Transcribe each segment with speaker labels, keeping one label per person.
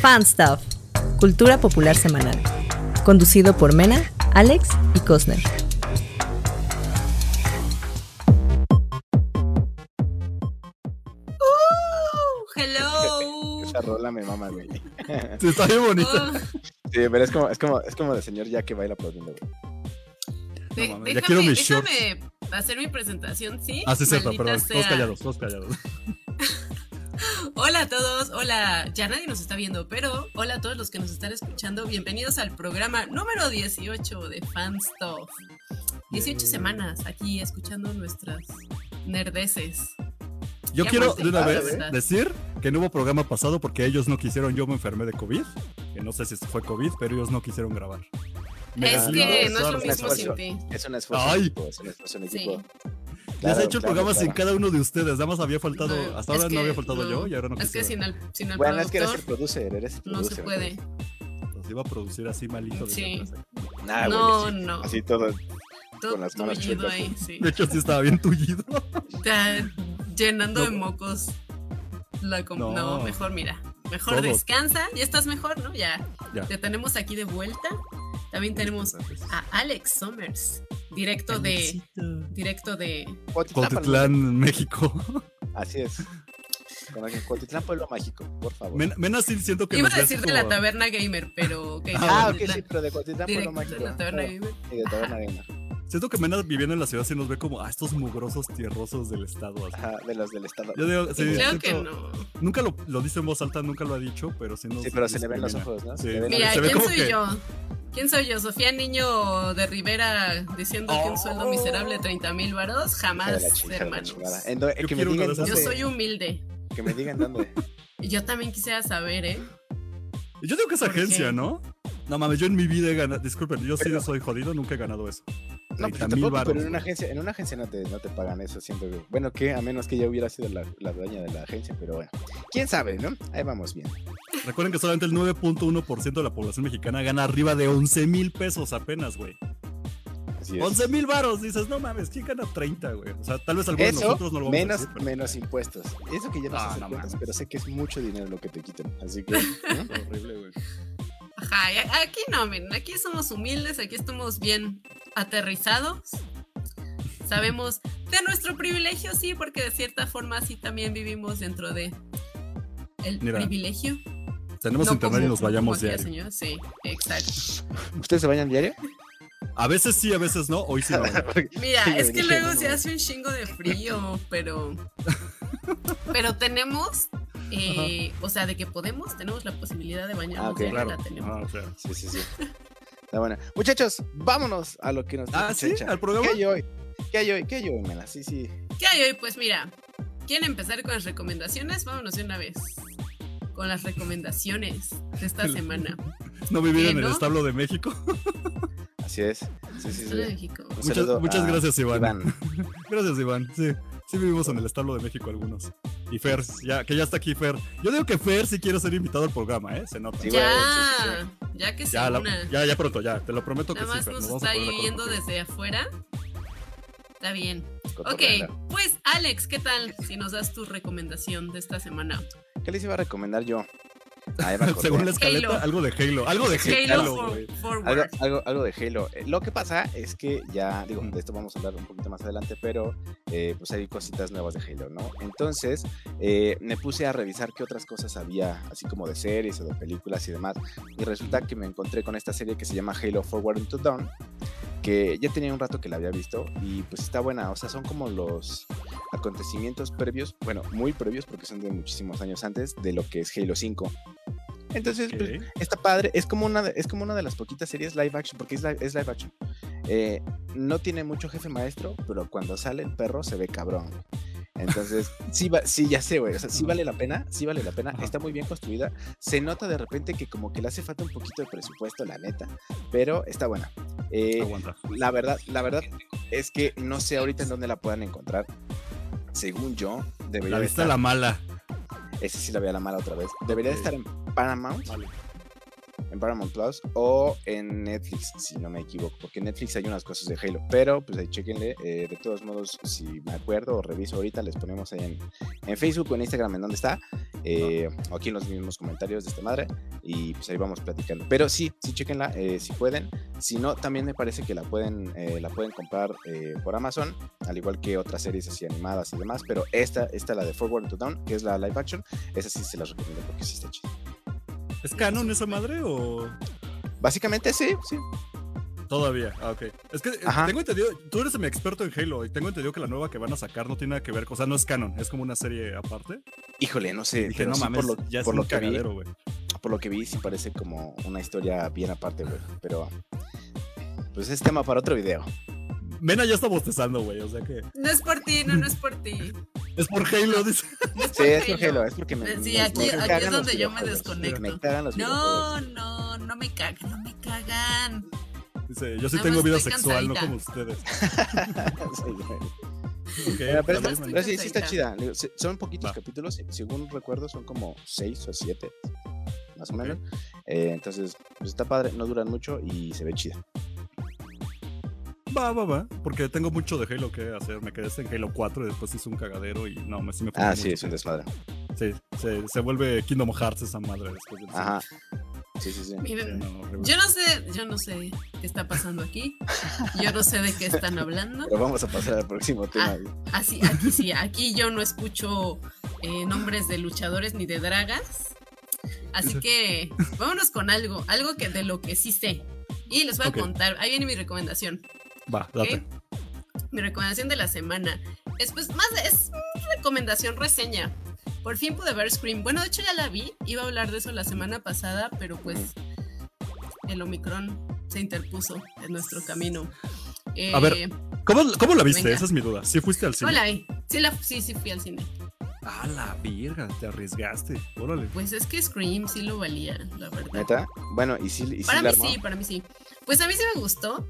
Speaker 1: Fan Stuff, Cultura Popular Semanal, conducido por Mena, Alex y Cosner.
Speaker 2: Uh, hello. Oh,
Speaker 3: Esa rola me mama, güey. Sí,
Speaker 4: Está bien bonita.
Speaker 2: Uh,
Speaker 3: pero es como, es como, es como el señor ya que baila aplaudiendo, güey.
Speaker 2: de-
Speaker 4: mames, ya
Speaker 2: déjame,
Speaker 4: quiero mis shorts.
Speaker 2: déjame hacer mi presentación, ¿sí?
Speaker 4: Ah, sí, cierto,
Speaker 2: Maldita
Speaker 4: perdón. Todos
Speaker 2: sea.
Speaker 4: callados, todos callados.
Speaker 2: Hola a todos, hola. Ya nadie nos está viendo, pero hola a todos los que nos están escuchando. Bienvenidos al programa número 18 de Fan Stuff. 18 semanas aquí escuchando nuestras nerdeces.
Speaker 4: Yo
Speaker 2: Ya
Speaker 4: quiero
Speaker 2: fuiste,
Speaker 4: de una
Speaker 3: la
Speaker 4: vez
Speaker 2: verdad.
Speaker 4: decir que no hubo programa pasado porque ellos no quisieron. Yo me enfermé de COVID. Que no sé si fue COVID, pero ellos no quisieron grabar. Me
Speaker 2: es
Speaker 3: no,
Speaker 4: salió
Speaker 2: que
Speaker 3: no,
Speaker 2: no es lo
Speaker 4: zarra.
Speaker 2: mismo sin
Speaker 3: esfuerzo.
Speaker 2: ti.
Speaker 3: Es un esfuerzo
Speaker 4: Ay.
Speaker 3: en equipo, es un esfuerzo en
Speaker 2: Sí.
Speaker 3: equipo.
Speaker 4: Les
Speaker 3: Claro,
Speaker 4: he hecho el
Speaker 3: claro,
Speaker 4: programa sin
Speaker 3: claro.
Speaker 4: cada uno de ustedes. Nada más había faltado.
Speaker 2: No,
Speaker 4: hasta
Speaker 2: es
Speaker 4: ahora
Speaker 2: que
Speaker 4: no había faltado
Speaker 2: no,
Speaker 4: yo y ahora no
Speaker 2: Es que
Speaker 4: quisieron.
Speaker 2: sin el, sin el
Speaker 3: Bueno, es que eres
Speaker 2: productor
Speaker 3: el producer, eres el
Speaker 2: no se
Speaker 3: producer,
Speaker 2: puede.
Speaker 4: Los iba a producir así malito. de
Speaker 2: Sí.
Speaker 4: sorpresa.
Speaker 3: güey. Nah, güey,
Speaker 2: No,
Speaker 3: así-
Speaker 2: no.
Speaker 3: Ah, Así todo.
Speaker 2: Todo
Speaker 3: con las manos
Speaker 2: tullido
Speaker 3: chuecas.
Speaker 2: ahí, sí.
Speaker 4: De hecho, sí estaba bien tullido.
Speaker 2: Está llenando
Speaker 4: No.
Speaker 2: de mocos. La com- no.
Speaker 4: No.
Speaker 2: mejor mira. Mejor
Speaker 4: Todo.
Speaker 2: descansa. Ya estás mejor, ¿no? Ya.
Speaker 4: Ya.
Speaker 2: Te tenemos aquí de vuelta. También tenemos a Alex Summers, directo de. Directo de.
Speaker 4: Cotitlán, México.
Speaker 3: Así es. Con alguien, Cuautitlán, pueblo mágico, por favor.
Speaker 4: Men- Mena sí siento que
Speaker 2: Iba
Speaker 4: nos
Speaker 2: a
Speaker 4: ve
Speaker 2: decir
Speaker 4: así
Speaker 2: de la
Speaker 4: como-
Speaker 2: taberna gamer, pero. ok,
Speaker 3: ah, ok,
Speaker 2: de la-
Speaker 3: sí, pero de Cuautitlán, pueblo
Speaker 2: Directo
Speaker 3: mágico.
Speaker 2: de la
Speaker 4: Oh.
Speaker 2: taberna
Speaker 3: Ah,
Speaker 2: gamer.
Speaker 3: Y de Taberna Gamer.
Speaker 4: Siento que Mena viviendo en la ciudad sí nos ve como ah, estos mugrosos tierrosos del estado. así.
Speaker 3: Ajá, de los del estado.
Speaker 4: Yo digo, sí,
Speaker 2: Creo
Speaker 4: siento-
Speaker 2: que no.
Speaker 4: Nunca lo, lo dice en voz alta, nunca lo ha dicho, pero sí nos
Speaker 3: Sí, pero se le ven los
Speaker 4: discrimina.
Speaker 3: ojos, ¿no?
Speaker 4: Sí.
Speaker 3: Se le ven-
Speaker 2: Mira,
Speaker 4: se ve
Speaker 2: ¿quién
Speaker 4: como
Speaker 2: soy
Speaker 4: que-
Speaker 2: yo? ¿Quién soy yo? ¿Sofía Niño de Rivera diciendo que un sueldo miserable
Speaker 4: Oh.
Speaker 2: 30 mil varos?
Speaker 3: Hija de
Speaker 2: Jamás,
Speaker 3: la chi- hija de la
Speaker 2: hermanos.
Speaker 3: chingada. En do- eh,
Speaker 4: Yo
Speaker 3: que me
Speaker 4: quiero uno
Speaker 3: digan
Speaker 4: de esos.
Speaker 2: Yo
Speaker 3: dónde-
Speaker 2: soy humilde.
Speaker 3: Que me digan dónde.
Speaker 2: Y Yo también quisiera saber, ¿eh?
Speaker 4: Yo digo que es
Speaker 2: ¿Por qué?
Speaker 4: agencia, ¿no? No mames, yo en mi vida he ganado. Disculpen, yo sí soy jodido, nunca he ganado eso.
Speaker 3: No, pues
Speaker 4: 30,000
Speaker 3: tampoco,
Speaker 4: varos,
Speaker 3: pero en
Speaker 4: güey.
Speaker 3: una agencia, en una agencia no te, no te pagan eso, siento que. Bueno, que a menos que ya hubiera sido la, la dueña de la agencia, pero bueno. ¿Quién sabe, no? Ahí vamos bien.
Speaker 4: Recuerden que solamente el 9.1% de la población mexicana gana arriba de 11 mil pesos apenas, güey.
Speaker 3: Así es.
Speaker 4: 11 mil varos, dices, no mames, ¿quién gana 30, güey? O sea, tal vez algunos de
Speaker 3: Eso,
Speaker 4: nosotros no lo vamos
Speaker 3: menos,
Speaker 4: a decir, pero-
Speaker 3: menos impuestos. Eso que ya no
Speaker 4: Ah,
Speaker 3: sé hacer
Speaker 4: no
Speaker 3: cuentas,
Speaker 4: mames.
Speaker 3: pero sé que es mucho dinero lo que te quitan. Así que. ¿no?
Speaker 4: Horrible, güey.
Speaker 2: Ajá, y a- aquí no, miren, aquí somos humildes, aquí estamos bien aterrizados. Sabemos de nuestro privilegio, sí, porque de cierta forma sí también vivimos dentro de el
Speaker 4: Mira,
Speaker 2: privilegio.
Speaker 4: Tenemos
Speaker 2: No
Speaker 4: internet
Speaker 2: como-
Speaker 4: y nos
Speaker 2: no como
Speaker 4: vayamos
Speaker 2: aquí la señora,
Speaker 4: diario.
Speaker 2: Sí, exacto.
Speaker 3: ¿Ustedes se bañan diario?
Speaker 4: A veces sí, a veces no. Hoy sí no. güey.
Speaker 2: Mira,
Speaker 3: Sí,
Speaker 2: es
Speaker 3: yo
Speaker 2: que
Speaker 3: dije,
Speaker 2: luego
Speaker 3: no,
Speaker 2: se
Speaker 3: no.
Speaker 2: hace un chingo de frío, pero. Pero tenemos. eh, o sea, de que podemos, tenemos la posibilidad de bañarnos.
Speaker 3: Ah, ok.
Speaker 2: ya
Speaker 4: Claro.
Speaker 2: la tenemos.
Speaker 4: Ah, o sea.
Speaker 3: Sí, sí, sí. Está bueno. Muchachos, vámonos a lo que nos
Speaker 4: Ah,
Speaker 3: dice
Speaker 4: ¿sí?
Speaker 3: Checha.
Speaker 4: ¿Al programa?
Speaker 3: ¿Qué hay hoy? ¿Qué hay hoy? ¿Qué hay hoy, mena? Sí, sí.
Speaker 2: ¿Qué hay hoy? Pues mira, ¿quieren empezar con las recomendaciones? Vámonos de una vez con las recomendaciones de esta semana.
Speaker 4: No vivir
Speaker 2: ¿Eh,
Speaker 4: en el
Speaker 2: no?
Speaker 4: establo de México.
Speaker 3: Así es. Sí, sí, sí.
Speaker 2: Historia de México.
Speaker 3: Un
Speaker 4: Muchas-
Speaker 3: saludo
Speaker 4: muchas
Speaker 3: a
Speaker 4: gracias, Iván. Gracias, Iván. Sí, sí vivimos en el establo de México algunos. Y Fer, ya, que ya está aquí Fer. Yo digo que Fer sí quiere ser invitado al programa, ¿eh? Se nota.
Speaker 3: Sí, güey,
Speaker 2: ya, ya que se
Speaker 4: ya, la-
Speaker 2: una.
Speaker 4: ya, ya pronto, ya. Te lo prometo
Speaker 2: Nada
Speaker 4: que sí,
Speaker 2: más
Speaker 4: Fer.
Speaker 2: nos
Speaker 4: vamos
Speaker 2: está
Speaker 4: a poner de acuerdo
Speaker 2: viviendo
Speaker 4: contigo.
Speaker 2: desde afuera. Está bien. Ok,
Speaker 3: Cotorreando.
Speaker 2: pues Alex, ¿qué tal si nos das tu recomendación de esta semana?
Speaker 3: ¿Qué les iba a recomendar yo? Ah, ya me acordé.
Speaker 4: Según la escaleta,
Speaker 2: Halo.
Speaker 4: algo de Halo. Algo de Halo,
Speaker 2: Halo
Speaker 4: güey.
Speaker 2: for-
Speaker 3: algo,
Speaker 2: Forward.
Speaker 3: algo, algo de Halo. Eh, Lo que pasa es que ya, digo,
Speaker 4: Ujú.
Speaker 3: de esto vamos a hablar un poquito más adelante, pero eh, pues hay cositas nuevas de Halo, ¿no? Entonces eh, me puse a revisar qué otras cosas había, así como de series o de películas y demás, y resulta que me encontré con esta serie que se llama Halo Forward to Dawn, que ya tenía un rato que la había visto y pues está buena, o sea, son como los acontecimientos previos, bueno, muy previos porque son de muchísimos años antes de lo que es Halo 5. Entonces, pues,
Speaker 4: Ok.
Speaker 3: Está padre, es como una de, es como una de las poquitas series live action, porque es live, es live action. Eh, no tiene mucho jefe maestro, pero cuando sale el perro se ve cabrón. güey. Entonces, sí, va, sí, ya sé, güey. O sea, sí
Speaker 4: Ajá.
Speaker 3: vale la pena, sí vale la pena.
Speaker 4: Ajá.
Speaker 3: Está muy bien construida. Se nota de repente que como que le hace falta un poquito de presupuesto, la neta. Pero está buena. Eh,
Speaker 4: Aguanta.
Speaker 3: la verdad, la verdad es que no sé ahorita en dónde la puedan encontrar. Según yo, debería
Speaker 4: La
Speaker 3: de
Speaker 4: vista
Speaker 3: estar.
Speaker 4: la mala.
Speaker 3: Ese sí la voy a la mala otra vez. Debería de
Speaker 4: Ok.
Speaker 3: estar en Paramount
Speaker 4: Vale.
Speaker 3: en Paramount Plus o en Netflix, si no me equivoco, porque en Netflix hay unas cosas de Halo, pero pues ahí chequenle, de todos modos, si me acuerdo o reviso ahorita, les ponemos ahí en, en Facebook o en Instagram en donde está, eh, o aquí en los mismos comentarios de esta madre y pues ahí vamos platicando. Pero sí, sí, chequenla eh, si pueden. Si no, también me parece que la pueden, eh, la pueden comprar eh, por Amazon, al igual que otras series así animadas y demás. Pero esta, esta la de Forward to Down, que es la live action, esa sí se las recomiendo porque sí está chida.
Speaker 4: ¿Es canon esa madre o
Speaker 3: Básicamente sí, sí.
Speaker 4: todavía? Ah, ok. Es que eh,
Speaker 3: Ajá.
Speaker 4: tengo entendido, tú eres mi experto en Halo y tengo entendido que la nueva que van a sacar no tiene nada que ver, o sea, no es canon, es como una serie aparte.
Speaker 3: Híjole, no sé,
Speaker 4: Dije,
Speaker 3: pero
Speaker 4: no
Speaker 3: sí,
Speaker 4: mames,
Speaker 3: por lo,
Speaker 4: ya es
Speaker 3: por
Speaker 4: un
Speaker 3: lo que vi,
Speaker 4: cagadero, güey.
Speaker 3: por lo que vi, sí parece como una historia bien aparte, güey. Pero pues es tema para otro video.
Speaker 4: Mena ya está bostezando, güey, o sea que
Speaker 2: No es por ti, no, no es por ti.
Speaker 4: es por Halo, dice.
Speaker 3: Sí, es por Halo, es porque me.
Speaker 2: Eh, Sí,
Speaker 3: me- me
Speaker 2: aquí- aquí es
Speaker 3: cagan los
Speaker 2: donde yo me
Speaker 3: videojuegos,
Speaker 2: desconecto.
Speaker 3: Me cagan los
Speaker 2: No,
Speaker 3: videojuegos.
Speaker 2: no, no me cagan, no me cagan.
Speaker 4: Dice, yo sí
Speaker 2: Nada
Speaker 4: tengo
Speaker 2: más
Speaker 4: vida
Speaker 2: estoy
Speaker 4: sexual, no
Speaker 2: cansadita.
Speaker 4: como ustedes.
Speaker 3: Sí, güey.
Speaker 4: Ok, pues,
Speaker 3: Pero, Eh, pero
Speaker 4: está
Speaker 3: está-
Speaker 4: bien,
Speaker 2: estoy-
Speaker 4: man.
Speaker 3: pero sí, sí está
Speaker 2: contenta.
Speaker 3: chida. Digo, se- Son poquitos
Speaker 4: Va.
Speaker 3: capítulos, se- según recuerdo, son como seis o siete, más o
Speaker 4: Ok.
Speaker 3: menos. Eh, entonces, pues está padre, no duran mucho y se ve chida.
Speaker 4: Va, va, va, porque tengo mucho de Halo que hacer, me quedé en Halo 4 y después hice un cagadero y no, me sí me fue
Speaker 3: Ah,
Speaker 4: mucho.
Speaker 3: sí, es un desmadre.
Speaker 4: Sí, se, se vuelve Kingdom Hearts esa madre después del
Speaker 3: Ajá. Sí, sí, sí.
Speaker 4: Sí,
Speaker 2: Miren,
Speaker 4: no, horrible.
Speaker 2: yo no sé, yo no sé qué está pasando aquí. Yo no sé de qué están hablando.
Speaker 3: Pero vamos a pasar al
Speaker 2: Ah,
Speaker 3: próximo tema.
Speaker 2: Así, aquí sí, aquí yo no escucho eh, nombres de luchadores ni de dragas. Así que vámonos con algo, algo que de lo que sí sé. Y les voy a
Speaker 4: Ok.
Speaker 2: contar, ahí viene mi recomendación.
Speaker 4: Va, date.
Speaker 2: ¿ok? Mi recomendación de la semana es pues más de- es mm, recomendación reseña. Por fin pude ver Scream. Bueno, de hecho ya la vi, iba a hablar de eso la semana pasada, pero pues el Omicron se interpuso en nuestro camino.
Speaker 4: A ver,
Speaker 2: Eh,
Speaker 4: ¿Cómo, cómo la viste?
Speaker 2: Venga.
Speaker 4: Esa es mi duda. ¿Sí fuiste al cine?
Speaker 2: hola, eh. sí, la- sí, sí fui al cine.
Speaker 4: A la verga, te arriesgaste. Órale.
Speaker 2: Pues es que Scream sí lo valía, la verdad.
Speaker 3: ¿Neta? Bueno, y sí, y sí
Speaker 2: Para
Speaker 3: la
Speaker 2: mí
Speaker 3: armó.
Speaker 2: sí, para mí sí. Pues a mí sí me gustó.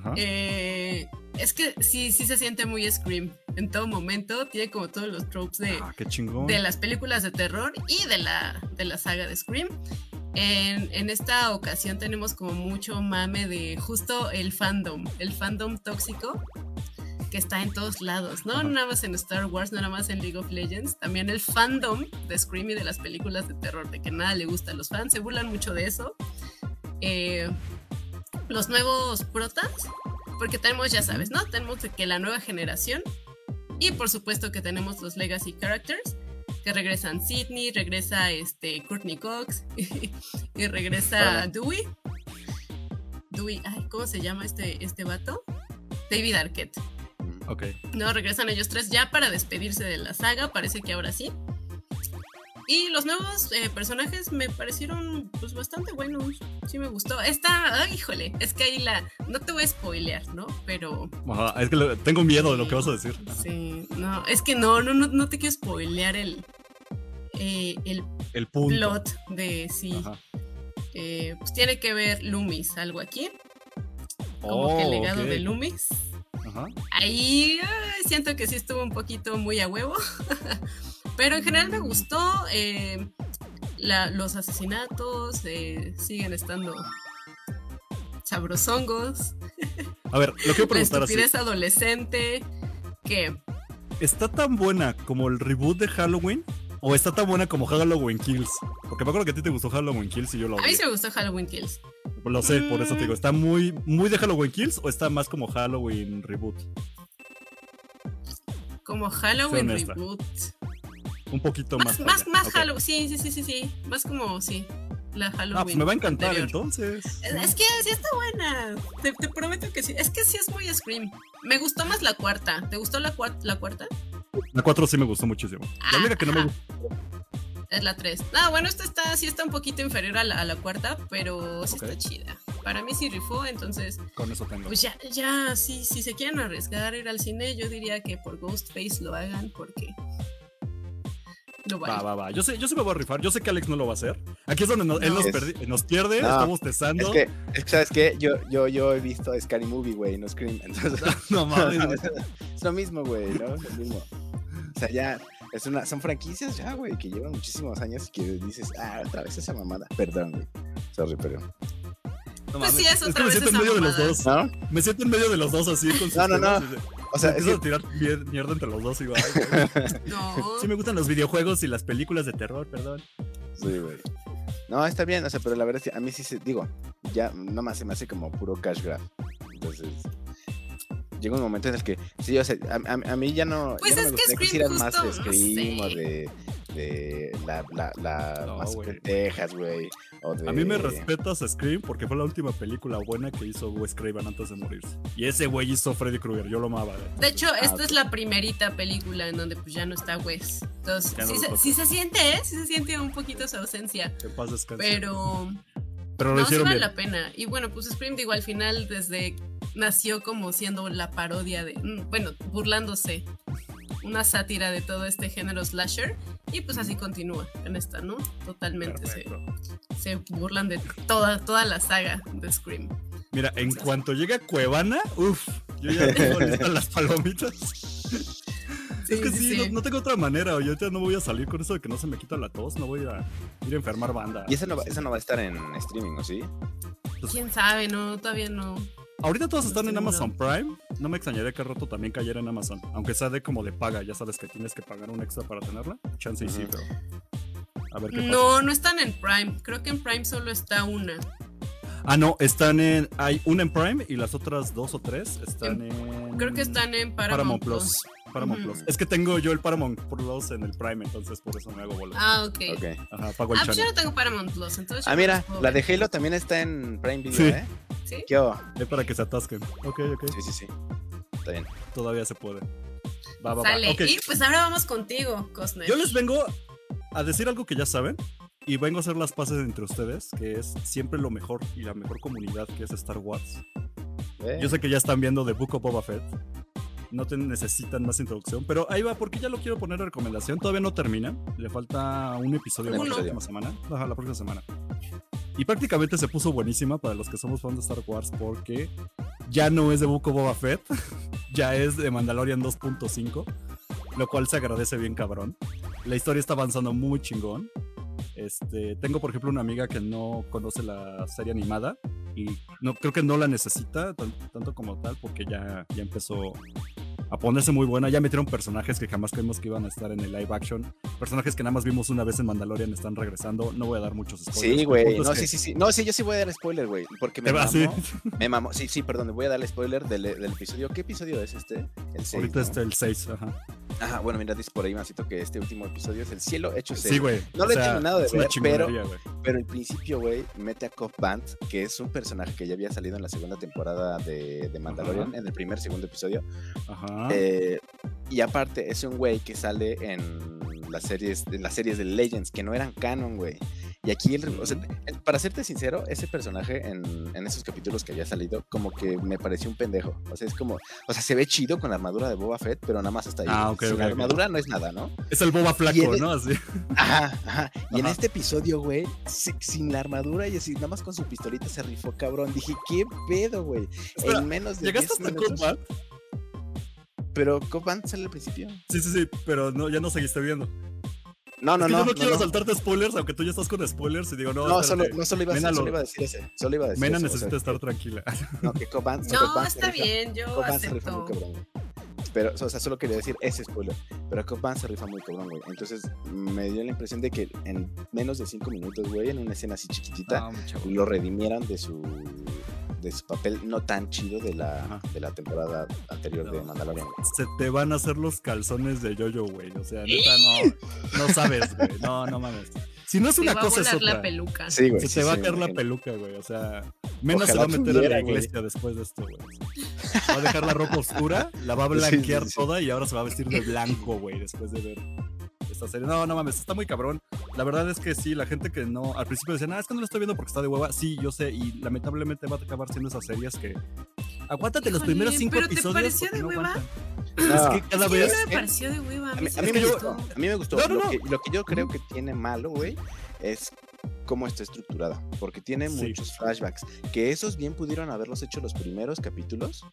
Speaker 4: Ajá.
Speaker 2: eh, es que sí, sí se siente muy Scream. En todo momento tiene como todos los tropes de,
Speaker 4: ah, qué chingón.
Speaker 2: de las películas de terror y de la, de la saga de Scream. En, en esta ocasión tenemos como mucho mame de justo el fandom, el fandom tóxico que está en todos lados, no
Speaker 4: Ajá.
Speaker 2: nada más en Star Wars, no nada más en League of Legends, también el fandom de Scream y de las películas de terror, de que nada le gusta a los fans, se burlan mucho de eso. Eh, los nuevos protas, porque tenemos, ya sabes, ¿no? Tenemos de que la nueva generación y por supuesto que tenemos los legacy characters, que regresan Sidney, regresa este Courtney Cox y regresa
Speaker 3: Órale.
Speaker 2: Dewey. Dewey, ay, ¿cómo se llama este, este vato? David Arquette.
Speaker 3: Mm.
Speaker 4: Ok.
Speaker 2: No, regresan ellos tres ya para despedirse de la saga, parece que ahora sí. Y los nuevos eh, personajes me parecieron pues bastante buenos, sí me gustó. Esta, ay, híjole, es que ahí la, no te voy a spoilear, ¿no? Pero
Speaker 4: Ajá, es que le- tengo miedo de lo que vas a decir. Ajá.
Speaker 2: Sí, no, es que no, no, no, no te quiero spoilear el, eh, el
Speaker 4: El punto.
Speaker 2: plot de si
Speaker 4: Ajá.
Speaker 2: eh, pues tiene que ver Loomis, algo aquí, como que
Speaker 4: Oh,
Speaker 2: el legado
Speaker 4: ok.
Speaker 2: de Loomis.
Speaker 4: Ajá.
Speaker 2: Ahí ay, siento que sí estuvo un poquito muy a huevo, pero en general me gustó. eh, la- los asesinatos eh, siguen estando sabrosongos,
Speaker 4: A ver, lo quiero
Speaker 2: la
Speaker 4: preguntar así.
Speaker 2: estupidez adolescente, que
Speaker 4: ¿Está tan buena como el reboot de Halloween? ¿O está tan buena como Halloween Kills? Porque me acuerdo que a ti te gustó Halloween Kills y yo lo
Speaker 2: a mí
Speaker 4: odié.
Speaker 2: se me Mm. gustó Halloween Kills.
Speaker 4: Lo sé, por eso te digo. ¿Está muy, muy de Halloween Kills o está más como Halloween Reboot?
Speaker 2: Como Halloween
Speaker 4: honesta.
Speaker 2: Reboot.
Speaker 4: Un poquito
Speaker 2: Más,
Speaker 4: más.
Speaker 2: más,
Speaker 4: allá.
Speaker 2: más
Speaker 4: Ok.
Speaker 2: Halloween. Sí, sí, sí, sí, sí. Más como, sí. La Halloween.
Speaker 4: Ah, pues me va a encantar
Speaker 2: anterior.
Speaker 4: entonces.
Speaker 2: Es- Es que sí está buena. Te, te prometo que sí. Es que sí es muy Scream. Me gustó más la cuarta. ¿Te gustó la, cuar- la cuarta?
Speaker 4: La 4 sí me gustó muchísimo. La única que no me
Speaker 2: Ajá.
Speaker 4: gustó.
Speaker 2: Es la tres. Ah, bueno, esta está, sí está un poquito inferior a la, a la cuarta, pero sí
Speaker 4: Ok.
Speaker 2: está chida. Para mí sí rifó, entonces,
Speaker 4: Con eso tengo.
Speaker 2: pues ya, ya, sí, si se quieren arriesgar a ir al cine, yo diría que por Ghostface lo hagan porque lo vale.
Speaker 4: Va, va, va. Yo sé, yo sí me voy a rifar. Yo sé que Alex no lo va a hacer. Aquí es donde nos- él
Speaker 2: No.
Speaker 4: nos,
Speaker 3: Es-
Speaker 4: perdi- nos pierde,
Speaker 3: No.
Speaker 4: estamos tesando.
Speaker 3: Es que, es que, ¿sabes qué? Yo, yo, yo he visto a Scary Movie, güey, no Scream. Entonces,
Speaker 4: no mames.
Speaker 3: es lo mismo, güey, ¿no? Es lo mismo. O sea, ya, es una, son franquicias ya, güey, que llevan muchísimos años y que dices, ah, otra vez esa mamada. Perdón, güey. Sorry, pero.
Speaker 4: no
Speaker 2: Pues sí,
Speaker 4: mames.
Speaker 2: es
Speaker 4: que
Speaker 2: otra
Speaker 4: me
Speaker 2: vez
Speaker 4: siento en
Speaker 2: esa
Speaker 4: medio de los
Speaker 2: mamada.
Speaker 4: dos.
Speaker 3: ¿No?
Speaker 4: Me siento en medio de los dos así con sus
Speaker 3: No, no, no.
Speaker 4: temas,
Speaker 3: O sea, es
Speaker 4: Empiezan a
Speaker 3: que,
Speaker 4: tirar mier- mierda entre los dos y va. "Ay, güey,
Speaker 2: No.
Speaker 4: Sí me gustan los videojuegos y las películas de terror, perdón.
Speaker 3: sí, güey. No, está bien, o sea, pero la verdad es que a mí sí se, digo, ya nomás se me hace como puro cash grab. Entonces, llega un momento en el que, sí, o sea, a, a- a mí ya no,
Speaker 2: Pues
Speaker 3: ya no
Speaker 2: es
Speaker 3: me
Speaker 2: que
Speaker 3: gustaría
Speaker 2: Scream
Speaker 3: hicieran más de
Speaker 2: justo, no
Speaker 3: Scream o
Speaker 2: sé.
Speaker 3: de, de la, la, la
Speaker 4: No,
Speaker 3: masacre
Speaker 4: güey.
Speaker 3: en Texas, güey. o de-
Speaker 4: A mí me respetas a Scream porque fue la última película buena que hizo Wes Craven antes de morirse. Y ese güey hizo Freddy Krueger, yo lo amaba. güey.
Speaker 2: De hecho, esta
Speaker 3: ok.
Speaker 2: es la primerita película en donde pues ya no está Wes. Entonces,
Speaker 4: Ya no
Speaker 2: sí,
Speaker 4: lo
Speaker 2: se,
Speaker 4: toca.
Speaker 2: sí se siente, ¿eh? Sí se siente un poquito su ausencia.
Speaker 4: Que en paz descanse.
Speaker 2: Pero
Speaker 4: Pero lo
Speaker 2: no, sí
Speaker 4: hicieron
Speaker 2: vale
Speaker 4: bien.
Speaker 2: la pena. Y bueno, pues Scream digo, al final desde nació como siendo la parodia de, mm, bueno, burlándose, una sátira de todo este género slasher. Y pues así continúa en esta, ¿no? Totalmente se,
Speaker 4: Perfecto.
Speaker 2: se burlan de toda, toda la saga de Scream.
Speaker 4: Mira, en cuanto llega Cuevana, uff, yo ya tengo listas las palomitas.
Speaker 2: Sí,
Speaker 4: es que
Speaker 2: sí, sí.
Speaker 4: sí, No, no tengo otra manera. Yo ahorita no voy a salir con eso de que no se me quita la tos, no voy a ir a enfermar banda.
Speaker 3: Y esa no, va, esa no va a estar en streaming, ¿o sí?
Speaker 2: ¿Quién sabe? No, todavía no.
Speaker 4: Ahorita todos
Speaker 2: No
Speaker 4: están en
Speaker 2: tengo nada.
Speaker 4: Amazon Prime. No me extrañaría que al rato también cayera en Amazon. Aunque sea de como de paga, ya sabes que tienes que pagar un extra para tenerla. Chance y sí,
Speaker 3: Ujú.
Speaker 4: pero. A ver qué
Speaker 2: No, no están en Prime. Creo que en Prime solo está una.
Speaker 4: pasa. Ah, no, están en. Hay una en Prime y las otras dos o tres están en.
Speaker 2: Em, Creo que están en
Speaker 4: Mm,
Speaker 2: Paramount,
Speaker 4: Paramount Plus. Paramount
Speaker 2: Ujú.
Speaker 4: Plus. Es que tengo yo el Paramount Plus en el Prime, entonces por eso me hago bolas.
Speaker 2: Ah, ok.
Speaker 3: Ok.
Speaker 4: Ajá, pago el
Speaker 2: Ah, pues yo
Speaker 4: channel.
Speaker 2: no tengo Paramount Plus, entonces. yo
Speaker 3: Ah,
Speaker 2: no
Speaker 3: mira,
Speaker 2: los puedo
Speaker 3: la
Speaker 2: ver.
Speaker 3: de Halo también está en Prime Video,
Speaker 4: Sí.
Speaker 3: ¿eh?
Speaker 2: ¿Sí?
Speaker 3: ¿Qué hubo?
Speaker 4: Es para que se atasquen. Ok, ok.
Speaker 3: Sí, sí, sí. Está bien.
Speaker 4: Todavía se puede. Va, va,
Speaker 2: Sale.
Speaker 4: va. Ok.
Speaker 2: Y pues ahora vamos contigo, Cosner.
Speaker 4: Yo les vengo a decir algo que ya saben y vengo a hacer las paces entre ustedes, que es siempre lo mejor y la mejor comunidad que es Star Wars.
Speaker 3: Eh,
Speaker 4: Yo sé que ya están viendo The Book of Boba Fett. No te necesitan más introducción, pero ahí va, porque ya lo quiero poner a recomendación. Todavía no termina. Le falta un episodio
Speaker 3: Un
Speaker 4: más la
Speaker 2: episodio.
Speaker 4: próxima semana. Ajá, la próxima semana. Y prácticamente se puso buenísima para los que somos fans de Star Wars, porque ya no es de Book of Boba Fett, ya es de Mandalorian 2.5, lo cual se agradece bien, cabrón. La historia está avanzando muy chingón. Este, tengo, por ejemplo, una amiga que no conoce la serie animada y no, creo que no la necesita tan- tanto como tal porque ya, ya empezó a ponerse muy buena. Ya metieron personajes que jamás creímos que iban a estar en el live action. Personajes que nada más vimos una vez en Mandalorian están regresando. No voy a dar muchos spoilers.
Speaker 3: Sí,
Speaker 4: El
Speaker 3: güey.
Speaker 4: punto es
Speaker 3: No,
Speaker 4: que
Speaker 3: sí, sí, sí. No, sí, yo sí voy a dar spoiler, güey. Porque me
Speaker 4: Te
Speaker 3: mamó.
Speaker 4: vas, sí.
Speaker 3: Me mamó. Sí, sí, perdón. Voy a dar spoiler del, del episodio. ¿Qué episodio es este? El 6.
Speaker 4: Ahorita está el 6. Ajá.
Speaker 3: Ajá, bueno, mira, dice por ahí, Mancito, que este último episodio es El cielo hecho
Speaker 4: Sí,
Speaker 3: seis.
Speaker 4: güey.
Speaker 3: No
Speaker 4: o
Speaker 3: lo he
Speaker 4: sea,
Speaker 3: terminado de
Speaker 4: es una
Speaker 3: ver, pero-
Speaker 4: chingonería, güey.
Speaker 3: Pero al principio, güey, mete a Cop Band, que es un personaje que ya había salido en la segunda temporada de, de Mandalorian, en el primer, segundo episodio.
Speaker 4: Ajá.
Speaker 3: Eh, y aparte, es un güey que sale en las series, en las series de Legends, que no eran canon, güey. Y aquí, el- o sea, el- para serte sincero, ese personaje en, en esos capítulos que había salido, como que me pareció un pendejo. O sea, es como, o sea, se ve chido con la armadura de Boba Fett, pero nada más hasta ahí.
Speaker 4: Ah,
Speaker 3: güey.
Speaker 4: ok,
Speaker 3: Sin
Speaker 4: ok,
Speaker 3: la
Speaker 4: ok.
Speaker 3: armadura no es nada, ¿no?
Speaker 4: es el boba
Speaker 3: y
Speaker 4: flaco,
Speaker 3: en-
Speaker 4: ¿no? Así.
Speaker 3: Ajá, ajá. Y en
Speaker 4: Ajá.
Speaker 3: este episodio, güey, si- sin la armadura y así, nada más con su pistolita se rifó, cabrón. Dije, ¿qué pedo, güey?
Speaker 4: Espera,
Speaker 3: En menos de
Speaker 4: ¿Llegaste
Speaker 3: 10
Speaker 4: hasta
Speaker 3: minutos-
Speaker 4: Copman?
Speaker 3: Pero Cop Band sale al principio.
Speaker 4: Sí, sí, sí, pero no, ya no seguiste viendo.
Speaker 3: No, no,
Speaker 4: Es que
Speaker 3: no.
Speaker 4: yo no, quiero saltarte spoilers, aunque tú ya estás con spoilers y digo, no,
Speaker 3: No, solo,
Speaker 4: espérate,
Speaker 3: no solo, iba a
Speaker 4: Mena
Speaker 3: decir,
Speaker 4: lo-
Speaker 3: solo iba a decir ese. Solo iba a decir
Speaker 4: Mena
Speaker 3: eso, o
Speaker 4: necesita
Speaker 3: sea,
Speaker 4: estar tranquila.
Speaker 3: No, que Copan.
Speaker 2: No, está bien, yo
Speaker 3: Copan se rifa muy
Speaker 2: acepto.
Speaker 3: cabrón, güey. Pero, o sea, solo quería decir ese spoiler. Pero Copan se rifa muy cabrón, güey. Entonces, me dio la impresión de que en menos de cinco minutos, güey, en una escena así
Speaker 4: Ah.
Speaker 3: chiquitita, lo redimieron de su de su papel no tan chido de la,
Speaker 4: Ajá.
Speaker 3: de la temporada anterior de
Speaker 4: No.
Speaker 3: Mandalorian. güey.
Speaker 4: Se te van a hacer los calzones de Jojo, güey. O sea, neta, no, no sabes, güey. No, no mames. Si no es
Speaker 2: Te
Speaker 4: una
Speaker 2: va a
Speaker 4: cosa, es
Speaker 2: volar la
Speaker 4: otra.
Speaker 2: peluca.
Speaker 3: Sí, güey.
Speaker 4: Se
Speaker 3: sí,
Speaker 4: te va
Speaker 3: sí,
Speaker 4: a caer
Speaker 3: me
Speaker 4: la
Speaker 3: imagino.
Speaker 4: peluca, güey. O sea, Mena se
Speaker 3: Ojalá
Speaker 4: va a meter
Speaker 3: tuviera,
Speaker 4: a la
Speaker 3: güey.
Speaker 4: iglesia después de esto, güey. Va a dejar la ropa oscura, la va a
Speaker 3: Sí, sí,
Speaker 4: blanquear
Speaker 3: sí.
Speaker 4: toda y ahora se va a vestir de blanco, güey, después de ver esta serie. No, no mames, está muy cabrón. La verdad es que sí, la gente que no, al principio decían, ah, es que no lo estoy viendo porque está de hueva. Sí, yo sé, y lamentablemente va a acabar siendo esas series que. Aguántate los
Speaker 2: Híjole,
Speaker 4: primeros cinco
Speaker 2: ¿pero te
Speaker 4: episodios.
Speaker 2: pareció
Speaker 4: porque
Speaker 2: de
Speaker 4: no
Speaker 2: hueva?
Speaker 4: aguantan.
Speaker 3: No.
Speaker 4: Es que cada
Speaker 2: Es que
Speaker 4: vez.
Speaker 2: no me
Speaker 3: eh,
Speaker 2: pareció de hueva.
Speaker 3: A mí,
Speaker 2: sí
Speaker 3: a mí
Speaker 4: Es
Speaker 3: me
Speaker 4: que yo-
Speaker 3: gustó, a mí me gustó.
Speaker 4: No, no,
Speaker 3: lo,
Speaker 4: no.
Speaker 3: Que, lo que yo creo que tiene malo, güey, es cómo está estructurada. Porque tiene
Speaker 4: Sí.
Speaker 3: muchos flashbacks. Que esos bien pudieron haberlos hecho los primeros capítulos.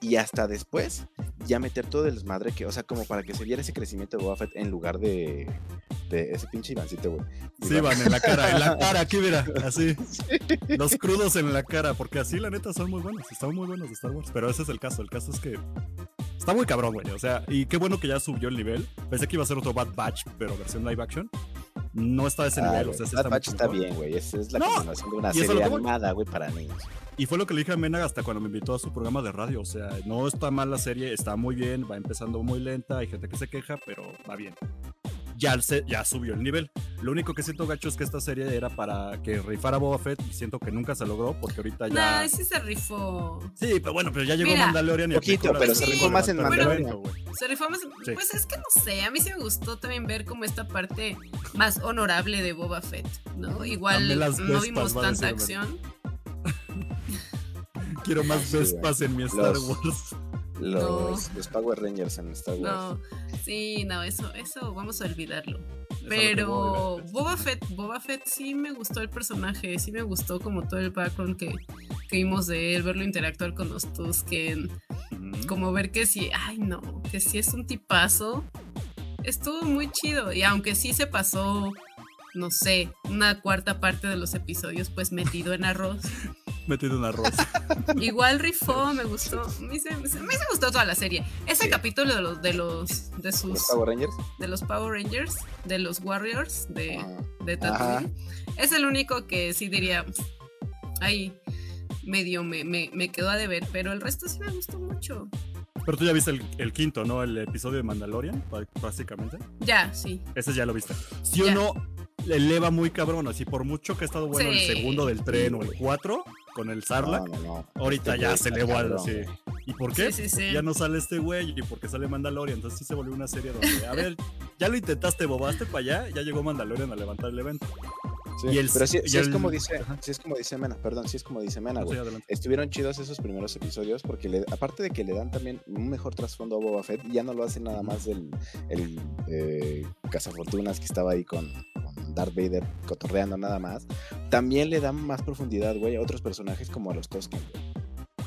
Speaker 3: Y hasta después, ya meter todo el desmadre que, o sea, como para que se viera ese crecimiento de Boba Fett en lugar de, de ese pinche Ivancito, güey.
Speaker 4: Sí, van en la cara, en la cara, aquí mira, así. Los crudos en la cara, porque así la neta son muy buenos, están muy buenos de Star Wars, pero ese es el caso, el caso es que Está muy cabrón, güey. O sea, y qué bueno que ya subió el nivel. Pensé que iba a ser otro Bad Batch, pero versión live action. No está a ese
Speaker 3: Ah,
Speaker 4: nivel, o
Speaker 3: güey,
Speaker 4: sea, sí
Speaker 3: Bad
Speaker 4: está
Speaker 3: Batch
Speaker 4: mucho
Speaker 3: está
Speaker 4: mejor.
Speaker 3: bien, güey. Es, es la
Speaker 4: No,
Speaker 3: continuación de una
Speaker 4: y eso es lo
Speaker 3: serie
Speaker 4: que voy.
Speaker 3: animada, güey, para niños.
Speaker 4: Y fue lo que le dije a Mena hasta cuando me invitó a su programa de radio. O sea, no está mal la serie, está muy bien, va empezando muy lenta, hay gente que se queja, pero va bien. Ya, se, ya subió el nivel. Lo único que siento, gacho, es que esta serie era para que rifara Boba Fett y siento que nunca se logró porque ahorita ya.
Speaker 2: Nah, sí se rifó.
Speaker 4: Sí, pero bueno, pero ya llegó
Speaker 2: Mira,
Speaker 4: Mandalorian y aplicó
Speaker 3: poquito,
Speaker 4: la
Speaker 3: pero
Speaker 4: de
Speaker 2: se
Speaker 4: Mandalorian
Speaker 2: rifó
Speaker 3: más en
Speaker 4: levanta el
Speaker 3: Mandalorian.
Speaker 4: evento, güey.
Speaker 2: Se rifó más-
Speaker 4: Sí.
Speaker 2: Pues es que no sé, a mí sí me gustó también ver como esta parte más honorable de Boba Fett, ¿no? Igual
Speaker 4: También las
Speaker 2: no
Speaker 4: vespas,
Speaker 2: vimos
Speaker 4: va a
Speaker 2: tanta
Speaker 4: decir,
Speaker 2: acción.
Speaker 4: Quiero más
Speaker 3: Sí, güey.
Speaker 4: Vespas en mi Star
Speaker 3: Los-
Speaker 4: Wars.
Speaker 3: Los, los Power Rangers en Star Wars.
Speaker 2: No, sí, no, eso, eso vamos a olvidarlo.
Speaker 4: lo que voy a
Speaker 2: Pero
Speaker 4: ver.
Speaker 2: Boba Fett, Boba Fett sí me gustó el personaje, sí me gustó como todo el background que, que vimos de él, verlo interactuar con los Tusken, como ver que sí, ay no, que sí es un tipazo. Estuvo muy chido y aunque sí se pasó, no sé, una cuarta parte de los episodios pues metido en arroz,
Speaker 4: Metido en arroz.
Speaker 2: Igual rifó, me gustó. A mí se, se- a mí se gustó toda la serie. Ese
Speaker 3: Sí.
Speaker 2: capítulo de los de los de sus
Speaker 3: Los Power Rangers.
Speaker 2: de los Power Rangers, de los Warriors de,
Speaker 3: Ajá.
Speaker 2: de Tatooine, es el único que sí diría ahí medio me, me, me quedó a deber, pero el resto sí me gustó mucho.
Speaker 4: Pero tú ya viste el, el quinto, ¿no? El episodio de Mandalorian, pa- básicamente.
Speaker 2: Ya, sí.
Speaker 4: Ese ya lo viste. Si
Speaker 2: Ya.
Speaker 4: uno le eleva muy cabrón, así por mucho que ha estado bueno
Speaker 2: Sí.
Speaker 4: el segundo del tren o el
Speaker 3: güey.
Speaker 4: 4 con el Sarlacc.
Speaker 3: No, no, no.
Speaker 4: Ahorita
Speaker 3: Este
Speaker 4: ya
Speaker 3: güey
Speaker 4: se
Speaker 3: está
Speaker 4: elevó al.
Speaker 3: cabrón,
Speaker 4: sí.
Speaker 3: güey.
Speaker 4: ¿Y por
Speaker 2: Sí,
Speaker 4: qué?
Speaker 2: sí, sí.
Speaker 4: Porque Ya no sale este güey y porque sale Mandalorian. Entonces sí se volvió una serie donde, a ver, ya lo intentaste, bobaste para allá, ya llegó Mandalorian a levantar el evento.
Speaker 3: Sí,
Speaker 4: Y el-
Speaker 3: pero sí,
Speaker 4: y
Speaker 3: sí es
Speaker 4: el-
Speaker 3: como dice,
Speaker 4: ajá.
Speaker 3: sí es como dice Mena, perdón, sí es como dice Mena,
Speaker 4: No,
Speaker 3: Ah, güey.
Speaker 4: sí, adelante.
Speaker 3: Estuvieron chidos esos primeros episodios porque le- aparte de que le dan también un mejor trasfondo a Boba Fett, ya no lo hace nada más el, el eh, cazafortunas que estaba ahí con, con Darth Vader cotorreando nada más. También le dan más profundidad, güey, a otros personajes como a los Tosken, güey,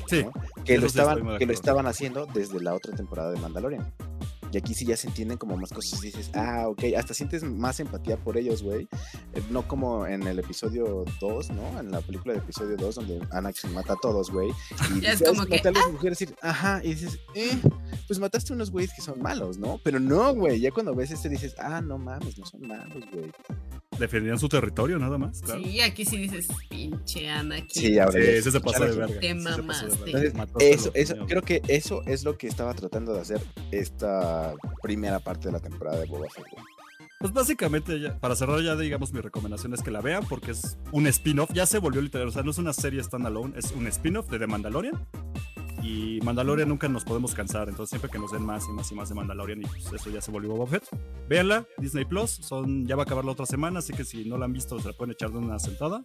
Speaker 4: Sí,
Speaker 3: que,
Speaker 4: Eso
Speaker 3: lo
Speaker 4: sí estoy
Speaker 3: estaban,
Speaker 4: muy
Speaker 3: que
Speaker 4: de
Speaker 3: lo
Speaker 4: acuerdo.
Speaker 3: estaban haciendo desde la otra temporada de Mandalorian. Y aquí sí ya se entienden como más cosas. Dices, ah, ok, hasta sientes más empatía por ellos, güey. Eh, No como en el episodio 2, ¿no? En la película de episodio 2, donde Anakin mata a todos, güey. Y
Speaker 2: Ya es
Speaker 3: dices,
Speaker 2: como que, "Ah".
Speaker 3: matar a las mujeres, decir, ajá, y dices, eh, pues mataste a unos güeyes que son malos, ¿no? Pero no, güey, ya cuando ves este dices, ah, no mames, no son malos, güey.
Speaker 4: defendían su territorio nada más. Claro.
Speaker 2: Sí, aquí sí dices, pinche Anakin.
Speaker 3: Sí, ahora
Speaker 4: Sí,
Speaker 3: ya
Speaker 4: ese se pasó de verga.
Speaker 2: Te
Speaker 4: sí se pasó de
Speaker 2: mamaste.
Speaker 4: verga.
Speaker 3: Entonces,
Speaker 4: Mató a
Speaker 3: Eso,
Speaker 4: los
Speaker 3: eso,
Speaker 4: niños.
Speaker 3: creo que eso es lo que estaba tratando de hacer esta primera parte de la temporada de Boba Fett, güey.
Speaker 4: Pues básicamente, ya- para cerrar ya, digamos, mi recomendación es que la vean porque es un spin-off. Ya se volvió literal, o sea, no es una serie standalone, es un spin-off de The Mandalorian. Y Mandalorian nunca nos podemos cansar, entonces siempre que nos den más y más y más de Mandalorian, y pues eso ya se volvió Boba Fett. Véanla, Disney Plus, son, ya va a acabar la otra semana, así que si no la han visto, se la pueden echar de una sentada.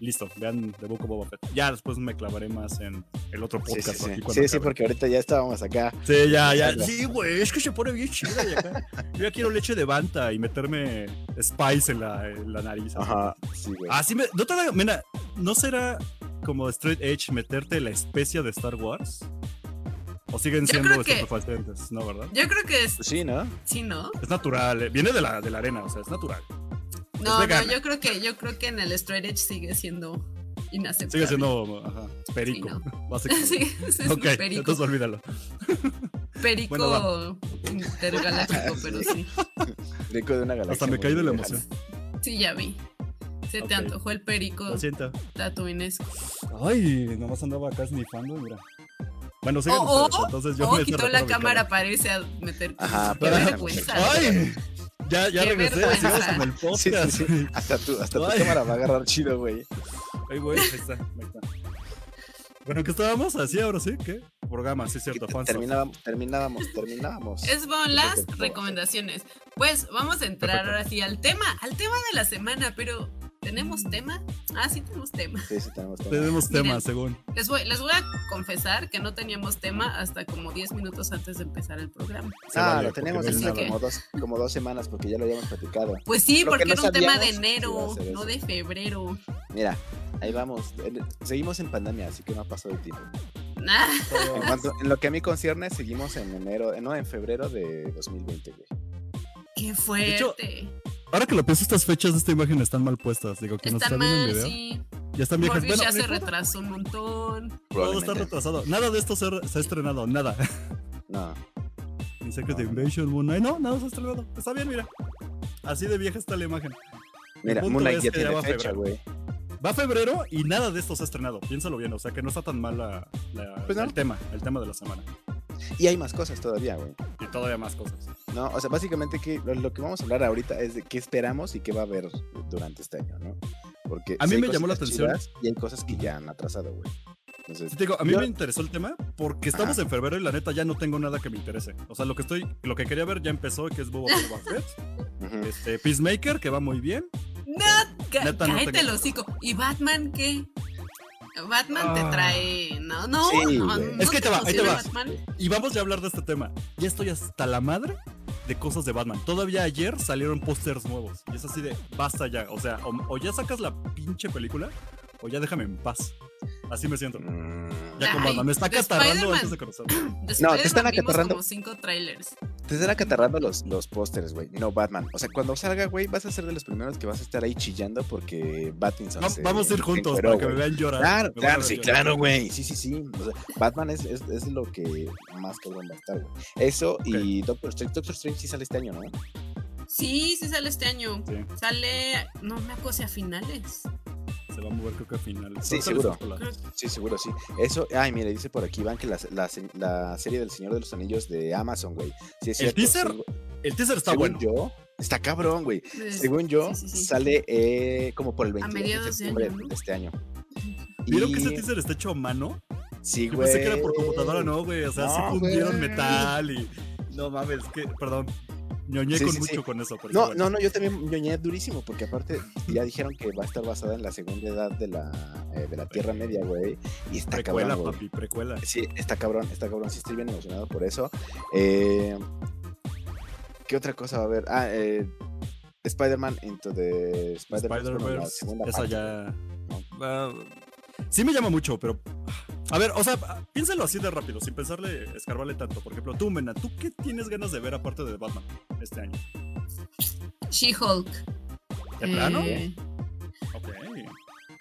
Speaker 4: Listo, vean The Book of Boba Fett. Ya después me clavaré más en el otro
Speaker 3: Sí,
Speaker 4: podcast.
Speaker 3: sí, sí.
Speaker 4: aquí cuando
Speaker 3: Sí, sí,
Speaker 4: acabe.
Speaker 3: porque ahorita ya estábamos acá.
Speaker 4: Sí, ya, ya.
Speaker 3: Exacto.
Speaker 4: Sí, güey, es que se pone bien chida. y acá. Yo ya quiero leche de banta y meterme spice en la, en la nariz. así.
Speaker 3: Ajá, sí, güey.
Speaker 4: Ah, sí, me, no te da- mira, ¿no será como straight edge meterte la especia de Star Wars? ¿O siguen
Speaker 2: Yo
Speaker 4: siendo
Speaker 2: creo que-
Speaker 4: estupefacientes? No, ¿verdad?
Speaker 2: Yo creo que es,
Speaker 3: Pues sí, ¿no?
Speaker 2: sí, ¿no?
Speaker 4: Es natural, eh, viene de la, de la arena, o sea, es natural.
Speaker 2: No, no,
Speaker 4: vegana.
Speaker 2: yo creo que, yo creo que en el straight edge sigue siendo inaceptable.
Speaker 4: Sigue siendo ajá, perico,
Speaker 2: Sí,
Speaker 4: básicamente.
Speaker 2: Sí, es un
Speaker 4: ok,
Speaker 2: perico,
Speaker 4: entonces olvídalo.
Speaker 2: perico
Speaker 4: bueno,
Speaker 2: intergaláctico, pero sí.
Speaker 3: Rico de una galaxia.
Speaker 4: Hasta me
Speaker 3: muy
Speaker 4: caí de la
Speaker 3: lejana.
Speaker 4: emoción.
Speaker 2: Sí, ya vi. Se
Speaker 4: Ok.
Speaker 2: te antojó el perico
Speaker 4: Lo siento.
Speaker 2: tatuinesco.
Speaker 4: Ay, nomás andaba acá snifando, mira. Bueno, sigan
Speaker 2: Oh,
Speaker 4: ustedes,
Speaker 2: oh,
Speaker 4: entonces yo
Speaker 2: Oh,
Speaker 4: me
Speaker 2: quitó
Speaker 4: recorro
Speaker 2: la
Speaker 4: mi
Speaker 2: cámara para irse a meter.
Speaker 3: Ajá,
Speaker 2: Qué
Speaker 4: pero-
Speaker 2: vergüenza.
Speaker 4: ¡Ay! Ya, ya
Speaker 2: Qué
Speaker 4: regresé,
Speaker 2: vergüenza.
Speaker 4: sigamos con el podcast.
Speaker 3: Sí, sí, sí. Hasta tu, hasta tu
Speaker 4: Ay.
Speaker 3: cámara va a agarrar chido, güey.
Speaker 4: Ay, güey, ahí está, ahí está. Bueno, ¿qué estábamos? Así ahora sí, ¿qué? Programa, sí, cierto, fans.
Speaker 3: Terminábamos, terminábamos, terminábamos.
Speaker 2: Esbon, las
Speaker 3: Perfecto.
Speaker 2: recomendaciones. Pues vamos a entrar
Speaker 4: Perfecto.
Speaker 2: ahora sí al tema, al tema de la semana, pero ¿tenemos tema? Ah, sí tenemos tema.
Speaker 3: Sí, sí, tenemos tema.
Speaker 4: Tenemos
Speaker 2: Miren.
Speaker 4: temas, según.
Speaker 2: Les voy, les voy a confesar que no teníamos tema hasta como 10 minutos antes de empezar el programa.
Speaker 4: Se
Speaker 3: Ah,
Speaker 4: vale,
Speaker 3: lo tenemos
Speaker 4: porque no
Speaker 3: desde
Speaker 4: es nada.
Speaker 3: como dos, como dos semanas porque ya lo habíamos platicado.
Speaker 2: Pues sí,
Speaker 3: Lo que
Speaker 2: porque
Speaker 3: no
Speaker 2: era un tema de
Speaker 3: sabíamos que iba a
Speaker 2: enero,
Speaker 3: ser
Speaker 2: no
Speaker 3: eso.
Speaker 2: de febrero.
Speaker 3: Mira, ahí vamos. En- Seguimos en pandemia, así que no ha pasado el tiempo.
Speaker 2: Nah.
Speaker 3: En, cuanto- en lo que a mí concierne, seguimos en enero, eh, no, en febrero de 2020, güey.
Speaker 2: Qué
Speaker 4: hecho,
Speaker 2: fuerte.
Speaker 4: Ahora que lo pienso, estas fechas de esta imagen están mal puestas. Digo, que nos está
Speaker 2: Están
Speaker 4: viendo el
Speaker 2: mal,
Speaker 4: video.
Speaker 2: sí.
Speaker 4: Ya están viejas.
Speaker 2: Morbius ya
Speaker 4: no
Speaker 2: se
Speaker 4: importa,
Speaker 2: retrasó un montón.
Speaker 4: Todo está retrasado. Nada de esto se, se ha estrenado, nada.
Speaker 3: No.
Speaker 4: Ni Secret
Speaker 3: No, no.
Speaker 4: Invasion, Moon Knight. No, nada más hasta luego. Está bien, mira. Así de vieja está la imagen.
Speaker 3: Mira,
Speaker 4: punto
Speaker 3: Moon Knight
Speaker 4: es
Speaker 3: ya
Speaker 4: que ya va
Speaker 3: tiene
Speaker 4: a
Speaker 3: fecha,
Speaker 4: febrero.
Speaker 3: güey.
Speaker 4: Va a febrero y nada de esto se ha estrenado. Piénsalo bien, o sea que no está tan mal la- la-
Speaker 3: Pues no.
Speaker 4: el tema, el tema de la semana.
Speaker 3: Y hay más cosas todavía, güey.
Speaker 4: Y todavía más cosas.
Speaker 3: No, o sea, básicamente que lo, lo que vamos a hablar ahorita es de qué esperamos y qué va a haber durante este año, ¿no? Porque
Speaker 4: A mí
Speaker 3: sí hay
Speaker 4: me llamó la
Speaker 3: cositas
Speaker 4: atención.
Speaker 3: chidas Y hay cosas que ya han atrasado, güey. Entonces,
Speaker 4: Sí, te digo, a mí
Speaker 3: Yo-
Speaker 4: me interesó el tema porque estamos en febrero y la neta ya no tengo nada que me interese. O sea, lo que estoy, lo que quería ver ya empezó, que es Boba Boba Fett,
Speaker 3: ujú.
Speaker 4: este, Peacemaker, que va muy bien.
Speaker 2: No, ca-
Speaker 4: Neta, no
Speaker 2: cállate
Speaker 4: tengo-
Speaker 2: el hocico. ¿Y Batman qué? Batman te
Speaker 4: Ah.
Speaker 2: trae. No, no,
Speaker 3: Sí,
Speaker 2: no,
Speaker 3: güey.
Speaker 2: no
Speaker 4: Es que ahí te va, ahí te
Speaker 2: emociona
Speaker 4: va.
Speaker 2: Batman.
Speaker 4: Y vamos ya a hablar de este tema. Ya estoy hasta la madre de cosas de Batman. Todavía ayer salieron pósters nuevos. Y es así de, basta ya. O sea, o, o ya sacas la pinche película o ya déjame en paz. Así me siento.
Speaker 3: Mm.
Speaker 4: Ya con
Speaker 2: Ay,
Speaker 4: Batman. Me está
Speaker 2: de
Speaker 4: catarrando
Speaker 2: Spider-Man.
Speaker 4: antes de conocerlo.
Speaker 2: De
Speaker 3: No, te están
Speaker 2: Spider-Man vimos
Speaker 3: acatarrando.
Speaker 2: como cinco trailers.
Speaker 3: Te están acatarrando los, los pósters, güey. No Batman. O sea, cuando salga, güey, vas a ser de los primeros que vas a estar ahí chillando porque Battinson.
Speaker 4: Va-
Speaker 3: se
Speaker 4: vamos a ir juntos
Speaker 3: encueró,
Speaker 4: para que me
Speaker 3: güey.
Speaker 4: vean llorar.
Speaker 3: Claro,
Speaker 4: Me van a
Speaker 3: claro,
Speaker 4: ver
Speaker 3: sí,
Speaker 4: llorar.
Speaker 3: claro, güey. Sí, sí, sí. O sea, Batman es, es, es lo que más cabrón va a estar, güey. Eso y Doctor Strange. Doctor Strange sí sale este año, ¿no?
Speaker 2: Sí, sí sale este año.
Speaker 4: Sí.
Speaker 2: Sale, no me acuerdo si a finales.
Speaker 4: Se va a mover creo que al final.
Speaker 3: Sí,
Speaker 4: Ahorita
Speaker 3: seguro.
Speaker 4: les paso la-
Speaker 2: Creo-
Speaker 3: Sí, seguro, sí. Eso, ay, mira, dice por aquí, van que la, la, la serie del Señor de los Anillos de Amazon, güey. Sí, es
Speaker 4: ¿El
Speaker 3: cierto,
Speaker 4: teaser?
Speaker 3: según-
Speaker 4: El teaser está
Speaker 3: según
Speaker 4: bueno.
Speaker 3: yo, está cabrón, güey.
Speaker 2: eh,
Speaker 3: Según yo,
Speaker 2: sí, sí, sí.
Speaker 3: sale eh, como por el 22 de
Speaker 2: mediados de año,
Speaker 3: septiembre
Speaker 2: ¿no?
Speaker 3: de este año.
Speaker 4: ¿Vieron que
Speaker 3: Y-
Speaker 4: ese teaser está hecho a mano?
Speaker 3: Sí,
Speaker 4: Yo
Speaker 3: güey.
Speaker 4: pensé que era por computadora, no, güey. O sea,
Speaker 3: No,
Speaker 4: se fundieron
Speaker 3: güey.
Speaker 4: metal y. No mames, que. Perdón. Ñoñé
Speaker 3: Sí,
Speaker 4: con
Speaker 3: sí,
Speaker 4: mucho
Speaker 3: sí.
Speaker 4: con eso, pero.
Speaker 3: No,
Speaker 4: está
Speaker 3: no,
Speaker 4: bueno.
Speaker 3: no, yo también ñoñé durísimo, porque aparte ya dijeron que va a estar basada en la segunda edad de la, eh, de la Tierra Media, güey. Y está
Speaker 4: Precuela,
Speaker 3: cabrón, güey.
Speaker 4: papi, precuela.
Speaker 3: Sí, está cabrón, está cabrón. Sí, estoy bien emocionado por eso. Eh, ¿Qué otra cosa va a haber? Ah, eh, Spider-Man into the Spider-Verse. bueno, la
Speaker 4: Spider-Verse.
Speaker 3: segunda
Speaker 4: Esa
Speaker 3: parte,
Speaker 4: ya. Ah, sí me llama mucho, pero. A ver, o sea, piénsalo así de rápido, sin pensarle, escarbarle tanto. Por ejemplo, tú, Mena, ¿tú qué tienes ganas de ver aparte de Batman este año?
Speaker 2: She-Hulk.
Speaker 4: ¿De plano?
Speaker 2: Eh,
Speaker 4: Ok. Mm.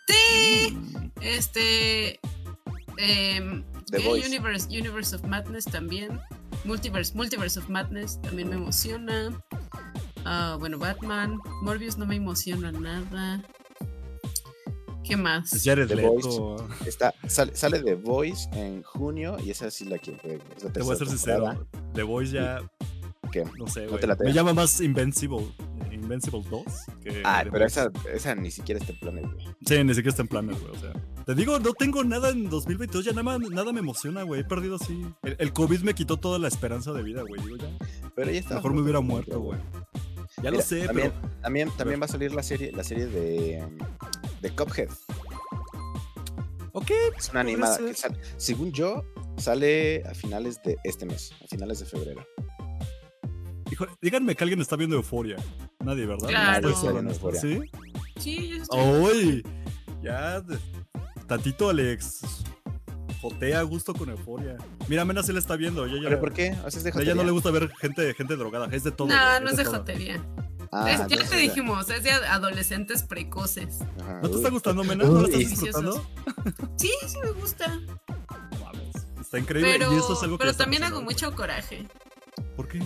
Speaker 2: sí. Este. em,
Speaker 3: The
Speaker 2: ¿qué?
Speaker 3: Voice.
Speaker 2: Universe, Universe of Madness también. Multiverse, Multiverse of Madness también me emociona. Ah, bueno, Batman. Morbius no me emociona nada. ¿Qué más?
Speaker 4: Pues ya eres
Speaker 3: The
Speaker 4: leto.
Speaker 3: Está, sale, sale The Voice en junio y esa sí la quiero ver. güey, es la
Speaker 4: Te voy a
Speaker 3: tercera
Speaker 4: ser
Speaker 3: temporada.
Speaker 4: sincero. The Voice ya.
Speaker 3: ¿Qué?
Speaker 4: No sé,
Speaker 3: No
Speaker 4: güey.
Speaker 3: te la
Speaker 4: me
Speaker 3: tengo.
Speaker 4: llama más Invincible. Invincible 2. Que
Speaker 3: Ay,
Speaker 4: The
Speaker 3: pero
Speaker 4: Voice.
Speaker 3: esa, esa ni siquiera está en planes, güey.
Speaker 4: Sí, ni siquiera está en planes, güey. O sea. Te digo, no tengo nada en 2022. Ya nada, más- nada me emociona, güey. He perdido así. El, el COVID me quitó toda la esperanza de vida, güey. Digo, ya.
Speaker 3: Pero ella está.
Speaker 4: Mejor me hubiera muerto, güey. Ya lo
Speaker 3: Mira,
Speaker 4: sé,
Speaker 3: también,
Speaker 4: pero.
Speaker 3: también, también va a salir la serie, la serie de, em, de Cuphead.
Speaker 4: Ok.
Speaker 3: Es una
Speaker 4: podría
Speaker 3: animada
Speaker 4: ser.
Speaker 3: que sale- según yo, sale a finales de este mes, a finales de febrero.
Speaker 4: Hijo, díganme que alguien está viendo Euforia. Nadie, ¿verdad?
Speaker 2: Claro.
Speaker 4: Estoy solo en
Speaker 3: Nadie
Speaker 4: esto,
Speaker 3: está
Speaker 4: ¿Sí?
Speaker 2: Sí, yo estoy-
Speaker 4: ¡Uy! Ya. de- Tantito, Alex. Jotea a gusto con Euforia. Mira, Mena se la está viendo. Ella ya
Speaker 3: ¿Pero por qué? O sea, es de
Speaker 4: A ella no
Speaker 3: jotería.
Speaker 4: le gusta ver gente, gente drogada, es de todo.
Speaker 2: no,
Speaker 4: güey,
Speaker 2: no es de
Speaker 4: de todo.
Speaker 2: jotería.
Speaker 3: Ah,
Speaker 2: es, ya
Speaker 3: entonces
Speaker 2: te dijimos, es de adolescentes precoces.
Speaker 3: Ajá,
Speaker 4: ¿No
Speaker 3: uy.
Speaker 4: te está gustando, Mena? ¿No la estás
Speaker 3: Uy.
Speaker 4: disfrutando?
Speaker 2: Sí, sí me gusta.
Speaker 4: No mames, Está increíble.
Speaker 2: Pero,
Speaker 4: y esto es algo que
Speaker 2: pero
Speaker 4: está
Speaker 2: también hago
Speaker 4: pasando
Speaker 2: mucho coraje.
Speaker 4: ahorita. ¿Por qué?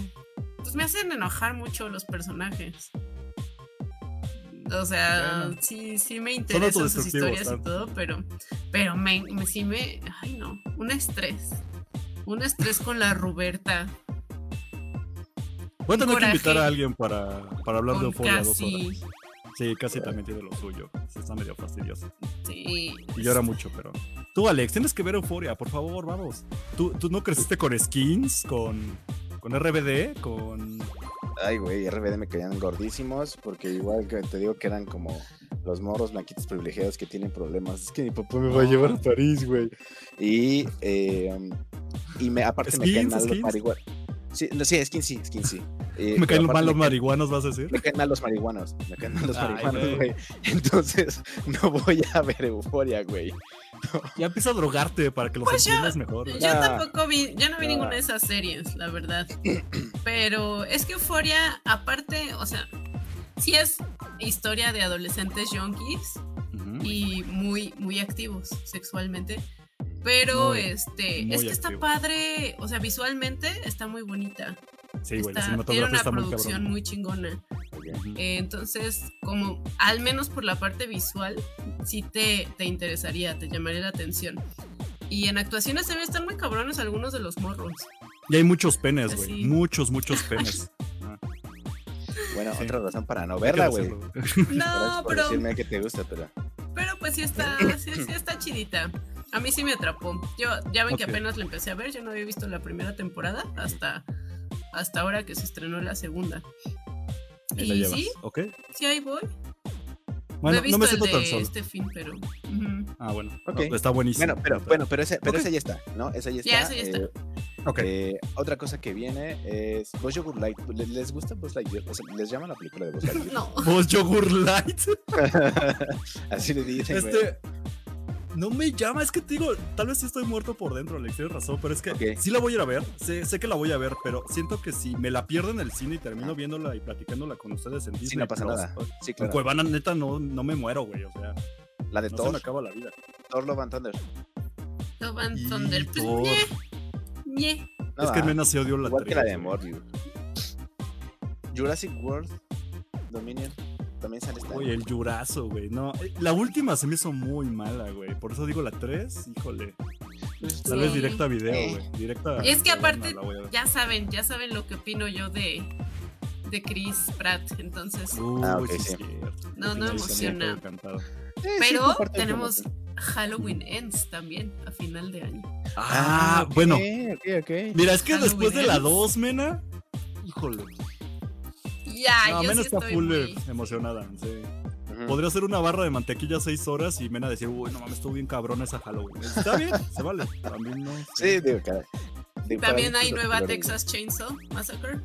Speaker 2: Pues me hacen enojar mucho los personajes. O sea,
Speaker 4: Bueno.
Speaker 2: sí, sí me interesan sus
Speaker 4: autodestructivos,
Speaker 2: historias
Speaker 4: claro.
Speaker 2: y todo, pero, pero me, me- sí me. Ay, no. Un estrés. Un estrés con la Ruberta.
Speaker 4: Voy a tener que
Speaker 2: Coraje.
Speaker 4: invitar a alguien para, para hablar de
Speaker 2: Con
Speaker 4: Euforia dos
Speaker 2: casi.
Speaker 4: horas. Sí, casi también tiene lo suyo. Se está medio fastidioso.
Speaker 2: Sí.
Speaker 4: Y llora mucho, pero. Tú, Alex, tienes que ver Euforia, por favor, vamos. ¿Tú, tú no creciste con skins, con. Con RBD, con.
Speaker 3: Ay, güey, RBD me caían gordísimos porque igual que te digo que eran como los morros blanquitos privilegiados que tienen problemas. Es que mi papá me va a llevar a París, güey. Y, eh, y me, aparte me caen
Speaker 4: Skins,
Speaker 3: mal los
Speaker 4: skins.
Speaker 3: marihuanos. Sí, no, sí, skin sí, skin sí. Eh,
Speaker 4: Me
Speaker 3: pero
Speaker 4: caen
Speaker 3: aparte
Speaker 4: mal los
Speaker 3: me caen-
Speaker 4: marihuanos, vas a decir.
Speaker 3: Me caen mal los marihuanos. Me caen mal los
Speaker 4: Ay,
Speaker 3: marihuanos,
Speaker 4: güey.
Speaker 3: güey. Entonces, no voy a ver euforia, güey.
Speaker 4: Ya empieza a drogarte para que los
Speaker 2: Pues ya-
Speaker 4: entiendas mejor. güey.
Speaker 2: Yo
Speaker 3: No.
Speaker 2: tampoco vi, yo no vi
Speaker 3: No.
Speaker 2: ninguna de esas series, la verdad. Pero es que Euforia, aparte, o sea, sí es historia de adolescentes yonkis
Speaker 4: Ujú.
Speaker 2: y muy, muy activos sexualmente. Pero
Speaker 4: Muy,
Speaker 2: este,
Speaker 4: muy
Speaker 2: es que está
Speaker 4: activo.
Speaker 2: padre, o sea, visualmente está muy bonita.
Speaker 4: Sí, güey, la
Speaker 2: Está- tiene
Speaker 4: cinematografía
Speaker 2: una
Speaker 4: está muy
Speaker 2: producción
Speaker 4: cabrón.
Speaker 2: muy chingona.
Speaker 4: Ujú.
Speaker 2: Eh, entonces, como al menos por la parte visual, sí te, te interesaría, te llamaría la atención. Y en actuaciones también están muy cabrones algunos de los morros.
Speaker 4: Y hay muchos penes, güey.
Speaker 2: Así.
Speaker 4: Muchos, muchos penes.
Speaker 3: Bueno,
Speaker 4: Sí.
Speaker 3: otra razón para no
Speaker 4: Hay que
Speaker 3: verla, güey.
Speaker 4: decirlo,
Speaker 3: Gracias
Speaker 2: No,
Speaker 3: por
Speaker 2: pero,
Speaker 3: decirme que te gusta, pero
Speaker 2: pero pues sí está, sí, sí está chidita. A mí sí me atrapó. Yo ya ven que
Speaker 4: Ok.
Speaker 2: apenas la empecé a ver, yo no había visto la primera temporada hasta, hasta ahora que se estrenó la segunda.
Speaker 4: ahí la
Speaker 2: Y
Speaker 4: llevas.
Speaker 2: sí,
Speaker 4: ¿Ok?
Speaker 2: sí ahí voy. no
Speaker 4: Bueno,
Speaker 2: he
Speaker 4: no
Speaker 2: visto
Speaker 4: me
Speaker 2: el
Speaker 4: siento
Speaker 2: de
Speaker 4: tan solo.
Speaker 2: este fin, pero ujú.
Speaker 4: Ah, bueno.
Speaker 3: Ok.
Speaker 4: No, está buenísimo.
Speaker 3: Bueno, pero, bueno, pero, ese, pero
Speaker 4: Ok.
Speaker 3: esa ya está, ¿no? Esa ya está.
Speaker 2: Ya, esa ya está.
Speaker 3: eh,
Speaker 4: Ok.
Speaker 3: eh, otra cosa que viene es Buzz Yogur Light. ¿Le- ¿Les gusta Buzz Lightyear? O sea, ¿les llama la película de Buzz Lightyear?
Speaker 2: No.
Speaker 4: Vos Yogur Light.
Speaker 3: Así le dicen, güey.
Speaker 4: Este. No me llama, es que te digo, tal vez sí estoy muerto por dentro, Alex, tienes razón, pero es que
Speaker 3: Ok.
Speaker 4: sí la voy a ir a ver, sé, sé que la voy a ver, pero siento que si me la pierdo en el cine y termino
Speaker 3: Ah.
Speaker 4: viéndola y platicándola con ustedes en Disney.
Speaker 3: no pasa
Speaker 4: Plus,
Speaker 3: nada.
Speaker 4: pues,
Speaker 3: Sí,
Speaker 4: En
Speaker 3: claro.
Speaker 4: Cuevana, neta, no, no me muero, güey, o sea,
Speaker 3: La de
Speaker 4: no se me
Speaker 3: Thor,
Speaker 4: acaba la vida.
Speaker 3: Thor Love and Thunder.
Speaker 2: Love and
Speaker 4: Y
Speaker 2: Thunder. Pues,
Speaker 4: Thor.
Speaker 2: ñe, ñe.
Speaker 3: No,
Speaker 4: es que
Speaker 3: ah,
Speaker 4: no nació Dios la
Speaker 3: Igual que la de
Speaker 4: tres, güey.
Speaker 3: Morbius. Jurassic World Dominion también sale este esta.
Speaker 4: Oye, el yurazo, güey. No, eh, la última se me hizo muy mala, güey. Por eso digo la 3, híjole. Pues, Tal vez
Speaker 2: Sí.
Speaker 4: directa a video,
Speaker 3: Eh.
Speaker 4: güey. Directa.
Speaker 2: Es que
Speaker 4: no,
Speaker 2: aparte-
Speaker 4: no la voy a ver.
Speaker 2: Ya saben, ya saben lo que opino yo de, de Chris Pratt. Entonces,
Speaker 4: Uy,
Speaker 3: Ah, ok,
Speaker 4: sí, es
Speaker 3: sí.
Speaker 4: cierto.
Speaker 2: No, no me
Speaker 4: Al final sí me quedo
Speaker 2: emociona.
Speaker 4: encantado.
Speaker 3: Sí, sí,
Speaker 2: pero
Speaker 3: comparte el
Speaker 2: tenemos
Speaker 3: formato.
Speaker 2: Halloween Ends también a final de año.
Speaker 4: Ah, bueno.
Speaker 3: ok, ok.
Speaker 4: Mira, es que
Speaker 2: Halloween
Speaker 4: después de la
Speaker 2: Ends.
Speaker 4: 2, mena. Híjole.
Speaker 2: Ya,
Speaker 4: no,
Speaker 2: Ah, yo
Speaker 4: menos
Speaker 2: sí
Speaker 4: está
Speaker 2: estoy
Speaker 4: full
Speaker 2: muy-
Speaker 4: eh, emocionada. sí.
Speaker 3: Ujú.
Speaker 4: Podría hacer una barra de mantequilla 6 horas y mena decir, uy, no mames, estuvo bien cabrón esa Halloween. Está bien, se vale. También no.
Speaker 3: Sí, digo, cara. digo, para
Speaker 2: También
Speaker 3: mí,
Speaker 2: hay
Speaker 3: pues,
Speaker 2: nueva
Speaker 3: lo-
Speaker 2: Texas Chainsaw Massacre.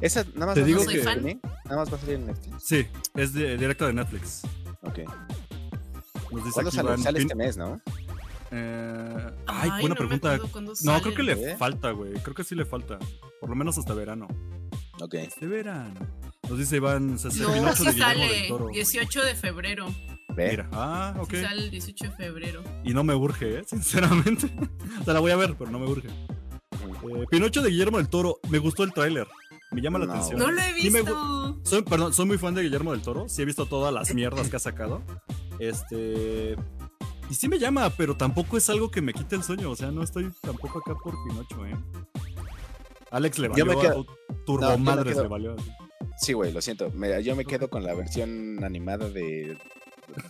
Speaker 3: Esa nada más
Speaker 4: Te
Speaker 3: va a
Speaker 4: digo
Speaker 3: salir
Speaker 2: que-
Speaker 3: en Netflix, ¿eh? Nada más va a salir en Netflix.
Speaker 4: Sí, es de, directa de Netflix.
Speaker 3: Ok.
Speaker 4: Nos dice
Speaker 3: ¿Cuándo
Speaker 4: aquí
Speaker 3: sale?
Speaker 4: Iván
Speaker 3: Sale
Speaker 4: Pin-
Speaker 3: este mes, ¿no?
Speaker 4: Eh, ay, buena
Speaker 2: no
Speaker 4: pregunta. No, creo que le
Speaker 3: ¿Eh?
Speaker 4: falta, güey. Creo que sí le falta. Por lo menos hasta verano.
Speaker 3: Ok.
Speaker 4: De verano. Nos dice Iván César
Speaker 2: No,
Speaker 4: Pinocho de
Speaker 2: sí
Speaker 4: Guillermo del
Speaker 2: sale
Speaker 4: Toro.
Speaker 2: 18 de febrero.
Speaker 3: Ve.
Speaker 4: Mira, ah, ok.
Speaker 2: Sí sale el 18 de febrero.
Speaker 4: Y no me urge, ¿eh? sinceramente. o sea, la voy a ver, pero no me urge.
Speaker 3: Ujú.
Speaker 4: Eh, Pinocho de Guillermo del Toro. Me gustó el tráiler. Me llama la
Speaker 3: No.
Speaker 4: atención.
Speaker 2: No lo he
Speaker 4: Sí me gu-
Speaker 2: visto.
Speaker 4: soy, perdón, soy muy fan de Guillermo del Toro. Sí he visto todas las mierdas que ha sacado. Este. Y sí me llama, pero tampoco es algo que me quite el sueño. O sea, no estoy tampoco acá por Pinocho, ¿eh? Alex le
Speaker 3: Yo
Speaker 4: valió.
Speaker 3: me quedo-
Speaker 4: a- Turbo
Speaker 3: no, yo me
Speaker 4: Madres
Speaker 3: quedo-
Speaker 4: le valió. así.
Speaker 3: Sí, güey, lo siento. Mira, yo me quedo con la versión animada de.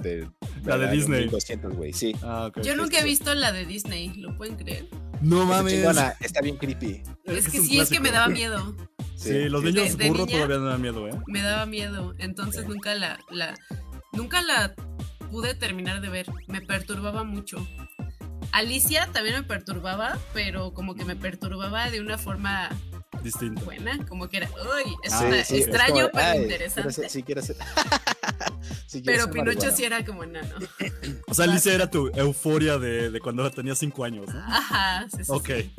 Speaker 3: de
Speaker 4: La de Disney.
Speaker 3: 200, güey, sí.
Speaker 4: Ah, ok.
Speaker 2: Yo
Speaker 3: sí,
Speaker 2: nunca he
Speaker 3: sí.
Speaker 2: visto la de Disney, ¿lo pueden creer?
Speaker 4: No
Speaker 3: Está
Speaker 4: mames.
Speaker 3: chingona, Está bien creepy.
Speaker 2: Es que
Speaker 4: Eh, un
Speaker 2: sí, es que me
Speaker 4: clásico.
Speaker 2: daba miedo.
Speaker 4: Sí, los
Speaker 2: de-
Speaker 4: niños
Speaker 2: de
Speaker 4: burro
Speaker 2: niña-
Speaker 4: todavía no dan miedo, ¿eh?
Speaker 2: me daba miedo. Entonces
Speaker 3: Ok.
Speaker 2: nunca la, la, nunca la pude terminar de ver. Me perturbaba mucho. Alicia también me perturbaba, pero como que me perturbaba de una forma
Speaker 4: Distinto.
Speaker 2: buena, como que era, uy, es
Speaker 4: Ah,
Speaker 2: una-
Speaker 4: sí, es
Speaker 2: extraño
Speaker 3: como,
Speaker 2: pero
Speaker 3: "Ay,
Speaker 2: interesante.
Speaker 3: quiero ser- sí, quiero ser- sí, quiero
Speaker 2: pero
Speaker 3: ser
Speaker 2: Pinocho
Speaker 3: marihuana".
Speaker 2: sí era como enano.
Speaker 4: O sea, Alicia era tu euforia de, de cuando tenía 5 años, ¿no?
Speaker 2: Ajá, sí, sí.
Speaker 4: Ok.
Speaker 2: sí.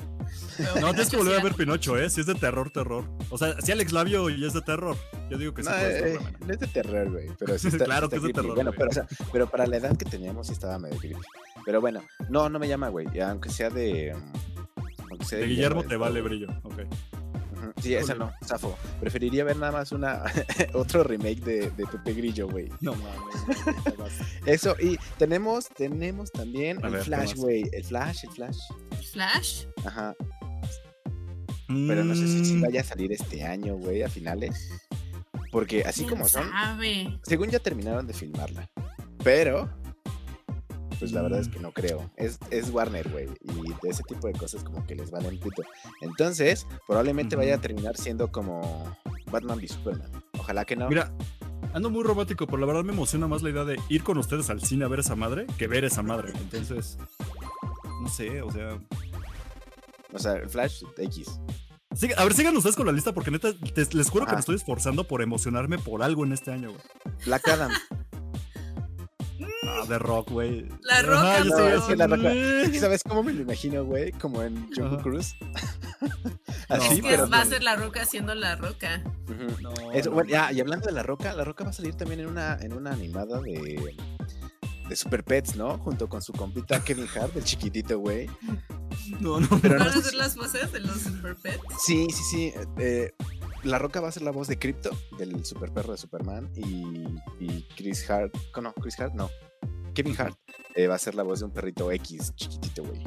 Speaker 2: Pero
Speaker 4: No,
Speaker 2: Pinocho
Speaker 4: tienes que
Speaker 2: sí
Speaker 4: volver a
Speaker 2: era
Speaker 4: ver
Speaker 2: como-
Speaker 4: Pinocho, ¿eh? Si es de terror, terror. O sea, si Alex Labio y es de terror. Yo digo que sí.
Speaker 3: No,
Speaker 4: puede ser,
Speaker 3: eh,
Speaker 4: güey.
Speaker 3: no es de terror, güey. Pero sí está,
Speaker 4: Claro
Speaker 3: sí está
Speaker 4: que es de
Speaker 3: creepy.
Speaker 4: terror,
Speaker 3: Bueno,
Speaker 4: güey.
Speaker 3: pero, o sea, pero para la edad que teníamos sí estaba medio creepy. Pero bueno, no, no me llama, güey. y Aunque sea de. mm, Aunque sea
Speaker 4: De Guillermo te
Speaker 3: del
Speaker 4: vale
Speaker 3: Toro.
Speaker 4: brillo. Ok.
Speaker 3: Ujú, Sí, esa
Speaker 4: Híjole.
Speaker 3: no, zafo. Preferiría ver nada más una otro remake de, de Pepe Grillo, güey.
Speaker 4: No mames. güey, te vas.
Speaker 3: Eso, y tenemos, tenemos también
Speaker 4: A
Speaker 3: el
Speaker 4: ver, ¿qué
Speaker 3: Flash,
Speaker 4: más?
Speaker 3: güey. El Flash, el Flash.
Speaker 2: Flash.
Speaker 3: Ajá. Pero no sé si, si
Speaker 4: Mm,
Speaker 3: vaya a salir este año, güey, a finales. Porque así
Speaker 2: ¿Quién
Speaker 3: como son,
Speaker 2: sabe?
Speaker 3: según ya terminaron de filmarla. Pero, pues la verdad
Speaker 4: Mm.
Speaker 3: es que no creo. Es, es Warner, güey. Y de ese tipo de cosas como que les vale el pito. Entonces, probablemente vaya a
Speaker 4: Ujú.
Speaker 3: terminar siendo como Batman v Superman. Ojalá que no.
Speaker 4: Mira, ando muy romántico, pero la verdad me emociona más la idea de ir con ustedes al cine a ver esa madre que ver esa madre. Entonces, no sé, o sea.
Speaker 3: O sea, el Flash X.
Speaker 4: Siga- a ver, sigan ustedes con la lista porque neta, te- les juro que
Speaker 3: Ajá.
Speaker 4: me estoy esforzando por emocionarme por algo en este año, güey.
Speaker 3: Black Adam.
Speaker 4: Ah, de rock, güey. Ah,
Speaker 2: La Roca,
Speaker 4: Ajá, yo
Speaker 2: no,
Speaker 4: estoy
Speaker 2: es que
Speaker 3: La
Speaker 4: así,
Speaker 3: Roca-
Speaker 4: "Meh".
Speaker 3: ¿Sabes cómo me lo imagino, güey? Como en Jungle
Speaker 4: Ajá.
Speaker 3: Cruise. Así,
Speaker 2: es que
Speaker 3: pero.
Speaker 2: va a
Speaker 4: no.
Speaker 2: ser la roca siendo la roca.
Speaker 3: Ujú.
Speaker 4: No,
Speaker 3: Eso,
Speaker 4: no,
Speaker 3: bueno,
Speaker 4: no.
Speaker 3: ya, y hablando de La Roca, La Roca va a salir también en una, en una animada de, de Super Pets, ¿no? Junto con su compita Kevin Hart, el chiquitito, güey.
Speaker 4: No, no,
Speaker 3: Pero no
Speaker 2: ¿Van a hacer las voces de los Super Pets?
Speaker 3: Sí, sí, sí. eh, la Roca va a ser la voz de Crypto, del super perro de Superman, y, y Chris Hart, oh, no, Chris Hart, no, Kevin Hart eh, va a ser la voz de un perrito X chiquitito, güey.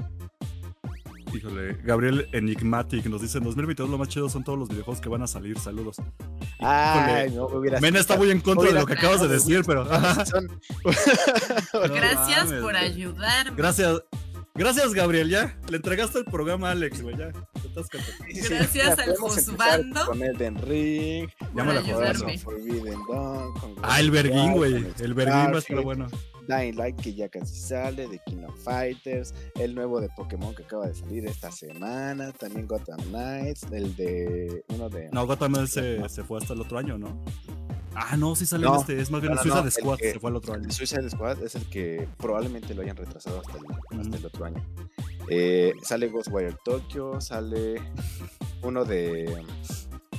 Speaker 4: Híjole, Gabriel Enigmatic nos dice, en 2022 lo más chido son todos los videojuegos que van a salir, saludos.
Speaker 3: Ay, no, hubiera
Speaker 4: Mena está muy en contra de
Speaker 3: Oye,
Speaker 4: lo que acabas de decir, pero...
Speaker 3: son-
Speaker 4: No
Speaker 2: Gracias
Speaker 4: mames,
Speaker 2: por
Speaker 4: güey.
Speaker 2: ayudarme.
Speaker 4: Gracias. Gracias, Gabriel, ya. Le entregaste el programa a Alex, güey, ya. Te estás cantando.
Speaker 3: sí, sí, sí,
Speaker 2: Gracias
Speaker 3: ya
Speaker 2: al
Speaker 3: podemos empezar
Speaker 2: Josbando.
Speaker 3: Con Elden Ring,
Speaker 4: Ya me la
Speaker 3: con
Speaker 2: ayudarme.
Speaker 4: jugaste.
Speaker 3: Forbidden Dawn, con
Speaker 4: Ah, el Berguín, güey.
Speaker 3: con
Speaker 4: El Berguín va a estar
Speaker 3: Starfield,
Speaker 4: bueno.
Speaker 3: Dying Light que ya casi sale, de King of Fighters, el nuevo de Pokémon que acaba de salir esta semana, también Gotham Knights, el de uno de
Speaker 4: No, Gotham se, se fue hasta el otro año, ¿no? Ah, no, sí sale en
Speaker 3: No.
Speaker 4: este. Es más bien
Speaker 3: No, no,
Speaker 4: Suiza
Speaker 3: no,
Speaker 4: de
Speaker 3: el
Speaker 4: Squad,
Speaker 3: que-
Speaker 4: se fue al otro año.
Speaker 3: el Suicide Squad es el que probablemente lo hayan retrasado hasta el, hasta
Speaker 4: Ujú.
Speaker 3: el otro año. Eh, sale Ghostwire Tokyo, sale uno de,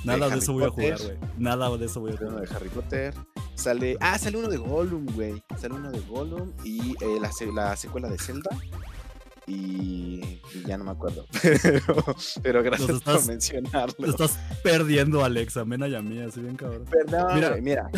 Speaker 4: Nada de
Speaker 3: Harry
Speaker 4: eso voy a
Speaker 3: Potter.
Speaker 4: jugar, güey. Nada de eso voy a
Speaker 3: uno
Speaker 4: jugar.
Speaker 3: de Harry Potter, sale, ah, sale uno de Gollum, güey, sale uno de Gollum y eh, la, se- la secuela de Zelda. Y, y ya no me acuerdo, pero, pero gracias
Speaker 4: estás-
Speaker 3: por mencionarlo.
Speaker 4: Te estás perdiendo, Alex, a Mena y a mí, así bien cabrón.
Speaker 3: Perdón,
Speaker 4: Mira,
Speaker 3: güey, mira,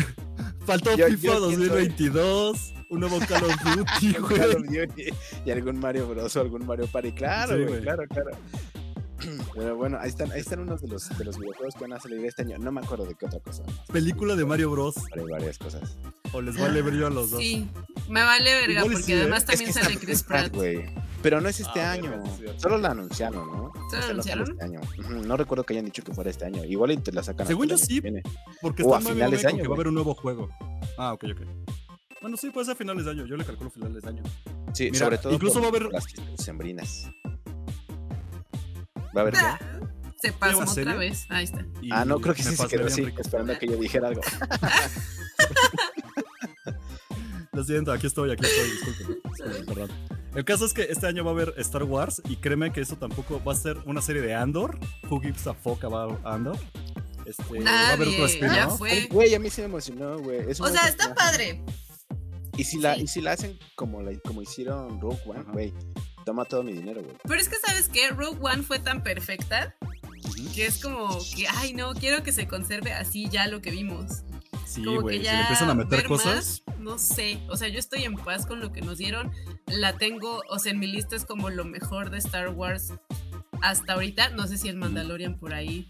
Speaker 4: Faltó
Speaker 3: Yo- yo
Speaker 4: FIFA
Speaker 3: sí soy-
Speaker 4: 2022, un nuevo Call of Duty, güey.
Speaker 3: Call of Duty y algún Mario Bros o algún Mario Party, claro,
Speaker 4: Sí,
Speaker 3: güey,
Speaker 4: güey.
Speaker 3: claro, claro. Pero bueno, ahí están, ahí están unos de los, de los videojuegos que van a salir este año. No me acuerdo de qué otra cosa. más.
Speaker 4: Película de Mario Bros.
Speaker 3: Hay varias cosas.
Speaker 4: O les vale brillo a los dos.
Speaker 2: Sí, me vale verga
Speaker 4: Igual y
Speaker 2: porque
Speaker 4: sí, ¿eh?
Speaker 2: además
Speaker 4: Es
Speaker 2: también
Speaker 3: está
Speaker 2: sale Chris Pratt.
Speaker 3: güey. Pero no es este
Speaker 4: Ah,
Speaker 3: año.
Speaker 4: verga, sí es cierto.
Speaker 3: Solo la anunciaron, ¿no?
Speaker 2: ¿Solo la
Speaker 3: Solo sale
Speaker 2: anunciaron?
Speaker 3: Este año. Ujú, No recuerdo que hayan dicho que fuera este año. Igual y te la sacan. hasta
Speaker 4: Según
Speaker 3: el
Speaker 4: yo
Speaker 3: año que
Speaker 4: sí.
Speaker 3: viene.
Speaker 4: Porque
Speaker 3: O
Speaker 4: está
Speaker 3: a
Speaker 4: muy
Speaker 3: finales de
Speaker 4: mame con
Speaker 3: año,
Speaker 4: que va a
Speaker 3: güey.
Speaker 4: haber un nuevo juego. Ah, ok, ok. Bueno, sí, puede ser finales de año. Yo le calculo finales de año.
Speaker 3: Sí,
Speaker 4: Mira,
Speaker 3: sobre todo.
Speaker 4: incluso
Speaker 3: por
Speaker 4: va a haber-
Speaker 3: Las fiestas sembrinas. ¿Va a haber qué?
Speaker 2: Ah, Se pasó
Speaker 4: ¿Lleva
Speaker 2: otra
Speaker 4: serio?
Speaker 2: vez. Ahí está.
Speaker 4: Y
Speaker 3: Ah, no, creo que
Speaker 4: me
Speaker 3: sí se
Speaker 4: pasé
Speaker 3: quedó
Speaker 4: bien
Speaker 3: así,
Speaker 4: rico.
Speaker 3: esperando a que yo dijera algo.
Speaker 4: Lo siento, aquí estoy, aquí estoy, disculpen. disculpen, perdón. El caso es que este año va a haber Star Wars y créeme que eso tampoco va a ser una serie de Andor. Who gives a fuck about Andor? Este, va a haber otro
Speaker 2: Nadie, ya
Speaker 4: spin-off.
Speaker 2: fue.
Speaker 3: Güey, a mí sí me emocionó, güey. Es
Speaker 2: O
Speaker 3: uno de
Speaker 2: sea,
Speaker 3: los
Speaker 2: está
Speaker 3: personajes-
Speaker 2: padre.
Speaker 3: Y si la,
Speaker 2: Sí.
Speaker 3: y si la hacen como, la, como hicieron Rogue One,
Speaker 4: Ajá.
Speaker 3: güey, toma todo mi dinero, güey.
Speaker 2: Pero es que, ¿sabes qué? Rogue One fue tan perfecta que es como que, ay, no, quiero que se conserve así ya lo que vimos.
Speaker 4: Sí,
Speaker 2: como
Speaker 4: güey,
Speaker 2: que
Speaker 4: si
Speaker 2: ya
Speaker 4: le empiezan a meter
Speaker 2: ver
Speaker 4: cosas.
Speaker 2: No sé. O sea, yo estoy en paz con lo que nos dieron. La tengo, o sea, en mi lista es como lo mejor de Star Wars hasta ahorita. No sé si el Mandalorian por ahí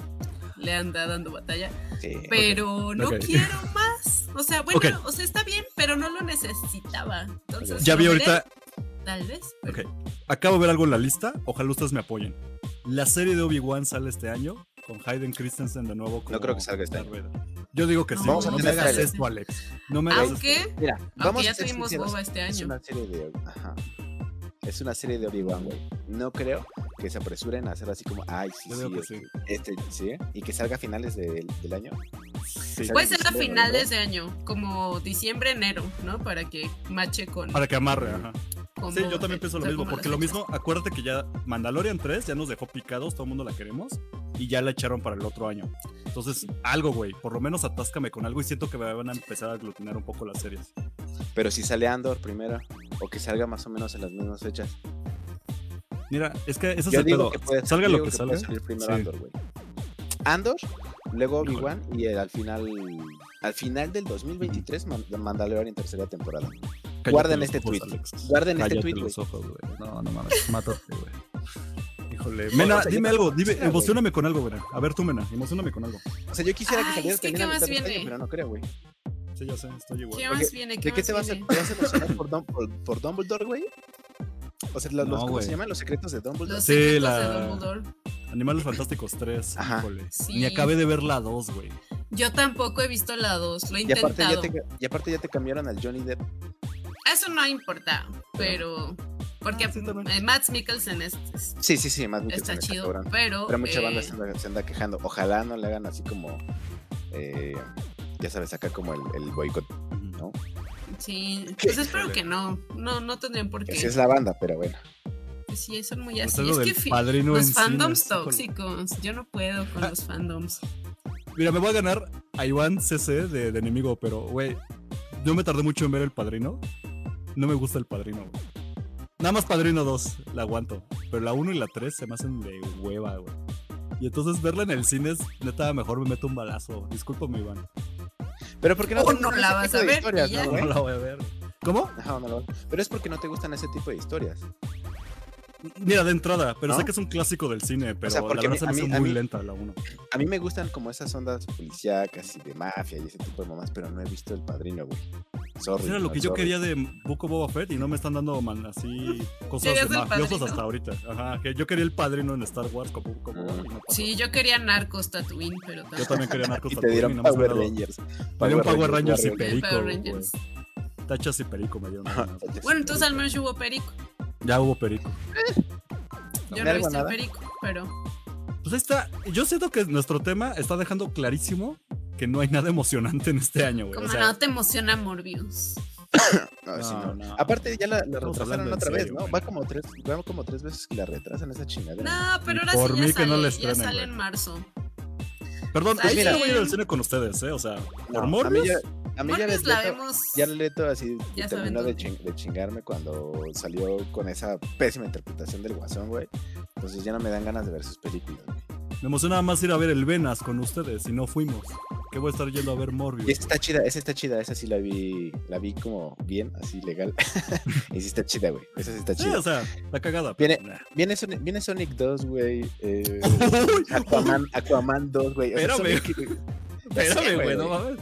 Speaker 2: le anda dando batalla.
Speaker 3: Sí.
Speaker 2: Pero no
Speaker 4: ok.
Speaker 2: quiero más. O sea, bueno,
Speaker 4: Ok.
Speaker 2: o sea, está bien, pero no lo necesitaba. Entonces,
Speaker 4: Ya
Speaker 2: lo
Speaker 4: vi
Speaker 2: veré,
Speaker 4: ahorita,
Speaker 2: Tal vez. pero-
Speaker 4: ok, acabo de ver algo en la lista, ojalá ustedes me apoyen. La serie de Obi-Wan sale este año con Hayden Christensen de nuevo. Como
Speaker 3: creo que salga este
Speaker 4: Darth Vader. Yo digo que sí,
Speaker 2: No,
Speaker 4: güey, no,
Speaker 3: vamos a
Speaker 4: me
Speaker 3: tener
Speaker 4: hagas
Speaker 2: trailers.
Speaker 4: esto, Alex. No
Speaker 2: Ah,
Speaker 4: me hagas esto.
Speaker 2: Aunque,
Speaker 3: Mira,
Speaker 2: aunque
Speaker 3: vamos
Speaker 2: ya
Speaker 3: a ser
Speaker 2: tuvimos
Speaker 3: sinceros,
Speaker 2: boba este
Speaker 3: Es
Speaker 2: año.
Speaker 3: una serie de. Ajá. Es una serie de Obi-Wan, güey. No creo que se apresuren a hacer así como, ay, sí,
Speaker 4: Yo
Speaker 3: sí,
Speaker 4: digo que
Speaker 3: este, este, sí, y que salga a finales del- del año.
Speaker 4: Sí.
Speaker 3: Pues,
Speaker 2: Puede ser a
Speaker 3: diciembre,
Speaker 2: finales de año, como diciembre, enero, ¿no? Para que mache con.
Speaker 4: Para que amarre, ajá.
Speaker 2: como-
Speaker 4: Sí, yo también pienso lo
Speaker 2: o sea,
Speaker 4: mismo,
Speaker 2: como
Speaker 4: porque
Speaker 2: las
Speaker 4: lo mismo, acuérdate que ya Mandalorian 3 ya nos dejó picados, todo el mundo la queremos, y ya la echaron para el otro año. Entonces, algo, güey, por lo menos atáscame con algo y siento que me van a empezar a aglutinar un poco las series.
Speaker 3: Pero si sale Andor primero, o que salga más o menos en las mismas fechas.
Speaker 4: Mira, es que ese es
Speaker 3: Yo
Speaker 4: el
Speaker 3: digo
Speaker 4: pedo.
Speaker 3: que puede,
Speaker 4: salga
Speaker 3: yo
Speaker 4: lo
Speaker 3: digo
Speaker 4: que
Speaker 3: puede
Speaker 4: salga.
Speaker 3: salir primero
Speaker 4: sí.
Speaker 3: Andor, güey. Andor, luego
Speaker 4: Híjole.
Speaker 3: Obi-Wan y el- al final al final del 2023 Man- Mandalorian en tercera temporada.
Speaker 4: Cállate
Speaker 3: Guarden
Speaker 4: los
Speaker 3: este
Speaker 4: ojos,
Speaker 3: tweet.
Speaker 4: Alex.
Speaker 3: Guarden este
Speaker 4: Cállate
Speaker 3: tweet,
Speaker 4: los
Speaker 3: güey.
Speaker 4: ojos, güey. No, no mames, mátate, güey. Híjole,
Speaker 3: Bueno,
Speaker 4: Mena,
Speaker 3: o sea, yo
Speaker 4: dime algo,
Speaker 3: tampoco
Speaker 4: dime,
Speaker 3: quisiera, güey.
Speaker 4: emocioname con algo, Mena. A ver tú, Mena, emocioname con algo.
Speaker 3: O sea, yo quisiera que
Speaker 2: Ay,
Speaker 3: saliera
Speaker 2: es que
Speaker 3: también
Speaker 2: ¿qué
Speaker 3: a
Speaker 2: más
Speaker 3: mitad de este año,
Speaker 2: viene?
Speaker 3: pero no creo, güey.
Speaker 4: Sí, ya sé, estoy igual.
Speaker 2: ¿Qué
Speaker 3: Ok,
Speaker 2: más viene? ¿Qué,
Speaker 3: ¿De qué te vas a,
Speaker 2: hacer?
Speaker 3: te vas a emocionar por, Dum- por, por Dumbledore, güey? O sea, los,
Speaker 4: No,
Speaker 3: los- ¿cómo se
Speaker 4: güey.
Speaker 3: llaman? Los secretos de Dumbledore.
Speaker 2: Los
Speaker 4: Sí,
Speaker 2: secretos
Speaker 4: la-
Speaker 2: de Dumbledore.
Speaker 4: Animales Fantásticos 3,
Speaker 3: Ajá.
Speaker 4: híjole.
Speaker 2: Sí.
Speaker 4: Ni acabé de ver la 2, güey.
Speaker 2: Yo tampoco he visto la 2, lo he
Speaker 3: Y aparte, ya
Speaker 2: intentado.
Speaker 3: te, y aparte ya te cambiaron al Johnny Depp.
Speaker 2: Eso no ha importado, pero. Porque
Speaker 4: Ah, sí, también.
Speaker 2: eh, Matt Mikkelsen es- es-
Speaker 3: Sí, sí, sí, más Mikkelsen
Speaker 2: está
Speaker 3: está
Speaker 2: chido,
Speaker 3: cabrón.
Speaker 2: pero.
Speaker 3: Pero mucha
Speaker 2: eh,
Speaker 3: banda se anda, se anda quejando. Ojalá no le hagan así como. eh, ya sabes, acá como el, el boicot. ¿no?
Speaker 2: Sí, pues espero que no. No, no tendrían por qué.
Speaker 3: Así es la banda, pero bueno.
Speaker 2: Pues sí, son muy
Speaker 4: Pues
Speaker 2: así.
Speaker 4: algo
Speaker 2: Es que
Speaker 4: del
Speaker 2: fi-
Speaker 4: padrino en
Speaker 2: los
Speaker 4: cines,
Speaker 2: fandoms
Speaker 4: híjole.
Speaker 2: tóxicos. Yo no puedo con los fandoms.
Speaker 4: Mira, me voy a ganar a Iván CC de, de enemigo, pero, güey, yo me tardé mucho en ver El Padrino. no me gusta el padrino, güey. Nada más Padrino 2 la aguanto, pero la 1 y la 3 se me hacen de hueva, güey. Y entonces verla en el cine es neta, mejor me meto un balazo. Discúlpame, Iván.
Speaker 3: Pero porque no
Speaker 2: O Oh, no la vas a ver, y ya.
Speaker 3: ¿no,
Speaker 4: No,
Speaker 3: güey?
Speaker 4: no la voy a ver. ¿Cómo?
Speaker 3: Ajá, no la vas- Pero es porque no te gustan ese tipo de historias.
Speaker 4: Mira, de entrada, pero
Speaker 3: ¿No?
Speaker 4: sé que es un clásico del cine, pero
Speaker 3: sea,
Speaker 4: la
Speaker 3: porque a mí-
Speaker 4: verdad se me
Speaker 3: a mí-
Speaker 4: hizo
Speaker 3: a
Speaker 4: muy
Speaker 3: mí-
Speaker 4: lenta la 1.
Speaker 3: A mí me gustan como esas ondas policíacas y de mafia y ese tipo de mamás, pero no he visto El Padrino, güey. Sorry.
Speaker 4: Pues Era lo
Speaker 3: no,
Speaker 4: que yo
Speaker 3: sorry.
Speaker 4: quería de Book of Boba Fett y no me están dando man, así cosas
Speaker 2: Querías
Speaker 4: de
Speaker 2: el
Speaker 4: mafiosos
Speaker 2: padrino.
Speaker 4: hasta ahorita. Ajá, que yo quería el padrino en Star Wars como Book of Boba Fett y no pasó.
Speaker 2: Sí, yo quería narcos Tatooine, pero
Speaker 4: Yo
Speaker 2: tampoco.
Speaker 4: también quería Narcos
Speaker 3: Y te
Speaker 4: Tatooine y
Speaker 3: dieron
Speaker 4: nada más me
Speaker 3: Power
Speaker 4: dieron-
Speaker 3: Rangers.
Speaker 4: Me dieron Power
Speaker 3: Power
Speaker 4: Rangers y
Speaker 2: Rangers.
Speaker 4: Perico,
Speaker 2: Power
Speaker 4: güey.
Speaker 2: Rangers.
Speaker 4: Tachas y Perico me dieron. nada más.
Speaker 3: Rangers.
Speaker 2: Bueno, entonces al menos yo hubo Perico.
Speaker 4: Ya hubo Perico.
Speaker 2: Yo no
Speaker 3: ¿Algo
Speaker 2: he visto el
Speaker 3: nada?
Speaker 2: Perico, pero.
Speaker 4: Pues ahí está. Yo siento que nuestro tema está dejando clarísimo que no hay nada emocionante en este año, güey.
Speaker 2: Como
Speaker 4: O sea,
Speaker 2: no te emociona Morbius.
Speaker 3: No, sí, no.
Speaker 4: No, no.
Speaker 3: Aparte ya la, la
Speaker 4: Estamos
Speaker 3: retrasaron
Speaker 4: hablando en
Speaker 3: otra
Speaker 4: serio,
Speaker 3: vez, ¿no?
Speaker 4: güey.
Speaker 3: Va como tres, va como tres veces que la retrasan esa chingadera.
Speaker 2: No, pero ahora
Speaker 4: por
Speaker 2: sí ya
Speaker 4: mí que
Speaker 2: sale,
Speaker 4: no la
Speaker 2: ya
Speaker 4: estrenen,
Speaker 2: sale
Speaker 4: güey.
Speaker 2: en marzo.
Speaker 4: perdón,
Speaker 2: Ay,
Speaker 4: yo sí
Speaker 3: mira.
Speaker 4: voy a ir al cine con ustedes, ¿eh? O sea,
Speaker 3: No,
Speaker 4: por
Speaker 3: a mí
Speaker 4: Morbius.
Speaker 3: ya, a mí
Speaker 2: Morbius
Speaker 3: ya Jared
Speaker 2: la
Speaker 3: Leto-
Speaker 2: vemos.
Speaker 3: Jared Leto así
Speaker 2: Ya saben
Speaker 3: terminó de,
Speaker 2: dónde.
Speaker 3: ching- de chingarme cuando salió con esa pésima interpretación del guasón, güey. Entonces ya no me dan ganas de ver sus películas, güey.
Speaker 4: Me emocionaba más ir a ver el Venas con ustedes y no fuimos. Que voy a estar yendo a ver
Speaker 3: Y
Speaker 4: Morbius.
Speaker 3: esa está chida, esa está chida, esa sí la vi, la vi como bien, así legal. y sí está chida, güey. Esa sí está
Speaker 4: Sí, o
Speaker 3: chida.
Speaker 4: sea, la cagada.
Speaker 3: Viene-
Speaker 4: pero, nah.
Speaker 3: Viene Sonic, viene Sonic 2, güey. eh, Aquaman, Aquaman 2, güey. O sea,
Speaker 4: Espérame.
Speaker 3: Sonic- Ya sé,
Speaker 4: Espérame, güey, no
Speaker 3: güey.
Speaker 4: mames.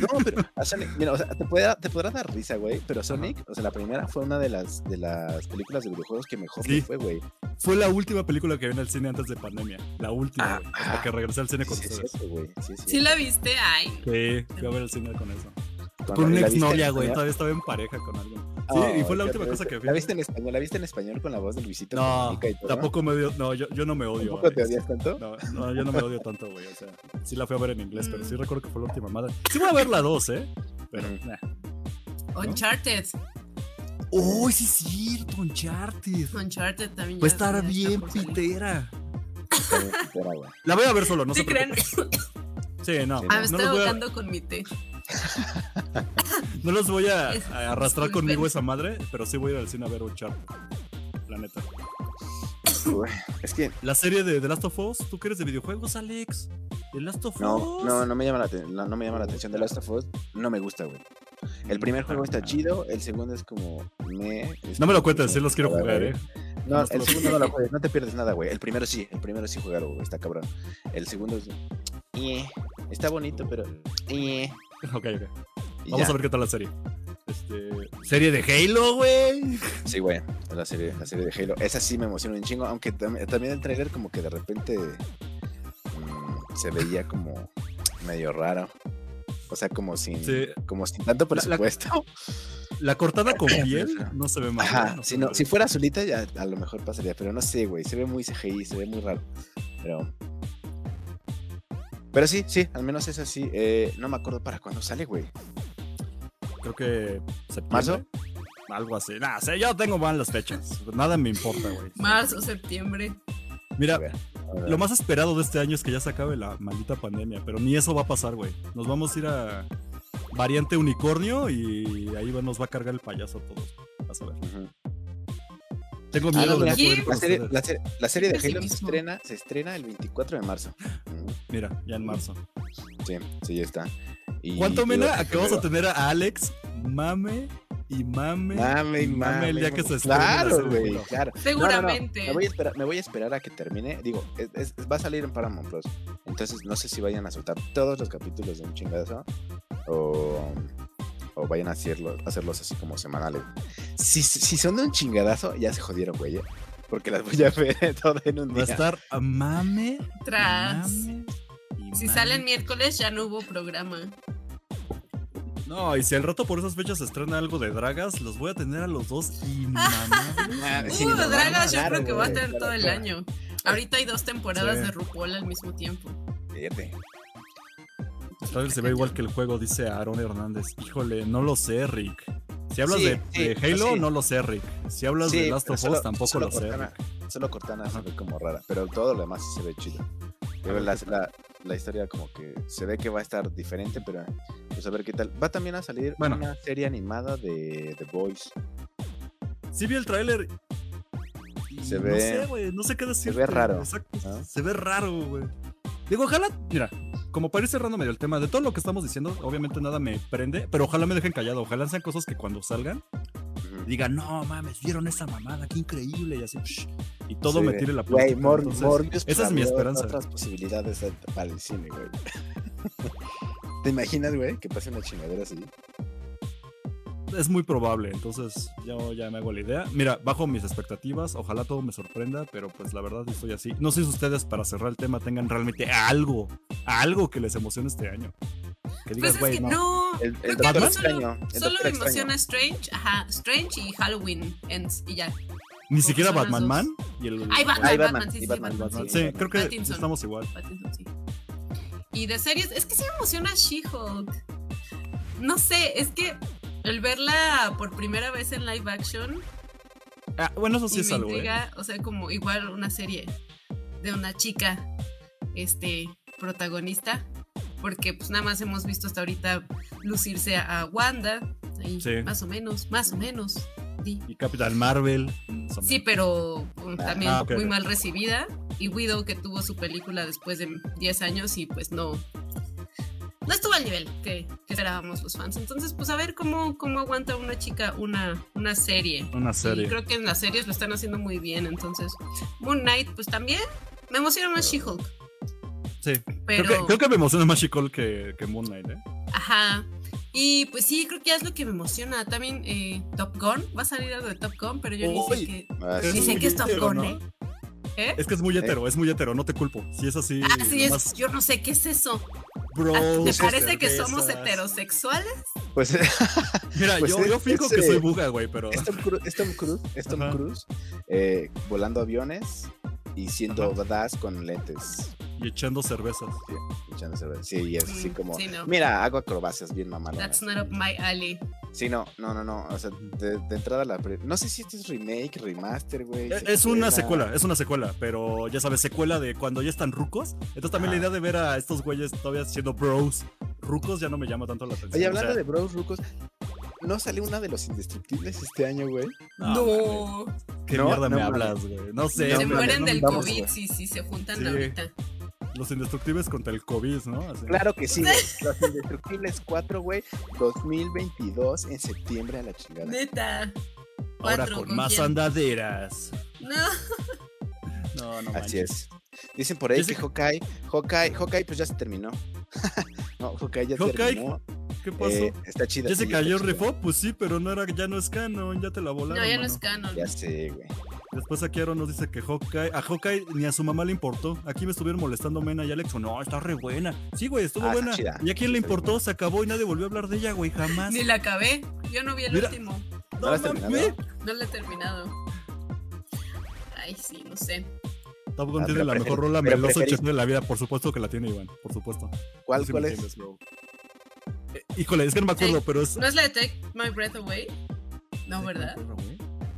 Speaker 3: No, pero a Sonic, mira, o sea, te, puede, te podrá dar risa, güey, pero Sonic, o sea, la primera fue una de las, de las películas de videojuegos que mejor me
Speaker 4: Sí.
Speaker 3: fue, güey.
Speaker 4: Fue la última película que vi en el cine antes de pandemia. La última,
Speaker 3: Ah,
Speaker 4: güey. Hasta que regresé al cine con
Speaker 3: Sí, es
Speaker 4: ustedes.
Speaker 3: cierto, güey. Sí, es
Speaker 2: ¿Sí la viste? Ay.
Speaker 4: Sí, fui a ver el cine con eso.
Speaker 3: cierto.
Speaker 4: Con una
Speaker 3: ¿La viste en
Speaker 4: exnovia, güey.
Speaker 3: español?
Speaker 4: Todavía estaba en pareja con alguien. Sí, y
Speaker 3: Oh,
Speaker 4: fue la
Speaker 3: fíjate,
Speaker 4: última
Speaker 3: la
Speaker 4: cosa
Speaker 3: viste-
Speaker 4: que vi.
Speaker 3: ¿La viste en español? ¿La viste en español con la voz de Luisito?
Speaker 4: No,
Speaker 3: Comunica y todo?
Speaker 4: tampoco me odio. No, yo, yo no me odio.
Speaker 3: ¿Tampoco te
Speaker 4: Alex.
Speaker 3: odias tanto?
Speaker 4: No, no, yo no me odio tanto, güey. O sea, sí la fui a ver en inglés, pero sí
Speaker 3: Mm.
Speaker 4: recuerdo que fue la última madre. Sí voy a ver la 2, ¿eh? Pero,
Speaker 3: Ujú.
Speaker 4: nah.
Speaker 2: Uncharted.
Speaker 4: ¡Uy, sí es cierto! Uncharted.
Speaker 2: Uncharted también.
Speaker 4: Va
Speaker 2: ya-
Speaker 4: a
Speaker 2: ya
Speaker 4: estar
Speaker 2: está
Speaker 4: bien
Speaker 2: por salir.
Speaker 4: pitera.
Speaker 3: Está bien, espera, güey.
Speaker 4: La voy a ver solo, no
Speaker 2: ¿Sí
Speaker 4: se
Speaker 2: creen?
Speaker 4: preocupen. Sí, no.
Speaker 3: Sí,
Speaker 2: Ah, me
Speaker 4: no,
Speaker 2: estoy
Speaker 4: los voy a,
Speaker 2: ahogando con mi té.
Speaker 4: no los voy a,
Speaker 2: Es-
Speaker 4: a arrastrar
Speaker 2: disculpen.
Speaker 4: conmigo esa madre, pero sí voy a ir al cine a ver Uncharted. La neta.
Speaker 3: Güey, Es que
Speaker 4: La serie de The Last of Us, ¿tú que eres de videojuegos, Alex? ¿The Last of
Speaker 3: no,
Speaker 4: Us?
Speaker 3: no, no me llama la, aten- no, no me llama la atención de Last of Us. No me gusta, güey. El primer juego está chido, el segundo es como... meh, es
Speaker 4: Ah. No me lo
Speaker 3: como-
Speaker 4: cuentes, sí los quiero jugar, ¿eh?
Speaker 3: No,
Speaker 4: Nomás
Speaker 3: el
Speaker 4: lo-
Speaker 3: segundo no lo juegues, no te pierdes nada, güey. El primero sí, el primero sí jugarlo, güey, está cabrón. El segundo es. "Eh, está bonito, pero. eh",
Speaker 4: Ok, ok.
Speaker 3: y
Speaker 4: Vamos
Speaker 3: ya.
Speaker 4: a ver qué tal la serie. Este, serie de Halo, güey.
Speaker 3: Sí, güey, la serie, la serie de Halo. Esa sí me emociona un chingo, aunque tam- también el trailer, como que de repente. mm, se veía como medio raro. O sea, como sin,
Speaker 4: Sí.
Speaker 3: como sin tanto
Speaker 4: La- la-
Speaker 3: presupuesto.
Speaker 4: La cortada con piel no se ve mal. ¿eh?
Speaker 3: Ajá,
Speaker 4: no se
Speaker 3: si,
Speaker 4: ve
Speaker 3: no,
Speaker 4: mal.
Speaker 3: si fuera azulita ya a lo mejor pasaría, pero no sé, güey, se ve muy CGI, se ve muy raro. Pero, pero sí, sí, al menos es así. eh, no me acuerdo para cuándo sale, güey.
Speaker 4: Creo que septiembre.
Speaker 3: ¿Marzo?
Speaker 4: Algo así. Nah, sé, yo tengo mal las fechas. Nada me importa, güey.
Speaker 2: Marzo, septiembre.
Speaker 3: A
Speaker 4: Mira,
Speaker 3: ver, a ver.
Speaker 4: lo más esperado de este año es que ya se acabe la maldita pandemia, pero ni eso va a pasar, güey. Nos vamos a ir a variante unicornio y ahí va- nos va a cargar el payaso a todos. Vas a ver.
Speaker 3: Ujú.
Speaker 4: Tengo
Speaker 3: Ah,
Speaker 4: miedo
Speaker 3: no,
Speaker 4: de
Speaker 3: mira,
Speaker 4: no poder ir con
Speaker 3: la, serie,
Speaker 4: ustedes.
Speaker 3: la serie- la serie de Halo se
Speaker 2: pesimismo.
Speaker 3: estrena, se estrena el 24 de marzo.
Speaker 4: Ah,
Speaker 3: Mm,
Speaker 4: Mira, ya en marzo.
Speaker 3: Sí, sí, ya está. Y
Speaker 4: ¿Cuánto
Speaker 3: digo,
Speaker 4: mena? Acabamos de
Speaker 3: pero-
Speaker 4: tener a Alex, mame y mame.
Speaker 3: Mame, y mame,
Speaker 4: el día que se estrene la
Speaker 3: Claro,
Speaker 4: serie de
Speaker 3: güey,
Speaker 4: Halo.
Speaker 3: claro. No, no, no,
Speaker 2: Seguramente.
Speaker 3: Me, voy a esperar, me voy a esperar a que termine. Digo, es- es- va a salir en Paramount Plus. Entonces no sé si vayan a soltar todos los capítulos de un chingazo o, o vayan a hacerlo- hacerlos así como semanales. Si, si son de un chingadazo, ya se jodieron, güey. ¿eh? Porque las voy a ver todas en un
Speaker 4: Va a
Speaker 3: día.
Speaker 4: estar a mame. y
Speaker 2: Tras.
Speaker 4: mame, y
Speaker 2: Si
Speaker 4: mame.
Speaker 2: salen miércoles ya no hubo programa.
Speaker 4: No, y si al rato por esas fechas se estrena algo de dragas, los voy a tener a los dos inmamables.
Speaker 3: Ah, sí,
Speaker 2: uh,
Speaker 3: no,
Speaker 2: dragas,
Speaker 3: vamos a
Speaker 2: yo
Speaker 3: dar,
Speaker 2: creo que va a
Speaker 3: güey,
Speaker 2: estar
Speaker 3: claro,
Speaker 2: todo el
Speaker 3: claro.
Speaker 2: año. Ahorita hay dos temporadas
Speaker 4: Sí.
Speaker 2: de RuPaul al mismo tiempo.
Speaker 3: Fíjate.
Speaker 4: El trailer se ve igual que el juego, dice Aaron Hernández. Híjole, no lo sé, Rick. Si hablas
Speaker 3: Sí,
Speaker 4: de,
Speaker 3: sí,
Speaker 4: de Halo,
Speaker 3: sí.
Speaker 4: no lo sé, Rick. Si hablas
Speaker 3: Sí,
Speaker 4: de Last
Speaker 3: pero
Speaker 4: of
Speaker 3: solo-
Speaker 4: Us, tampoco
Speaker 3: solo
Speaker 4: lo sé.
Speaker 3: Cortana-
Speaker 4: Rick.
Speaker 3: Solo Cortana se
Speaker 4: Ajá.
Speaker 3: ve como rara, pero todo lo demás sí se ve chido. Pero la, la- la historia como que se ve que va a estar diferente, pero pues a ver qué tal. Va también a salir
Speaker 4: Bueno.
Speaker 3: una serie animada de The Boys.
Speaker 4: Sí vi el tráiler. y
Speaker 3: Se
Speaker 4: No
Speaker 3: ve-
Speaker 4: sé, güey. No sé qué decir.
Speaker 3: ve raro,
Speaker 4: Exacto.
Speaker 3: ¿no?
Speaker 4: Se ve raro, güey. Digo, ojalá, mira, como para ir cerrando medio el tema de todo lo que estamos diciendo, obviamente nada me prende, pero ojalá me dejen callado. Ojalá sean cosas que cuando salgan
Speaker 3: Ujú.
Speaker 4: digan, no mames, vieron esa mamada, qué increíble, y así, psh, y todo
Speaker 3: Sí,
Speaker 4: me
Speaker 3: de,
Speaker 4: tire la puerta.
Speaker 3: Güey, Mor- Morbius
Speaker 4: esa es mi
Speaker 3: abrió
Speaker 4: esperanza.
Speaker 3: otras posibilidades de- para el cine, güey. ¿Te imaginas, güey, que pase una chingadera así?
Speaker 4: Es muy probable, entonces yo ya me hago la idea. Mira, bajo mis expectativas, ojalá todo me sorprenda, pero pues la verdad estoy así. No sé si ustedes para cerrar el tema tengan realmente algo, algo que les emocione este año. Que
Speaker 2: Pues
Speaker 4: digas,
Speaker 2: es
Speaker 4: güey,
Speaker 2: que
Speaker 4: no.
Speaker 2: no.
Speaker 3: El, el
Speaker 2: Creo que a mí
Speaker 3: Doctor
Speaker 2: solo,
Speaker 3: Extraño. El
Speaker 2: solo
Speaker 3: Doctor
Speaker 2: me
Speaker 3: Extraño.
Speaker 2: emociona Strange, ajá, Strange y Halloween Ends y ya.
Speaker 4: Ni siquiera
Speaker 2: son las
Speaker 4: Batman
Speaker 2: dos.
Speaker 4: Man y el...
Speaker 2: Ay, Batman,
Speaker 3: Ay,
Speaker 2: Batman,
Speaker 3: Batman,
Speaker 2: sí, sí,
Speaker 3: y Batman,
Speaker 2: Batman,
Speaker 4: Batman.
Speaker 2: sí.
Speaker 4: Sí, creo que
Speaker 2: Pattinson.
Speaker 4: estamos igual.
Speaker 2: Pattinson, sí. Y de series, es que sí me emociona She-Hulk. No sé, es que el verla por primera vez en live action
Speaker 4: Ah, bueno, eso sí
Speaker 2: y
Speaker 4: es
Speaker 2: me
Speaker 4: algo, ¿eh?
Speaker 2: intriga, o sea, como igual una serie de una chica este protagonista, porque pues nada más hemos visto hasta ahorita lucirse a a Wanda, ahí,
Speaker 4: Sí.
Speaker 2: más o menos, más o menos. di.
Speaker 4: Y Capitán Marvel. mm, son-
Speaker 2: Sí, pero um,
Speaker 3: Ah,
Speaker 2: también
Speaker 4: ah, ok,
Speaker 2: muy
Speaker 4: ok.
Speaker 2: mal recibida. Y Widow que tuvo su película después de 10 años y pues no. No estuvo al nivel que, que esperábamos los fans. Entonces, pues a ver cómo, cómo aguanta una chica una, una serie.
Speaker 4: Una
Speaker 2: Y
Speaker 4: serie.
Speaker 2: creo que en las series lo están haciendo muy bien. Entonces, Moon Knight, pues también. Me emociona más She-Hulk.
Speaker 4: Sí.
Speaker 2: Pero.
Speaker 4: Creo, que, creo que me emociona más She-Hulk que, que Moon Knight, ¿eh?
Speaker 2: Ajá. Y pues sí, creo que es lo que me emociona. También eh, Top Gun. Va a salir algo de Top Gun, pero yo ni sé
Speaker 4: Uy.
Speaker 2: que.
Speaker 3: Ah,
Speaker 4: Es
Speaker 3: sí.
Speaker 2: Dicen
Speaker 4: muy
Speaker 2: que es Top
Speaker 4: hetero,
Speaker 2: Gun,
Speaker 4: ¿no?
Speaker 2: ¿eh? ¿Eh?
Speaker 4: Es que es muy hetero, es muy hetero, no te culpo. Si es así,
Speaker 2: Ah, sí, es-
Speaker 4: nomás,
Speaker 2: yo no sé qué es eso.
Speaker 4: bro,
Speaker 2: Ah, ¿Te
Speaker 4: sus
Speaker 2: parece que somos
Speaker 4: cervezas.
Speaker 2: heterosexuales?
Speaker 3: Pues
Speaker 4: Mira,
Speaker 3: Pues
Speaker 4: yo,
Speaker 3: es-
Speaker 4: yo fijo
Speaker 3: es,
Speaker 4: que
Speaker 3: eh,
Speaker 4: soy buga, güey, pero.
Speaker 3: es Tom Cruise, es Tom Cruise, es Tom
Speaker 4: Ajá.
Speaker 3: Cruise, eh, volando aviones y siendo
Speaker 4: Ajá.
Speaker 3: badass con lentes.
Speaker 4: Y echando cervezas.
Speaker 3: echando cerveza. Sí, y es así
Speaker 2: Mm,
Speaker 3: como.
Speaker 2: sí, no.
Speaker 3: Mira, hago acrobacias bien mamalona.
Speaker 2: That's not up my alley.
Speaker 3: Sí, no, no, no, no. O sea, de, de entrada la. pre- No sé si este es remake, remaster, güey.
Speaker 4: E, Es es una secuela, es una secuela, pero ya sabes, secuela de cuando ya están rucos. Entonces también la
Speaker 3: Ajá.
Speaker 4: idea de ver a estos güeyes todavía siendo bros rucos ya no me llama tanto la atención.
Speaker 3: Oye,
Speaker 4: o
Speaker 3: hablando
Speaker 4: sea,
Speaker 3: de Bros Rucos, ¿no salió una de los indestructibles este año, güey?
Speaker 4: mames,
Speaker 2: No.
Speaker 4: ¿Qué
Speaker 3: No,
Speaker 4: mierda
Speaker 3: no
Speaker 4: me
Speaker 3: mames.
Speaker 4: hablas, güey? No sé.
Speaker 3: No
Speaker 2: Se
Speaker 4: hombre,
Speaker 3: mames,
Speaker 2: mueren
Speaker 4: no
Speaker 2: del
Speaker 4: mames.
Speaker 3: vamos,
Speaker 2: COVID
Speaker 3: güey.
Speaker 2: si si se juntan
Speaker 4: Sí.
Speaker 2: ahorita.
Speaker 4: Los indestructibles contra el COVID, ¿no? Así.
Speaker 3: Claro que sí, güey. Los Indestructibles 4, güey, 2022 en septiembre a la chingada.
Speaker 2: Neta.
Speaker 4: Ahora
Speaker 2: Cuatro,
Speaker 4: con,
Speaker 2: ¿con
Speaker 4: más
Speaker 2: quién?
Speaker 4: andaderas.
Speaker 2: No.
Speaker 4: No, no
Speaker 3: Así
Speaker 4: manches.
Speaker 3: es. Dicen por ahí
Speaker 4: Yo sé
Speaker 3: que Hawkeye, Hawkeye, Hawkeye pues ya se terminó. no, Hawkeye ya
Speaker 4: Hawkeye,
Speaker 3: terminó.
Speaker 4: ¿Qué pasó?
Speaker 3: Eh, está chida.
Speaker 4: ¿Ya
Speaker 3: sí,
Speaker 4: se
Speaker 3: está
Speaker 4: cayó
Speaker 3: chida.
Speaker 4: rifó? Pues sí, pero no era, ya no es canon, ya te la
Speaker 2: No,
Speaker 4: volaron.
Speaker 2: ya no
Speaker 4: mano.
Speaker 2: es canon.
Speaker 3: Ya sé, güey.
Speaker 4: Después aquí Aaron nos dice que Hawkeye, a Hawkeye ni a su mamá le importó. Aquí me estuvieron molestando Mena y Alex. No, está re buena. Sí, güey, estuvo
Speaker 3: Ah, está
Speaker 4: buena.
Speaker 3: chida.
Speaker 4: ¿Y a quién le
Speaker 3: Está bien
Speaker 4: importó? Se acabó y nadie volvió a hablar de ella, güey, jamás.
Speaker 2: Ni la acabé. Yo no vi el
Speaker 4: Mira.
Speaker 2: último.
Speaker 4: No
Speaker 3: ¿No la has
Speaker 4: mames.
Speaker 3: terminado?
Speaker 2: No la he terminado. Ay, sí, no sé.
Speaker 4: Top Gun
Speaker 3: Ah,
Speaker 4: tiene
Speaker 3: pero
Speaker 4: la
Speaker 3: prefer-
Speaker 4: mejor rola
Speaker 3: pero
Speaker 4: meloso
Speaker 3: preferiste-
Speaker 4: chef de la vida. Por supuesto que la tiene Iván, por supuesto.
Speaker 3: ¿Cuál,
Speaker 4: Sí me
Speaker 3: cuál es?
Speaker 4: entiendes, bro. Eh, híjole, es que no me acuerdo,
Speaker 2: Sí.
Speaker 4: pero es.
Speaker 2: ¿No es la de Take My Breath Away? No, ¿verdad?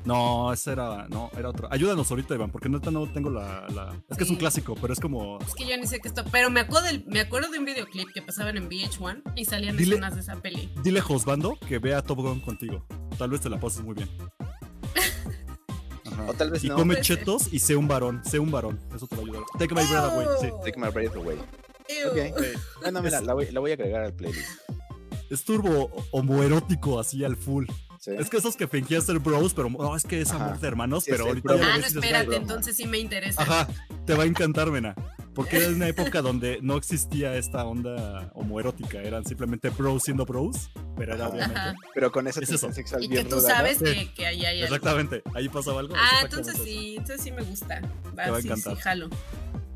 Speaker 4: No, esa era. No, era otra. Ayúdanos ahorita, Iván, porque neta no tengo la. la- Es que es un
Speaker 2: Sí.
Speaker 4: clásico, pero es como.
Speaker 2: Es que yo ni sé qué esto. Pero me acuerdo, del- me acuerdo de un videoclip que pasaban en VH1 y salían
Speaker 4: Dile-
Speaker 2: escenas de esa peli.
Speaker 4: Dile a Josbando que vea Top Gun contigo. Tal vez te la pases muy bien. Ajá.
Speaker 3: O tal vez
Speaker 4: y
Speaker 3: no.
Speaker 4: come
Speaker 2: Puede ser.
Speaker 4: chetos y sé un varón. Sé un varón. Eso te va a ayudar. Take my breath away. Sí.
Speaker 3: Take my breath away.
Speaker 2: Oh, Ew.
Speaker 3: Ok. Bueno, mira, la voy, la voy a agregar al playlist.
Speaker 4: Es turbo homoerótico así al full.
Speaker 3: ¿sí?
Speaker 4: Es que esos que fingían ser bros, pero no, es que es amor
Speaker 3: Ajá.
Speaker 4: de hermanos,
Speaker 3: Sí,
Speaker 4: pero
Speaker 3: es el
Speaker 4: ahorita.
Speaker 3: bro.
Speaker 4: lo
Speaker 2: Ah, no,
Speaker 4: ves y dices,
Speaker 2: espérate,
Speaker 3: broma.
Speaker 2: entonces sí me interesa.
Speaker 4: Ajá, te va a encantar, Mena. Porque era una época donde no existía esta onda homoerótica. Eran simplemente bros siendo bros, pero era
Speaker 3: Ajá.
Speaker 4: obviamente.
Speaker 2: Ajá.
Speaker 3: Pero con esa
Speaker 4: Es
Speaker 3: tensión
Speaker 4: eso.
Speaker 3: sexual
Speaker 2: Y que
Speaker 3: bien
Speaker 2: tú
Speaker 3: ruda, ¿no?
Speaker 2: sabes
Speaker 4: Sí.
Speaker 2: que, que ahí hay algo.
Speaker 4: Exactamente, ahí pasaba algo.
Speaker 2: Ah,
Speaker 4: exactamente
Speaker 2: entonces
Speaker 4: eso.
Speaker 2: sí, entonces sí me gusta.
Speaker 4: Te va
Speaker 2: Va,
Speaker 4: a
Speaker 2: sí, sí,
Speaker 4: encantar.
Speaker 2: jalo.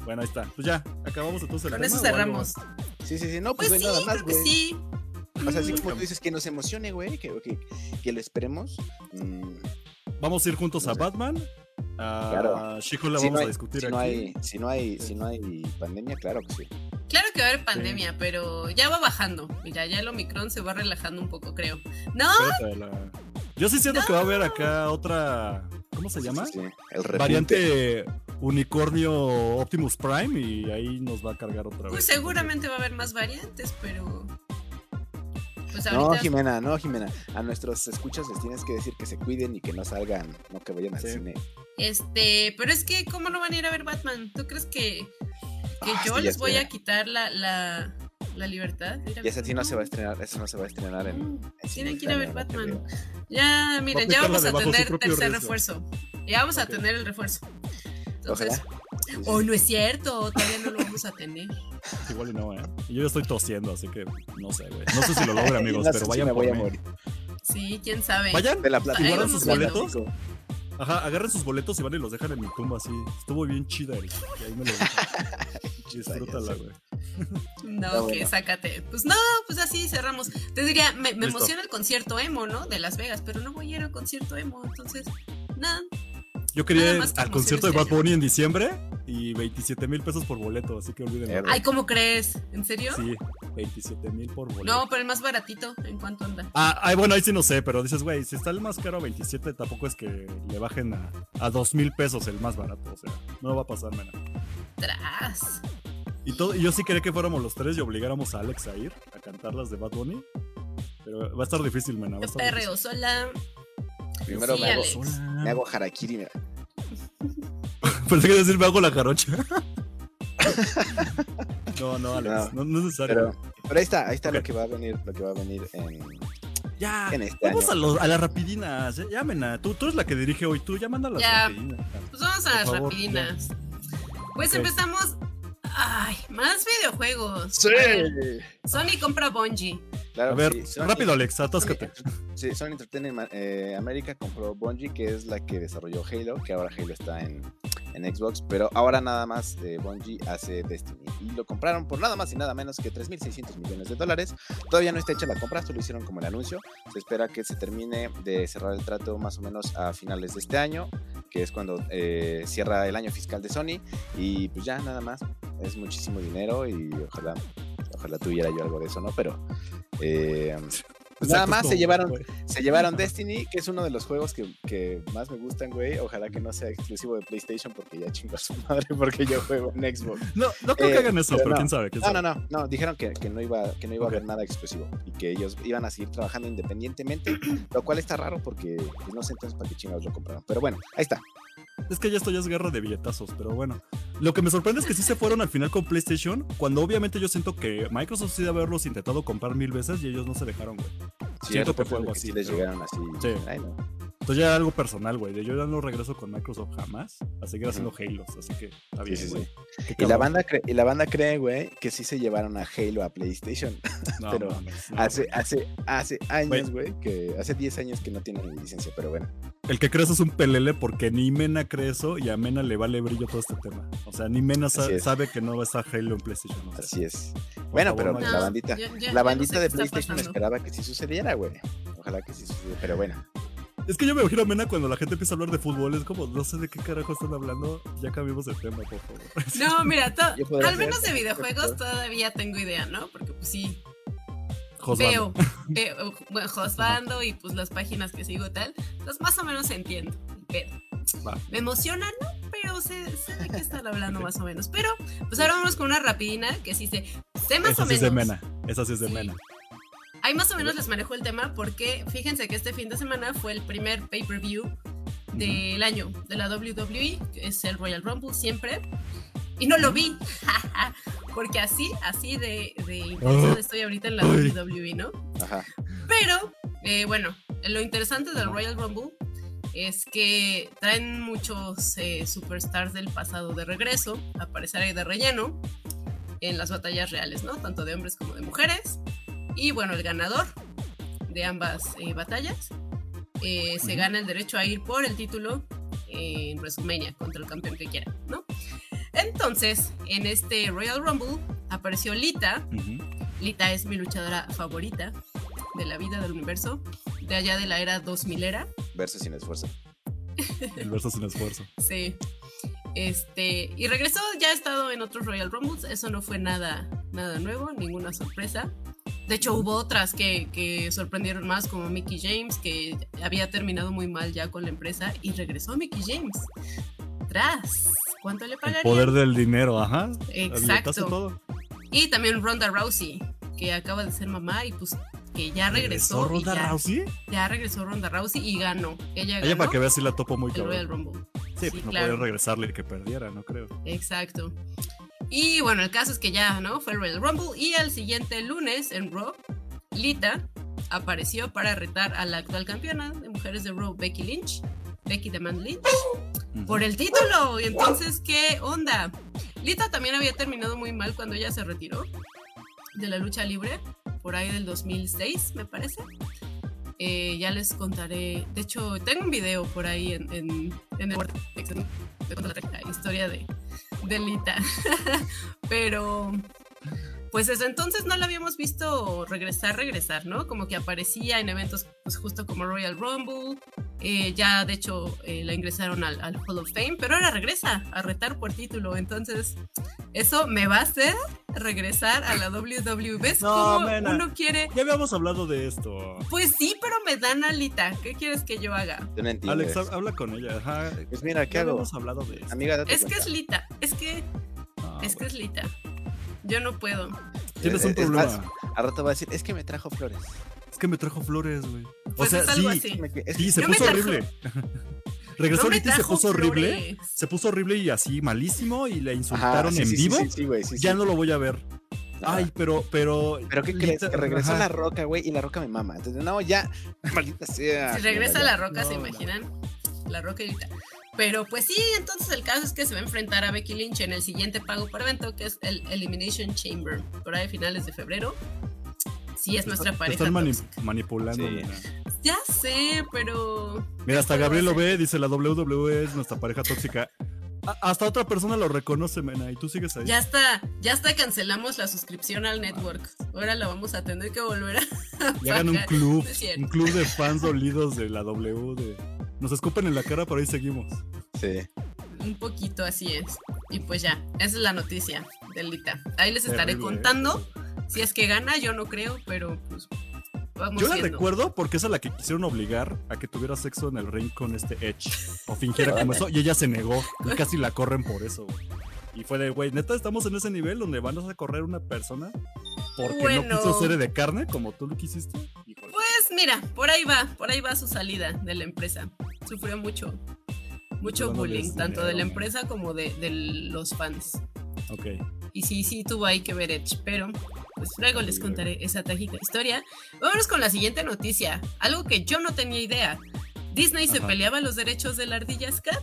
Speaker 4: Bueno, ahí está. Pues ya, acabamos entonces el
Speaker 2: Con
Speaker 4: tema,
Speaker 2: eso
Speaker 4: ¿o algo
Speaker 2: cerramos.
Speaker 4: más?
Speaker 3: Sí, sí, sí. No, pues,
Speaker 2: Pues
Speaker 3: no hay
Speaker 2: sí,
Speaker 3: nada más,
Speaker 2: creo que
Speaker 3: güey.
Speaker 2: sí.
Speaker 3: O sea, así
Speaker 2: Mm,
Speaker 3: como tú dices, que nos emocione, güey, que, que, que lo esperemos. Mm,
Speaker 4: Vamos a ir juntos
Speaker 3: No
Speaker 4: a
Speaker 3: sé.
Speaker 4: Batman. A
Speaker 3: Claro.
Speaker 4: She-Hulk la
Speaker 3: si, no
Speaker 4: vamos a
Speaker 3: hay,
Speaker 4: discutir
Speaker 3: si,
Speaker 4: aquí.
Speaker 3: no hay, si, no hay,
Speaker 4: Sí.
Speaker 3: si no hay pandemia, claro que sí.
Speaker 2: Claro que va a haber pandemia, pero ya va bajando. Mira, ya el Omicron se va relajando un poco, creo. No,
Speaker 4: Espérate, la- Yo sí siento que va a haber acá otra. ¿Cómo se
Speaker 3: Sí,
Speaker 4: llama?
Speaker 3: sí, sí. El repunte.
Speaker 4: Variante unicornio Optimus Prime y ahí nos va a cargar otra vez.
Speaker 2: pues seguramente va a haber más variantes, pero. Pues
Speaker 3: No,
Speaker 2: ahorita
Speaker 3: Jimena, no, Jimena. A nuestros escuchas les tienes que decir que se cuiden y que no salgan, no que vayan al
Speaker 4: Sí.
Speaker 3: cine.
Speaker 2: Este, pero es que, ¿cómo no van a ir a ver Batman? ¿Tú crees que, que
Speaker 3: Ah,
Speaker 2: yo
Speaker 3: sí, ya
Speaker 2: les voy
Speaker 3: sé.
Speaker 2: a quitar la, la, la libertad? de ir a
Speaker 3: Y
Speaker 2: ver
Speaker 3: esa sí no se va
Speaker 2: Batman?
Speaker 3: a estrenar, esa no se va a estrenar en,
Speaker 2: No,
Speaker 3: en
Speaker 2: Sí, no
Speaker 3: cine
Speaker 2: quiero ver
Speaker 3: instantáneo,
Speaker 2: Batman.
Speaker 3: no creo.
Speaker 2: Ya, miren, ya
Speaker 4: aplicar la
Speaker 2: vamos
Speaker 4: de
Speaker 2: a
Speaker 4: bajo su
Speaker 2: tener
Speaker 4: propio
Speaker 2: tercer
Speaker 4: riesgo.
Speaker 2: refuerzo. Ya vamos
Speaker 4: Ok.
Speaker 2: a tener el refuerzo. Entonces,
Speaker 3: Ojalá. Sí, sí,
Speaker 2: o
Speaker 4: Oh,
Speaker 3: sí.
Speaker 2: no es cierto, todavía no lo vamos a tener.
Speaker 4: Igual y no, ¿eh? Y yo ya estoy tosiendo, así que no sé, güey. No sé si lo logro,
Speaker 3: No
Speaker 4: amigos,
Speaker 3: sé
Speaker 4: pero
Speaker 3: si
Speaker 4: vayan
Speaker 3: me
Speaker 4: por
Speaker 3: voy a
Speaker 4: mí.
Speaker 3: morir.
Speaker 2: Sí, quién sabe.
Speaker 4: Vayan,
Speaker 3: De la plataforma.
Speaker 4: guardan sus
Speaker 2: Ahí vamos
Speaker 4: boletos. Ajá, agarren sus boletos y van y los dejan en mi tumba así. Estuvo bien chida, Eric. Y ahí me lo Disfrútala, güey.
Speaker 2: No,
Speaker 3: Está
Speaker 2: que
Speaker 3: bueno.
Speaker 2: sácate. Pues no, pues así cerramos. Te diría, me, me
Speaker 4: Listo.
Speaker 2: emociona el concierto emo, ¿no? De Las Vegas, pero no voy a ir al concierto emo, entonces, nada.
Speaker 4: Yo quería
Speaker 2: Nada
Speaker 4: ir
Speaker 2: más que
Speaker 4: al concierto de
Speaker 2: emociones
Speaker 4: Bad Bunny en diciembre y 27 mil pesos por boleto, así que olvídenlo.
Speaker 3: Error.
Speaker 2: Ay, ¿cómo crees? ¿En serio?
Speaker 4: Sí, 27 mil por boleto.
Speaker 2: No, pero el más baratito, ¿en cuánto anda?
Speaker 4: Ah, ay, bueno, ahí sí no sé, pero dices, güey, si está el más caro a 27, tampoco es que le bajen a, a 2 mil pesos el más barato. O sea, no va a pasar, mena.
Speaker 2: Tras.
Speaker 4: Y, todo, y yo sí quería que fuéramos los tres y obligáramos a Alex a ir a cantar las de Bad Bunny. Pero va a estar difícil, mena. Va a
Speaker 2: Yo
Speaker 4: estar
Speaker 2: perreo sola.
Speaker 3: Primero
Speaker 2: Sí,
Speaker 3: me, hago,
Speaker 2: Alex.
Speaker 4: difícil. Sola.
Speaker 3: me hago harakiri. mira.
Speaker 4: Pensé que iba a decir me hago la jarocha. no, no, Alex, no, no es necesario.
Speaker 3: Pero, pero ahí está, ahí está lo
Speaker 4: Ok.
Speaker 3: que va a venir, lo que va a venir en,
Speaker 4: ya,
Speaker 3: en este
Speaker 4: vamos
Speaker 3: año.
Speaker 4: a, los- a las rapidinas. ya- Ya, mena, tú, tú eres la que dirige hoy, tú ya manda las
Speaker 2: Ya.
Speaker 4: rapidinas.
Speaker 2: Pues vamos a
Speaker 4: Por
Speaker 2: las
Speaker 4: favor,
Speaker 2: rapidinas. Pues
Speaker 4: Ok.
Speaker 2: empezamos. Ay, más videojuegos.
Speaker 3: Sí.
Speaker 2: A ver, Sony compra Bungie.
Speaker 3: Claro
Speaker 4: A
Speaker 3: que
Speaker 4: ver,
Speaker 3: sí, Sony-
Speaker 4: rápido, Alex,
Speaker 3: Sony
Speaker 4: atáscate.
Speaker 3: Enter- Sí, Sony Entertainment eh, América compró Bungie, que es la que desarrolló Halo, que ahora Halo está en, en Xbox, pero ahora nada más eh, Bungie hace Destiny. Y lo compraron por nada más y nada menos que 3.600 millones de dólares. Todavía no está hecha la compra, solo hicieron como el anuncio. Se espera que se termine de cerrar el trato más o menos a finales de este año, que es cuando eh, cierra el año fiscal de Sony. Y pues ya nada más, es muchísimo dinero y ojalá, ojalá tuviera yo algo de eso, ¿no? Pero... eh, Nada
Speaker 4: Exacto,
Speaker 3: más
Speaker 4: es
Speaker 3: se
Speaker 4: como,
Speaker 3: llevaron
Speaker 4: güey.
Speaker 3: se llevaron Destiny, que es uno de los juegos que, que más me gustan, güey. Ojalá que no sea exclusivo de PlayStation porque ya chingo a su madre porque yo juego en Xbox.
Speaker 4: No, no creo
Speaker 3: Eh,
Speaker 4: que hagan eso,
Speaker 3: pero
Speaker 4: pero,
Speaker 3: no.
Speaker 4: quién sabe. quién
Speaker 3: No, no,
Speaker 4: sabe.
Speaker 3: no, no. Dijeron que, que no iba, que no iba
Speaker 4: Ok.
Speaker 3: a haber nada exclusivo y que ellos iban a seguir trabajando independientemente, lo cual está raro porque pues, no sé entonces para qué chingados lo compraron. Pero bueno, ahí está.
Speaker 4: Es que ya esto ya es guerra de billetazos, pero bueno. Lo que me sorprende es que sí se fueron al final con PlayStation, cuando obviamente yo siento que Microsoft sí debe haberlos intentado comprar mil veces y ellos no se dejaron, güey.
Speaker 3: hay
Speaker 4: Siento que
Speaker 3: reportes
Speaker 4: fue
Speaker 3: de
Speaker 4: algo
Speaker 3: sí
Speaker 4: así,
Speaker 3: les
Speaker 4: pero-
Speaker 3: llegaron así.
Speaker 4: Sí.
Speaker 3: Ay, no.
Speaker 4: Entonces ya era algo personal, güey. de Yo ya no regreso con Microsoft jamás a seguir haciendo Halos, así que está
Speaker 3: Sí,
Speaker 4: bien,
Speaker 3: sí,
Speaker 4: güey.
Speaker 3: sí.
Speaker 4: Qué
Speaker 3: Y la
Speaker 4: cabrón.
Speaker 3: banda, cre- y la banda cree, güey, que sí se llevaron a Halo a PlayStation.
Speaker 4: No,
Speaker 3: pero
Speaker 4: mames, no,
Speaker 3: Hace,
Speaker 4: güey.
Speaker 3: hace, hace años, güey, que hace 10 años que no tienen licencia, pero bueno.
Speaker 4: El que crees es un pelele porque ni Mena cree eso y a Mena le vale brillo todo este tema. O sea, ni Mena sa-
Speaker 3: Así es.
Speaker 4: sabe que no va a estar Halo en PlayStation. o sea.
Speaker 3: Así es. Bueno,
Speaker 4: favor,
Speaker 3: pero
Speaker 4: no
Speaker 3: pues, la
Speaker 4: hagas-
Speaker 3: bandita,
Speaker 2: yo- yo- yo
Speaker 3: la
Speaker 2: no
Speaker 3: bandita
Speaker 2: sé qué
Speaker 3: de
Speaker 2: está
Speaker 3: PlayStation
Speaker 2: pasando.
Speaker 3: esperaba que sí sucediera, güey. Ojalá que sí sucediera, pero bueno.
Speaker 4: Es que yo me imagino a Mena cuando la gente empieza a hablar de fútbol, es como, no sé de qué carajo están hablando, ya cambiamos el tema, por favor.
Speaker 2: No, mira, to-
Speaker 3: Yo podría
Speaker 2: al menos de
Speaker 3: hacer-
Speaker 2: videojuegos todavía tengo idea, ¿no? Porque pues sí,
Speaker 4: Josván.
Speaker 2: veo, veo, bueno, Josbando y pues las páginas que sigo tal, pues más o menos entiendo. Pero
Speaker 4: Va.
Speaker 2: me emociona, ¿no? Pero sé, sé de qué están hablando
Speaker 4: Ok.
Speaker 2: más o menos. Pero pues ahora vamos con una rapidina que sí sé, sé más
Speaker 4: Esa
Speaker 2: o
Speaker 4: sí es
Speaker 2: menos.
Speaker 4: de Mena. Esa sí es de
Speaker 2: Sí.
Speaker 4: Mena.
Speaker 2: Ahí más o menos les manejó el tema porque fíjense que este fin de semana fue el primer pay-per-view del año de la WWE, que es el Royal Rumble siempre. Y no lo vi, porque así, así de, de
Speaker 4: Oh.
Speaker 2: interesada estoy ahorita en la
Speaker 4: Ay.
Speaker 2: WWE, ¿no?
Speaker 3: Ajá.
Speaker 2: Pero, eh, bueno, lo interesante del Royal Rumble es que traen muchos eh, superstars del pasado de regreso, a aparecer ahí de relleno en las batallas reales, ¿no? Tanto de hombres como de mujeres. Y bueno, el ganador de ambas eh, batallas eh, se
Speaker 4: Ujú.
Speaker 2: gana el derecho a ir por el título en WrestleMania contra el campeón que quiera, ¿no? Entonces, en este Royal Rumble apareció Lita,
Speaker 4: Ujú.
Speaker 2: Lita es mi luchadora favorita de la vida del universo, de allá de la era 2000 era.
Speaker 3: Verso sin esfuerzo.
Speaker 4: El verso sin esfuerzo.
Speaker 2: Sí. Este, y regresó, ya ha estado en otros Royal Rumbles, eso no fue nada, nada nuevo, ninguna sorpresa. De hecho, hubo otras que, que sorprendieron más, como Mickey James, que había terminado muy mal ya con la empresa, y regresó Mickey James. Tras, ¿cuánto le
Speaker 4: El
Speaker 2: pagarían?
Speaker 4: poder del dinero, ajá.
Speaker 2: Exacto.
Speaker 4: Habilitaste todo.
Speaker 2: Y también Ronda Rousey, que acaba de ser mamá y pues que ya regresó. y
Speaker 4: ¿Regresó Ronda
Speaker 2: ya,
Speaker 4: Rousey?
Speaker 2: ya regresó Ronda Rousey y ganó. Ella ganó
Speaker 4: Ella para que veas si la topo muy
Speaker 2: el Royal
Speaker 4: cabrón.
Speaker 2: Rumble.
Speaker 4: Sí,
Speaker 2: Sí,
Speaker 4: pues no
Speaker 2: claro.
Speaker 4: podía regresarle que perdiera, no creo.
Speaker 2: Exacto. Y bueno, el caso es que ya, ¿no? Fue el Royal Rumble y al siguiente lunes en Raw, Lita apareció para retar a la actual campeona de mujeres de Raw, Becky Lynch, Becky the Man Lynch,
Speaker 4: Ujú.
Speaker 2: por el título. Y entonces, ¿qué onda? Lita también había terminado muy mal cuando ella se retiró de la lucha libre, por ahí del 2006, me parece. Eh, ya les contaré. De hecho, tengo un video por ahí en, en, en el Vortex, en- te contaré la historia de, de Lita. Pero, pues desde entonces no la habíamos visto regresar, regresar, ¿no? Como que aparecía en eventos pues, justo como Royal Rumble. eh, ya, de hecho, eh, la ingresaron al, al Hall of Fame, pero ahora regresa a retar por título. Entonces, eso me va a hacer regresar a la WWE. ¿Ves
Speaker 4: No,
Speaker 2: cómo
Speaker 4: mena.
Speaker 2: uno quiere
Speaker 4: Ya habíamos hablado de esto.
Speaker 2: pues sí, pero me dan alita. ¿Qué quieres que yo haga?
Speaker 3: Tú no entiendes.
Speaker 4: Alex, hab- habla con ella. Ajá.
Speaker 3: pues mira, ¿qué
Speaker 4: Ya
Speaker 3: hago?
Speaker 4: habíamos hablado de esto.
Speaker 3: Amiga, date
Speaker 2: Es que
Speaker 3: cuenta.
Speaker 2: es lita. Es que
Speaker 4: Ah,
Speaker 2: es que
Speaker 4: bueno.
Speaker 2: es lita. Yo no puedo.
Speaker 4: Tienes un
Speaker 3: Es- es
Speaker 4: problema.
Speaker 3: más, Al rato va a decir, es que me trajo flores.
Speaker 4: Es que me trajo flores, güey.
Speaker 2: Pues
Speaker 4: o sea,
Speaker 2: es algo
Speaker 4: sí,
Speaker 2: así.
Speaker 3: Me- es-
Speaker 4: sí, se
Speaker 2: No me
Speaker 4: puso
Speaker 2: trajo-
Speaker 4: horrible. Regresó
Speaker 2: No me
Speaker 4: ahorita y se
Speaker 2: trajo
Speaker 4: puso horrible.
Speaker 2: flores.
Speaker 4: Se puso horrible y así malísimo y la
Speaker 3: Ajá,
Speaker 4: insultaron
Speaker 3: sí,
Speaker 4: en
Speaker 3: sí, sí,
Speaker 4: vivo.
Speaker 3: Sí, sí, güey, sí,
Speaker 4: Ya
Speaker 3: sí.
Speaker 4: no lo voy a ver.
Speaker 3: Ajá.
Speaker 4: Ay, pero, pero.
Speaker 3: Pero ¿qué
Speaker 4: Lita-
Speaker 3: crees? Que regresó
Speaker 4: ajá.
Speaker 3: la roca, güey, y la roca me mama. Entonces, no, ya, maldita sea.
Speaker 2: Si regresa
Speaker 3: Mira,
Speaker 2: la
Speaker 3: ya.
Speaker 2: roca, ¿se
Speaker 4: Ah, No, no.
Speaker 2: imaginan? La roca y lita. Pero pues sí, entonces el caso es que se va a enfrentar a Becky Lynch en el siguiente pago por evento, que es el Elimination Chamber, por ahí a finales de febrero. Sí, es
Speaker 4: Te
Speaker 2: nuestra
Speaker 4: están- te
Speaker 2: pareja.
Speaker 4: Están mani-
Speaker 2: tóxica.
Speaker 4: manipulando.
Speaker 3: Sí.
Speaker 4: Mira.
Speaker 2: Ya sé, pero.
Speaker 4: Mira, hasta
Speaker 2: Esto lo
Speaker 4: Gabriel lo
Speaker 2: hace.
Speaker 4: ve, dice la WWE es nuestra pareja tóxica. A- hasta otra persona lo reconoce, mena, y tú sigues ahí.
Speaker 2: Ya está, ya está, cancelamos la suscripción al network. Ahora la vamos a tener que volver a.
Speaker 4: Ya ganó un
Speaker 2: pagar.
Speaker 4: club,
Speaker 2: No es cierto.
Speaker 4: un club de fans dolidos de la W. de- Nos escupen en la cara, pero ahí seguimos.
Speaker 3: Sí.
Speaker 2: Un poquito, así es. Y pues ya, esa es la noticia delita Ahí les estaré
Speaker 4: Terrible, ¿eh?
Speaker 2: contando. Si es que gana, yo no creo, pero pues vamos
Speaker 4: Yo la
Speaker 2: viendo.
Speaker 4: recuerdo porque esa es la que quisieron obligar a que tuviera sexo en el ring con este Edge. O fingiera como eso. Y ella se negó. Y casi la corren por eso, güey. Y fue de, güey, neta, estamos en ese nivel donde van a correr una persona porque no
Speaker 2: Bueno.
Speaker 4: quiso ser de carne como tú lo quisiste. Híjole.
Speaker 2: Pues mira, por ahí va, por ahí va su salida de la empresa. Sufrió mucho, mucho
Speaker 4: Dándoles
Speaker 2: bullying, tanto de la
Speaker 4: dinero,
Speaker 2: empresa como de, de los fans.
Speaker 4: Ok.
Speaker 2: Y sí, sí, tuvo ahí que ver Edge, pero pues luego les
Speaker 4: Sí.
Speaker 2: contaré esa tajita historia. Vámonos con la siguiente noticia, algo que yo no tenía idea. Disney se
Speaker 4: Ajá.
Speaker 2: peleaba los derechos de la ardilla Scat.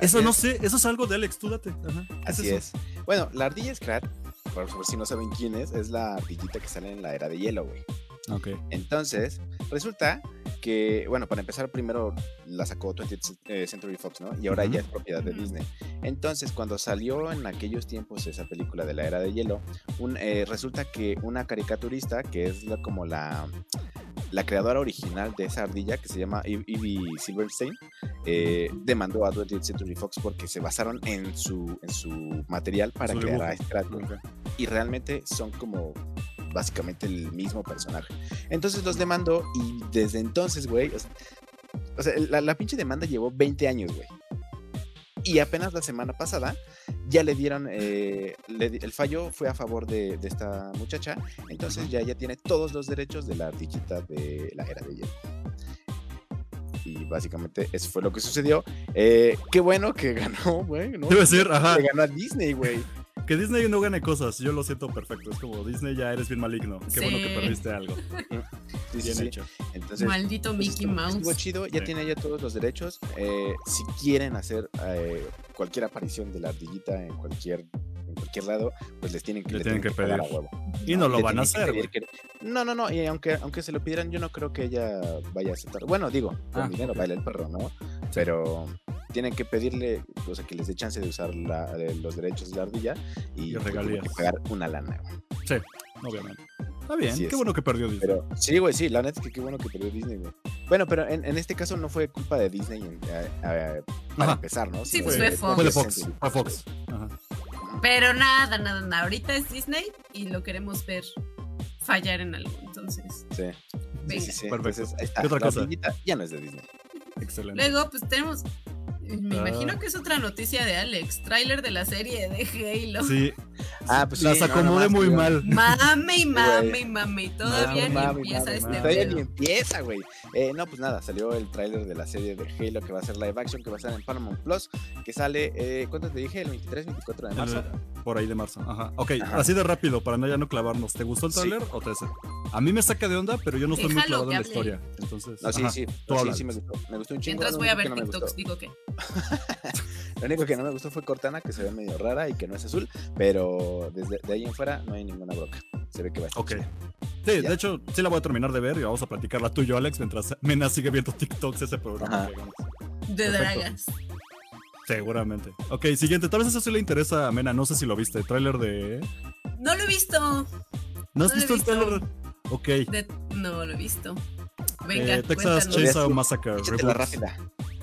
Speaker 4: Eso
Speaker 3: Así
Speaker 4: no
Speaker 3: es.
Speaker 4: sé, eso es algo de Alex, tú date. Ajá.
Speaker 3: Así
Speaker 4: eso.
Speaker 3: es. Bueno, la ardilla Scrat, por, por si no saben quién es, es la ardillita que sale en la era de hielo, güey.
Speaker 4: Ok.
Speaker 3: Entonces, resulta que, bueno, para empezar, primero la sacó 20th eh, Century Fox, ¿no? Y ahora
Speaker 4: Ujú.
Speaker 3: ya es propiedad de
Speaker 2: Ujú.
Speaker 3: Disney. Entonces, cuando salió en aquellos tiempos esa película de la era de hielo, un, eh, resulta que una caricaturista, que es la- como la, la creadora original de esa ardilla, que se llama Ev- Evie Silverstein, eh, demandó a 20th Century Fox porque se basaron en su, en su material para
Speaker 4: Su
Speaker 3: crear a este
Speaker 4: dibujo.
Speaker 3: Scratch
Speaker 4: Ok.
Speaker 3: y realmente son como básicamente el mismo personaje. Entonces los demandó y desde entonces, güey, o sea, o sea, la, la pinche demanda llevó 20 años, güey. Y apenas la semana pasada ya le dieron, eh, le di- el fallo fue a favor de, de esta muchacha, entonces
Speaker 4: Ajá.
Speaker 3: ya, ya tiene todos los derechos de la ardillita de la era de hielo. Y básicamente eso fue lo que sucedió. Eh, qué bueno que ganó, güey. ¿no?
Speaker 4: Debe ser, ajá.
Speaker 3: Le ganó a Disney, güey.
Speaker 4: Que Disney no gane cosas, yo lo siento perfecto. Es como Disney ya eres bien maligno. Qué bueno que
Speaker 2: Sí.
Speaker 4: perdiste algo.
Speaker 3: Sí, sí,
Speaker 4: Bien
Speaker 3: sí.
Speaker 4: hecho.
Speaker 3: Entonces,
Speaker 2: Maldito
Speaker 3: pues,
Speaker 2: Mickey
Speaker 3: estuvo-
Speaker 2: Mouse.
Speaker 3: Estuvo chido, ya
Speaker 4: Sí.
Speaker 3: tiene ya todos los derechos. eh, si quieren hacer eh, cualquier aparición de la ardillita en cualquier en cualquier lado, pues les tienen que,
Speaker 4: Le
Speaker 3: le
Speaker 4: tienen que
Speaker 3: pagar a
Speaker 4: pedir.
Speaker 3: huevo.
Speaker 4: Y no lo
Speaker 3: Le
Speaker 4: van a
Speaker 3: tienen que pedir
Speaker 4: hacer, güey.
Speaker 3: que- No, no, no. Y aunque, aunque se lo pidieran, yo no creo que ella vaya a aceptar. Bueno, digo, con
Speaker 4: Ah,
Speaker 3: dinero
Speaker 4: ok.
Speaker 3: baila el perro, ¿no? Pero tienen que pedirle, o sea, que les dé chance de usar la- eh, los derechos de la ardilla y,
Speaker 4: Y
Speaker 3: pues, tienen
Speaker 4: regalías.
Speaker 3: que pagar una lana, güey.
Speaker 4: Obviamente. Está bien,
Speaker 3: Así
Speaker 4: qué
Speaker 3: es.
Speaker 4: bueno que perdió Disney.
Speaker 3: Pero sí, güey, sí, la neta es que qué bueno que perdió Disney, güey. Bueno, pero en, en este caso no fue culpa de Disney en- eh, a- a- para
Speaker 4: Ajá.
Speaker 3: empezar, ¿no?
Speaker 2: Sí,
Speaker 3: Sino
Speaker 2: pues
Speaker 3: de-
Speaker 2: fue Fox.
Speaker 4: Fue de
Speaker 3: Sí,
Speaker 4: Fox.
Speaker 3: sí,
Speaker 4: Fue Fox. Ajá.
Speaker 2: Pero nada, nada, nada. Ahorita es Disney y lo queremos ver fallar en algo. Entonces,
Speaker 3: Sí, sí,
Speaker 2: venga.
Speaker 3: sí, sí.
Speaker 4: Perfecto.
Speaker 3: Entonces, ahí está,
Speaker 4: ¿Qué otra
Speaker 3: la
Speaker 4: cosa?
Speaker 3: hormiguita ya no es de Disney.
Speaker 4: Excelente.
Speaker 2: Luego, pues tenemos. eh, Me
Speaker 4: Ah.
Speaker 2: imagino que es otra noticia de Alex. Tráiler de la serie de Halo.
Speaker 4: Sí,
Speaker 3: Ah, pues sí,
Speaker 4: Las
Speaker 3: no,
Speaker 4: acomodé
Speaker 3: nomás,
Speaker 4: muy
Speaker 3: tío.
Speaker 4: mal.
Speaker 2: Mame y mame y mame. y Todavía
Speaker 4: Mame,
Speaker 2: ni
Speaker 4: mame,
Speaker 2: empieza
Speaker 4: mame,
Speaker 2: este
Speaker 4: mame.
Speaker 3: Todavía ni
Speaker 2: pedo.
Speaker 3: empieza, güey. Eh, no, pues nada, salió el tráiler de la serie de Halo que va a ser live action, que va a estar en Paramount Plus, que sale, eh, ¿cuánto te dije? El 23, 24 de marzo.
Speaker 4: Por ahí de marzo. Ajá. Ok,
Speaker 3: Ajá.
Speaker 4: así de rápido, para no ya no clavarnos. ¿Te gustó el
Speaker 3: Sí.
Speaker 4: tráiler o te hace? A mí me saca de onda, pero yo no estoy muy
Speaker 2: Déjalo
Speaker 4: clavado en la
Speaker 2: que hable.
Speaker 4: historia. Entonces,
Speaker 3: No, sí,
Speaker 4: ajá.
Speaker 3: sí,
Speaker 4: tú
Speaker 3: sí,
Speaker 4: hablas.
Speaker 3: sí, me gustó. Me gustó un chingo.
Speaker 2: Mientras
Speaker 3: lo
Speaker 2: voy a
Speaker 3: único
Speaker 2: ver
Speaker 3: que no me
Speaker 2: TikToks,
Speaker 3: gustó-
Speaker 2: digo que.
Speaker 3: Lo único que no me gustó fue Cortana, que se ve medio rara y que no es azul, pero desde de ahí en fuera no hay ninguna broca. Se ve que va a estar
Speaker 4: Ok.
Speaker 3: chida.
Speaker 4: Sí,
Speaker 3: Ya.
Speaker 4: de hecho, sí la voy a terminar de ver y vamos a platicarla tú y yo, Alex, mientras Mena sigue viendo TikToks ese programa.
Speaker 3: Ajá.
Speaker 4: que hagamos.
Speaker 2: De
Speaker 4: Perfecto.
Speaker 2: dragas.
Speaker 4: Seguramente. Ok, siguiente. Tal vez eso sí le interesa a Mena. No sé si lo viste. Tráiler de.
Speaker 2: No lo he visto.
Speaker 4: ¿No has
Speaker 2: No lo he
Speaker 4: visto el
Speaker 2: visto.
Speaker 4: tráiler? Ok.
Speaker 2: De- No lo he visto. Venga,
Speaker 4: Eh, Texas
Speaker 2: cuéntanos.
Speaker 4: Chainsaw Massacre.
Speaker 3: Échatela
Speaker 4: Reboot.
Speaker 3: rápida.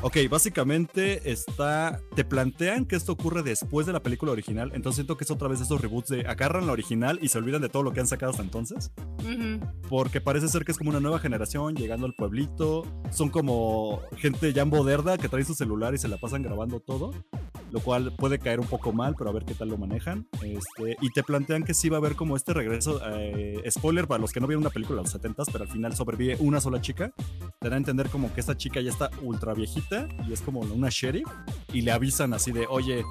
Speaker 4: Ok, básicamente está. Te plantean que esto ocurre después de la película original. Entonces siento que es otra vez esos reboots de agarran la original y se olvidan de todo lo que han sacado hasta entonces.
Speaker 2: Ujú.
Speaker 4: Porque parece ser que es como una nueva generación llegando al pueblito. Son como gente ya moderna que trae su celular y se la pasan grabando todo. Lo cual puede caer un poco mal, pero a ver qué tal lo manejan. Este, y te plantean que sí va a haber como este regreso. eh, spoiler para los que no vieron una película de los 70 pero al final sobrevive una sola chica. Te dan a entender como que esta chica ya está ultra viejita y es como una sheriff. Y le avisan así de, oye,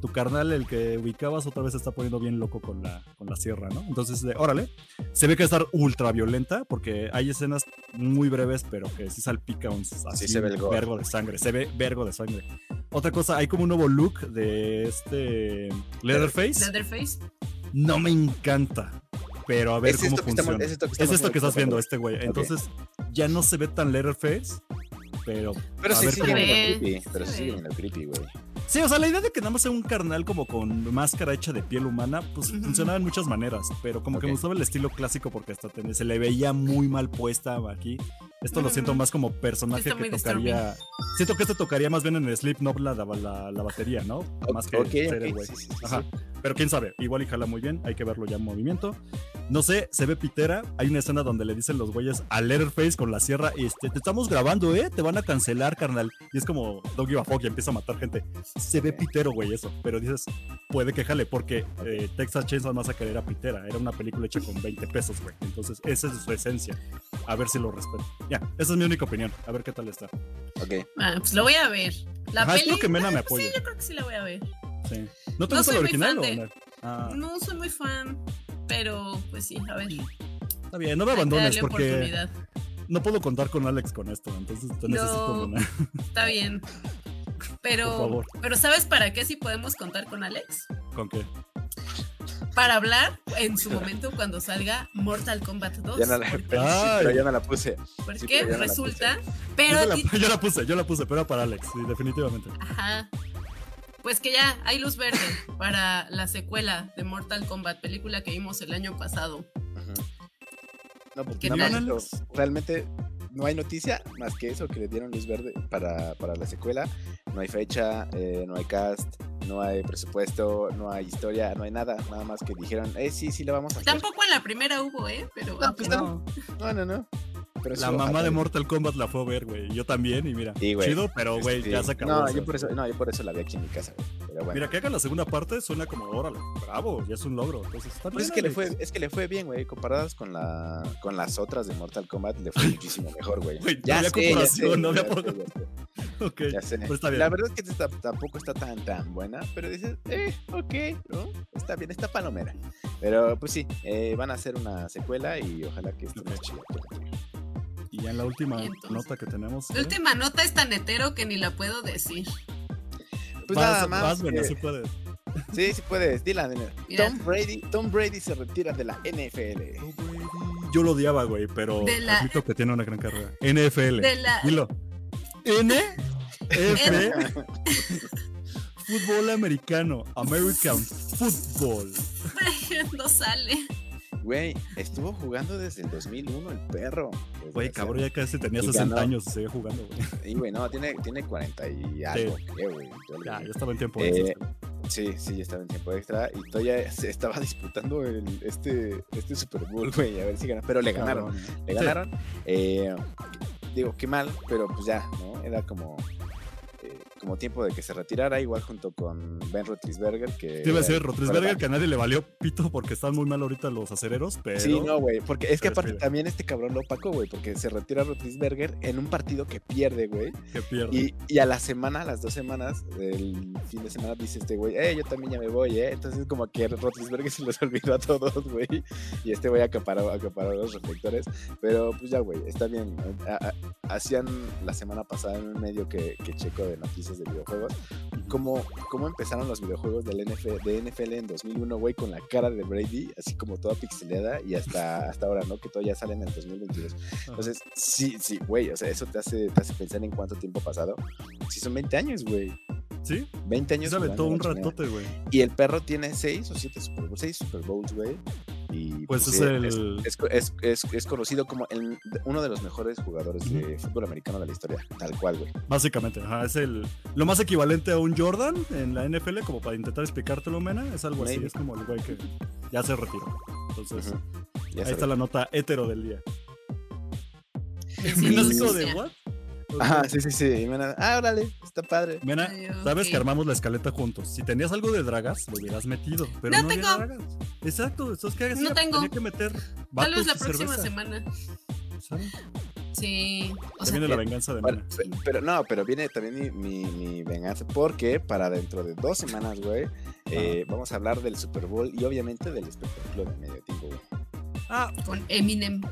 Speaker 4: tu carnal, el que ubicabas, otra vez se está poniendo bien loco con la, con la sierra, ¿no? Entonces, de, órale. Se ve que va a estar ultra violenta porque hay escenas muy breves, pero que sí salpica un así
Speaker 3: se ve el gore.
Speaker 4: vergo de sangre. Se ve vergo de sangre. Otra cosa, hay como un nuevo look de este Leatherface.
Speaker 2: Leatherface.
Speaker 4: No me encanta, pero a ver
Speaker 3: Es
Speaker 4: cómo
Speaker 3: esto que estamos-
Speaker 4: funciona.
Speaker 3: es esto que
Speaker 4: Es
Speaker 3: estamos
Speaker 4: esto que estás viendo,
Speaker 3: ahorita,
Speaker 4: este güey. Entonces, ya no se ve tan Leatherface, pero
Speaker 3: Pero
Speaker 4: A
Speaker 3: sí
Speaker 4: ver
Speaker 3: sigue
Speaker 4: cómo-
Speaker 3: medio creepy.
Speaker 2: Se
Speaker 3: Pero sí
Speaker 2: ve.
Speaker 3: sigue medio creepy, güey.
Speaker 4: Sí, o sea, la idea de que nada más sea un carnal como con máscara hecha de piel humana, pues
Speaker 2: Ujú.
Speaker 4: funcionaba en muchas maneras, pero como que
Speaker 3: Ok.
Speaker 4: me gustaba el estilo clásico porque hasta ten- se le veía muy mal puesta aquí. Esto lo siento
Speaker 2: Ujú.
Speaker 4: más como personaje
Speaker 2: Está
Speaker 4: que
Speaker 2: muy
Speaker 4: tocaría. Siento que esto tocaría más bien en el Sleep Knob la, la, la- la batería, ¿no? Más que
Speaker 3: Ok, ok,
Speaker 4: ser el güey.
Speaker 3: sí, sí, sí, sí.
Speaker 4: Ajá. Pero quién sabe, igual y jala muy bien, hay que verlo ya en movimiento. No sé, se ve pitera. Hay una escena donde le dicen los güeyes a Letterface con la sierra: este, Te estamos grabando, ¿eh? Te van a cancelar, carnal. Y es como Doggy Bafog y empieza a matar gente. Se ve
Speaker 3: Ok.
Speaker 4: pitero, güey, eso. Pero dices: Puede que jale, porque eh, Texas Chainsaw Massacre era pitera. Era una película hecha con 20 pesos, güey. Entonces, esa es su esencia. A ver si lo respeto. Ya, esa es mi única opinión. A ver qué tal está.
Speaker 3: Ok.
Speaker 2: Ah, pues lo voy a ver. La
Speaker 4: Ajá,
Speaker 2: peli.
Speaker 4: espero que Mena me
Speaker 2: pues
Speaker 4: apoye.
Speaker 2: Sí, yo creo que sí la voy a ver.
Speaker 4: Sí. ¿No te
Speaker 2: No
Speaker 4: gusta
Speaker 2: soy
Speaker 4: la
Speaker 2: muy
Speaker 4: original
Speaker 2: fan
Speaker 4: o
Speaker 2: de-
Speaker 4: no? Ah,
Speaker 2: No soy muy fan, pero pues sí, a ver. hay
Speaker 4: está bien, no me
Speaker 2: que
Speaker 4: abandones
Speaker 2: darle
Speaker 4: porque.
Speaker 2: oportunidad.
Speaker 4: no puedo contar con Alex con esto, entonces te necesito
Speaker 2: No.
Speaker 4: una.
Speaker 2: Está bien.
Speaker 4: Por
Speaker 2: Pero,
Speaker 4: favor.
Speaker 2: pero ¿sabes para qué sí podemos contar con Alex?
Speaker 4: ¿Con qué?
Speaker 2: Para hablar en su momento cuando salga Mortal Kombat 2.
Speaker 3: Ya no la, pero ya no la puse.
Speaker 2: ¿Por
Speaker 3: sí,
Speaker 2: qué?
Speaker 3: pero ya no la
Speaker 2: Resulta.
Speaker 4: Yo
Speaker 2: Pero a
Speaker 4: la,
Speaker 2: ti-
Speaker 4: yo la puse, yo la puse, pero era para Alex, sí, definitivamente.
Speaker 2: Ajá. Pues que ya hay luz verde para la secuela de Mortal Kombat, película que vimos el año pasado.
Speaker 3: Ajá. No, pues
Speaker 2: ¿Qué
Speaker 3: nada
Speaker 2: tal?
Speaker 3: más eso. realmente no hay noticia más que eso que le dieron luz verde para, para la secuela. No hay fecha, eh, no hay cast, no hay presupuesto, no hay historia, no hay nada. Nada más que dijeron, eh, sí, sí, la vamos a hacer.
Speaker 2: Tampoco en la primera hubo, ¿eh? Pero
Speaker 3: No, pues no. No, no, no. Pero
Speaker 4: La
Speaker 3: eso,
Speaker 4: mamá
Speaker 3: ajá,
Speaker 4: de Mortal Kombat la fue a ver, güey. Yo también, y mira.
Speaker 3: Sí, güey.
Speaker 4: chido, pero, güey,
Speaker 3: este,
Speaker 4: ya se acabó.
Speaker 3: No
Speaker 4: o sea,
Speaker 3: yo, por eso, no, yo por eso la vi aquí en mi casa, güey. Pero bueno.
Speaker 4: Mira, que haga la segunda parte suena como, órale, bravo, ya es un logro. Entonces, está
Speaker 3: Pues es
Speaker 4: bien,
Speaker 3: que, le
Speaker 4: Alex.
Speaker 3: fue, es que le fue bien, güey. Comparadas con, la, con las otras de Mortal Kombat, le fue muchísimo mejor, güey.
Speaker 4: Güey, no había comparación, no había
Speaker 3: ya sé.
Speaker 4: Ok,
Speaker 3: Ya sé.
Speaker 4: pero está bien.
Speaker 3: La verdad es que esta tampoco está tan tan buena, pero dices, eh, ok, ¿no? Está bien, está palomera. Pero pues sí, eh, van a hacer una secuela y ojalá que esté más chida. que la anterior.
Speaker 4: Y ya en la última
Speaker 2: Y entonces-
Speaker 4: nota que tenemos.
Speaker 2: La
Speaker 4: ¿eh?
Speaker 2: última nota es tan hetero que ni la puedo decir.
Speaker 3: Pues
Speaker 4: vas,
Speaker 3: nada más.
Speaker 4: vas, bueno,
Speaker 3: eh,
Speaker 4: sí puedes.
Speaker 3: sí, sí puedes, dila, dila.
Speaker 2: Mira.
Speaker 3: Tom Brady, Tom Brady se retira de la NFL.
Speaker 4: Yo lo odiaba, güey, pero
Speaker 2: De la-
Speaker 4: admito que tiene una gran carrera. NFL.
Speaker 2: De la,
Speaker 4: Dilo. N F Fútbol americano. American Football.
Speaker 2: no sale.
Speaker 3: Güey, estuvo jugando desde el 2001 el perro.
Speaker 4: Güey,
Speaker 3: desgraciado.
Speaker 4: cabrón, ya casi tenía
Speaker 3: Y
Speaker 4: 60
Speaker 3: ganó.
Speaker 4: años y seguía jugando, güey.
Speaker 3: Y güey, no, tiene, tiene 40 y algo, creo, güey. algo
Speaker 4: Ya,
Speaker 3: así.
Speaker 4: ya estaba en tiempo.
Speaker 3: Eh,
Speaker 4: extra.
Speaker 3: Sí, sí, ya estaba en tiempo extra y todavía se estaba disputando el, este, este Super Bowl, güey, a ver si ganaron. Pero le ganaron,
Speaker 4: Cabrón, ¿eh?
Speaker 3: le
Speaker 4: Sí.
Speaker 3: ganaron. Eh, digo, qué mal, pero pues ya, ¿no? Era como, eh, como tiempo de que se retirara, igual junto con Ben Roethlisberger, que...
Speaker 4: Te iba a decir,
Speaker 3: era el
Speaker 4: Rotrisberger, que a nadie le valió pito porque están muy mal ahorita los acereros, pero.
Speaker 3: Sí, no, güey, porque es que
Speaker 4: pero
Speaker 3: aparte
Speaker 4: espera.
Speaker 3: también este cabrón lo opacó, güey, porque se retira Roethlisberger en un partido que pierde, güey,
Speaker 4: Que pierde.
Speaker 3: y, y a la semana, a las dos semanas del fin de semana dice este güey, eh, yo también ya me voy, eh, entonces como que Roethlisberger se los olvidó a todos, güey, y este güey acaparó, acaparó los reflectores, pero pues ya, güey, está bien, eh, A- a- hacían la semana pasada en un medio que, que checo de noticias de videojuegos, cómo, cómo empezaron los videojuegos del NFL, de NFL en 2001, güey, con la cara de Brady, así como toda pixelada y hasta, hasta ahora, ¿no? Que todavía salen en el 2022. Entonces, sí, sí, güey, o sea, eso te hace, te hace pensar en cuánto tiempo ha pasado. Sí, son 20 años, güey.
Speaker 4: Sí,
Speaker 3: 20 años.
Speaker 4: se aventó
Speaker 3: jugando eh.
Speaker 4: un
Speaker 3: la chingada.
Speaker 4: ratote, güey.
Speaker 3: Y el perro tiene 6 o 7 Super Bowls, 6 Super Bowls, güey. Y
Speaker 4: Pues es
Speaker 3: sí,
Speaker 4: el.
Speaker 3: es, es- es- es conocido como el- uno de los mejores jugadores de fútbol americano de la historia, tal cual, güey.
Speaker 4: Básicamente, ajá, es el. Lo más equivalente a un Jordan en la NFL, como para intentar explicártelo, Mena, es algo así.
Speaker 3: Maybe.
Speaker 4: Es como el güey que ya se retiró. Entonces,
Speaker 3: Ujú. Ya
Speaker 4: Pues ahí
Speaker 3: sabes.
Speaker 4: está la nota hétero del día.
Speaker 2: Es
Speaker 4: Mena
Speaker 2: mi
Speaker 4: es como de,
Speaker 2: infancia.
Speaker 4: ¿what?
Speaker 3: Ajá, sí, sí, sí. Y me nada- ah, órale, está padre.
Speaker 4: Mena,
Speaker 2: Ay, ok.
Speaker 4: sabes que armamos la escaleta juntos. Si tenías algo de dragas, lo hubieras metido. Pero
Speaker 2: No
Speaker 4: no, había
Speaker 2: tengo.
Speaker 4: dragas. Exacto, eso es que
Speaker 2: No tengo.
Speaker 4: tenía que meter.
Speaker 2: Tal
Speaker 4: vatos
Speaker 2: vez la
Speaker 4: y
Speaker 2: próxima
Speaker 4: cerveza,
Speaker 2: semana.
Speaker 4: ¿sabes?
Speaker 2: Sí. O
Speaker 4: Se
Speaker 2: sea,
Speaker 4: viene la venganza de
Speaker 3: Bueno,
Speaker 4: Mena.
Speaker 3: pe- pero no, pero viene también mi, mi, mi venganza. Porque para dentro de dos semanas, güey, eh, vamos a hablar del Super Bowl y obviamente del espectáculo de medio tiempo, güey.
Speaker 4: Ah,
Speaker 2: con Eminem.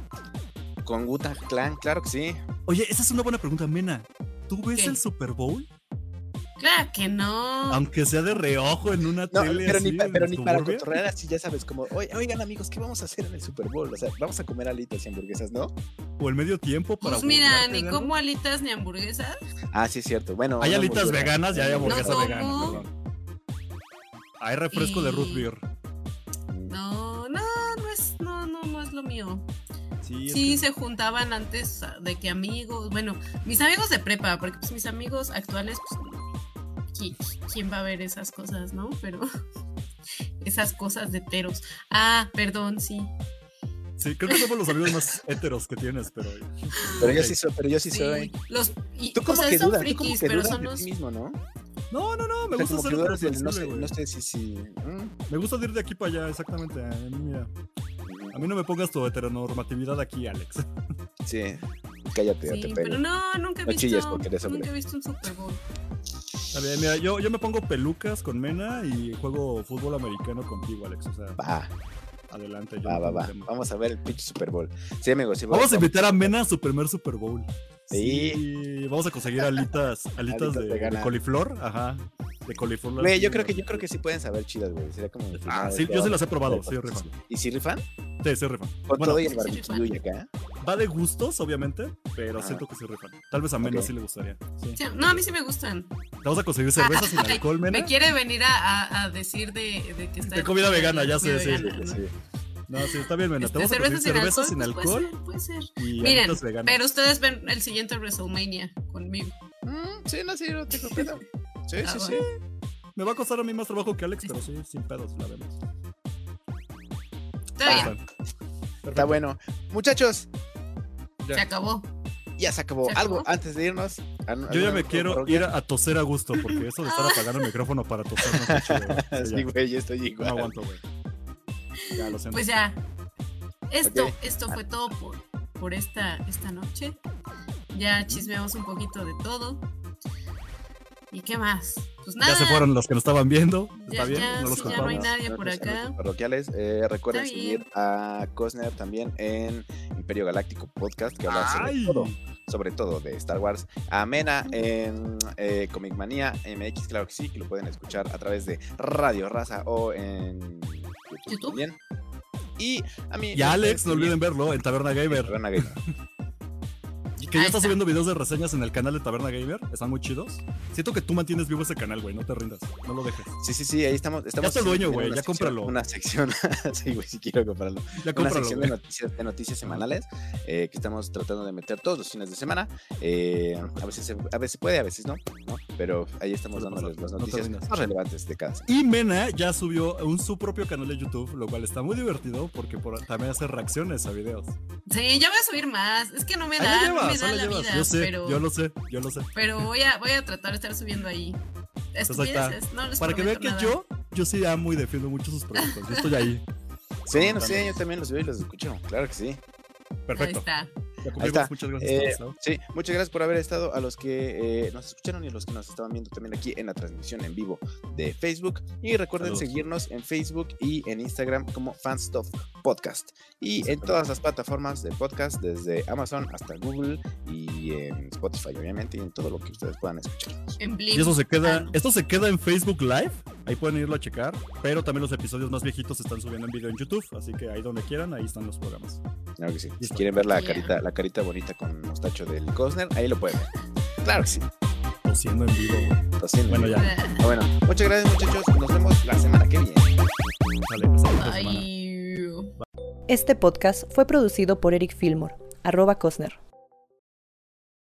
Speaker 3: Con Guta Clan, claro que sí.
Speaker 4: oye, esa es una buena pregunta, Mena. ¿Tú ves
Speaker 2: ¿Qué?
Speaker 4: el Super Bowl?
Speaker 2: Claro que no.
Speaker 4: Aunque sea de reojo en una
Speaker 3: No,
Speaker 4: tele
Speaker 3: pero,
Speaker 4: así.
Speaker 3: ni, pa-
Speaker 4: en
Speaker 3: pero ni para
Speaker 4: suburbia.
Speaker 3: cotorrear así, ya sabes, como, "Oye, oigan amigos, ¿qué vamos a hacer en el Super Bowl? O sea, vamos a comer alitas y hamburguesas, ¿no?
Speaker 4: O el medio tiempo para.
Speaker 2: Pues mira,
Speaker 4: burlarte
Speaker 2: ni
Speaker 4: de algo.
Speaker 2: como alitas ni hamburguesas.
Speaker 3: Ah, sí, es cierto. Bueno,
Speaker 4: Hay
Speaker 3: una
Speaker 4: alitas
Speaker 3: hamburguesa.
Speaker 4: veganas y hay
Speaker 3: Una
Speaker 4: hamburguesas
Speaker 2: No,
Speaker 4: veganas.
Speaker 2: ¿cómo?
Speaker 4: perdón. Hay refresco de root
Speaker 2: Y-
Speaker 4: beer.
Speaker 2: No, no, no es, no, no, no es lo mío.
Speaker 4: Sí, es
Speaker 2: Sí,
Speaker 4: que-
Speaker 2: se juntaban antes de que amigos, bueno, mis amigos de prepa, porque pues mis amigos actuales, pues, ¿qui- qui- ¿quién va a ver esas cosas, no? Pero esas cosas de teros. Ah, perdón, sí.
Speaker 4: sí, creo que somos los amigos más heteros que tienes, pero.
Speaker 3: Pero yo
Speaker 4: Ok.
Speaker 3: sí soy, pero yo sí,
Speaker 2: sí.
Speaker 3: soy.
Speaker 2: Los, y,
Speaker 3: Tú
Speaker 2: o
Speaker 3: como
Speaker 2: sea,
Speaker 3: que
Speaker 2: son
Speaker 3: dudas, tú como
Speaker 2: frikis,
Speaker 3: que
Speaker 2: pero
Speaker 3: dudas
Speaker 2: son
Speaker 3: de
Speaker 2: los...
Speaker 3: ti mismo, ¿no?
Speaker 4: No, no, no, me
Speaker 3: O sea,
Speaker 4: gusta
Speaker 3: como que
Speaker 4: ser
Speaker 3: dudas del no sé,
Speaker 4: heteroflexible, güey.
Speaker 3: no sé si, si... mm,
Speaker 4: Me gusta ir de aquí para allá, exactamente. A mí, mira, a mí no me pongas tu heteronormatividad aquí, Alex.
Speaker 3: Sí, cállate, o
Speaker 2: Sí,
Speaker 3: te pego.
Speaker 2: pero no, nunca he
Speaker 3: No
Speaker 2: visto,
Speaker 3: chilles porque eres hombre.
Speaker 2: nunca he visto un Super Bowl.
Speaker 4: Está bien, mira, yo, yo me pongo pelucas con Mena y juego fútbol americano contigo, Alex. O sea,
Speaker 3: Va,
Speaker 4: adelante. yo
Speaker 3: va,
Speaker 4: no
Speaker 3: va,
Speaker 4: tengo
Speaker 3: va.
Speaker 4: tema.
Speaker 3: Vamos a ver el pitch Super Bowl. Sí, amigos, sí,
Speaker 4: Em. Vamos a invitar a Mena a su primer Super Bowl.
Speaker 3: Sí.
Speaker 4: Vamos a conseguir alitas, alitas
Speaker 3: Alitas
Speaker 4: de, de
Speaker 3: veganas.
Speaker 4: coliflor. Ajá. De coliflor.
Speaker 3: Güey, yo
Speaker 4: así,
Speaker 3: creo que yo
Speaker 4: ¿no?
Speaker 3: creo que sí pueden saber chidas, güey. Sería como el
Speaker 4: Ah,
Speaker 3: final
Speaker 4: sí,
Speaker 3: de
Speaker 4: yo
Speaker 3: todo.
Speaker 4: se las he probado. Sí, rifan.
Speaker 3: ¿Y si rifan?
Speaker 4: Sí, sí, rifan.
Speaker 3: Con
Speaker 4: Bueno,
Speaker 3: todo y el
Speaker 2: sí rifan.
Speaker 3: barbecue y acá.
Speaker 4: Va de gustos, obviamente, pero
Speaker 3: Ajá.
Speaker 4: siento que sí rifan. Tal vez a Mena
Speaker 3: Ok.
Speaker 4: sí le gustaría. Sí.
Speaker 2: O sea, no, a mí sí me gustan.
Speaker 4: Te Vamos a conseguir cervezas sin alcohol, Mena.
Speaker 2: Me quiere venir a, a- a decir de, de que está...
Speaker 4: De comida vegana, ya sé,
Speaker 2: comida
Speaker 4: sí,
Speaker 3: Sí,
Speaker 2: vegana, ¿no?
Speaker 3: sí.
Speaker 4: No, sí, está bien, Mena.
Speaker 2: Este,
Speaker 4: Te vamos a conseguir cervezas sin
Speaker 2: pues, puede
Speaker 4: alcohol
Speaker 2: ser, puede ser.
Speaker 4: y
Speaker 2: Miren,
Speaker 4: alitas veganas.
Speaker 2: Pero ustedes ven el siguiente WrestleMania conmigo.
Speaker 3: Mm, sí, no, sí, no tengo pedo. Sí,
Speaker 2: Ah,
Speaker 3: sí, sí.
Speaker 2: bueno.
Speaker 4: Me va a costar a mí más trabajo que Alex, pero sí, sin pedos, la Ah, vemos.
Speaker 2: Está bien,
Speaker 3: Está bueno. Muchachos,
Speaker 2: se acabó.
Speaker 3: ya se acabó.
Speaker 2: ¿Se acabó?
Speaker 3: Algo antes de irnos. Ah, an-
Speaker 4: Yo ya
Speaker 3: alguna
Speaker 4: me quiero
Speaker 3: parodia.
Speaker 4: ir a toser a gusto, porque eso de
Speaker 2: Ah.
Speaker 4: estar apagando el micrófono para toser no está chido, güey. Sí,
Speaker 3: Sí,
Speaker 4: ya,
Speaker 3: güey, yo estoy
Speaker 4: No
Speaker 3: igual.
Speaker 4: aguanto, güey. Ya, lo siento.
Speaker 2: Pues ya. Esto,
Speaker 3: Ok. Ah.
Speaker 2: esto fue todo por, por esta, esta noche. Ya chismeamos un poquito de todo. ¿Y qué más? Pues nada.
Speaker 4: ya se fueron los que nos estaban viendo. Está
Speaker 2: Ya-
Speaker 4: bien,
Speaker 2: ya,
Speaker 4: no los
Speaker 2: sí, ya no hay
Speaker 4: contamos.
Speaker 2: nadie
Speaker 3: Nosotros
Speaker 2: por
Speaker 3: en
Speaker 2: acá.
Speaker 3: nuestros Parroquiales, Eh, recuerden
Speaker 2: Está
Speaker 3: seguir
Speaker 2: bien.
Speaker 3: a Cosner también en Imperio Galáctico Podcast, que habla sobre
Speaker 4: Ay.
Speaker 3: todo, sobre todo de Star Wars. A Mena en eh, Comic Manía MX, claro que sí, que lo pueden escuchar a través de Radio Raza o en YouTube,
Speaker 2: ¿YouTube?
Speaker 3: también. Y a mí.
Speaker 4: Y a Alex, no olviden verlo en Taberna Gamer.
Speaker 3: Taberna Gamer.
Speaker 4: Que
Speaker 2: Ahí
Speaker 4: ya está
Speaker 2: está.
Speaker 4: subiendo videos de reseñas en el canal de Taberna Gamer. Están muy chidos. Siento que tú mantienes vivo ese canal, güey. No te rindas. No lo dejes.
Speaker 3: Sí, sí, sí, ahí estamos. estamos
Speaker 4: está el dueño,
Speaker 3: haciendo
Speaker 4: güey,
Speaker 3: una
Speaker 4: ya
Speaker 3: sección-
Speaker 4: cómpralo.
Speaker 3: Una sección, sí, güey, sí quiero comprarlo.
Speaker 4: Ya
Speaker 3: una
Speaker 4: cómpralo,
Speaker 3: sección de
Speaker 4: güey.
Speaker 3: noticias, de noticias semanales eh, que estamos tratando de meter todos los fines de semana. Eh, a, veces se, a veces puede, a veces no, ¿no? pero ahí estamos
Speaker 4: Suele
Speaker 3: dándoles las
Speaker 4: pasar, no te
Speaker 3: noticias
Speaker 4: rindas.
Speaker 3: más relevantes de cada semana.
Speaker 4: Y Mena ya subió un, su propio canal de YouTube, lo cual está muy divertido porque por- también hace reacciones a videos.
Speaker 2: Sí, ya voy a subir más. Es que no me
Speaker 4: Ahí la
Speaker 2: da, no
Speaker 4: llevas,
Speaker 2: me
Speaker 4: ahí
Speaker 2: da
Speaker 4: la
Speaker 2: la
Speaker 4: llevas.
Speaker 2: vida.
Speaker 4: yo sé,
Speaker 2: pero
Speaker 4: yo lo sé, yo lo sé.
Speaker 2: pero voy, a, voy a tratar de estar subiendo ahí. Estupideces, no les
Speaker 4: Pues Para que vean
Speaker 2: prometo
Speaker 4: que
Speaker 2: nada.
Speaker 4: yo, yo sí amo y defiendo mucho sus productos. Yo estoy ahí.
Speaker 3: Sí, no sé, yo también los veo y los escucho, claro que sí.
Speaker 4: Perfecto.
Speaker 2: Ahí está.
Speaker 4: Ya cumplimos.
Speaker 3: Ahí está.
Speaker 4: Muchas gracias,
Speaker 3: Eh,
Speaker 4: Gustavo.
Speaker 3: Sí, muchas gracias por haber estado a los que eh, nos escucharon y a los que nos estaban viendo también aquí en la transmisión en vivo de Facebook. Y recuerden
Speaker 4: Saludos.
Speaker 3: seguirnos en Facebook y en Instagram como Fanstuff Podcast. Y en todas las plataformas de podcast, desde Amazon hasta Google y en Spotify, obviamente, y en todo lo que ustedes puedan escucharnos.
Speaker 2: En Blim.
Speaker 4: Y eso se queda,
Speaker 2: Ah,
Speaker 4: esto se queda en Facebook Live, ahí pueden irlo a checar, pero también los episodios más viejitos se están subiendo en video en YouTube, así que ahí donde quieran, ahí están los programas.
Speaker 3: Claro que sí. Si
Speaker 4: Listo.
Speaker 3: quieren ver la
Speaker 2: Yeah.
Speaker 3: carita, la carita bonita con mostacho del Cosner, ahí lo pueden ver. Claro que sí.
Speaker 4: Tosiendo en vivo, güey.
Speaker 3: Lo siento.
Speaker 4: Bueno, ya.
Speaker 2: ah,
Speaker 3: Ah, bueno, muchas gracias, muchachos. Nos vemos la semana que viene.
Speaker 4: Sale, hasta la próxima semana.
Speaker 2: Ay.
Speaker 1: Este podcast fue producido por Eric Fillmore, arroba Cosner,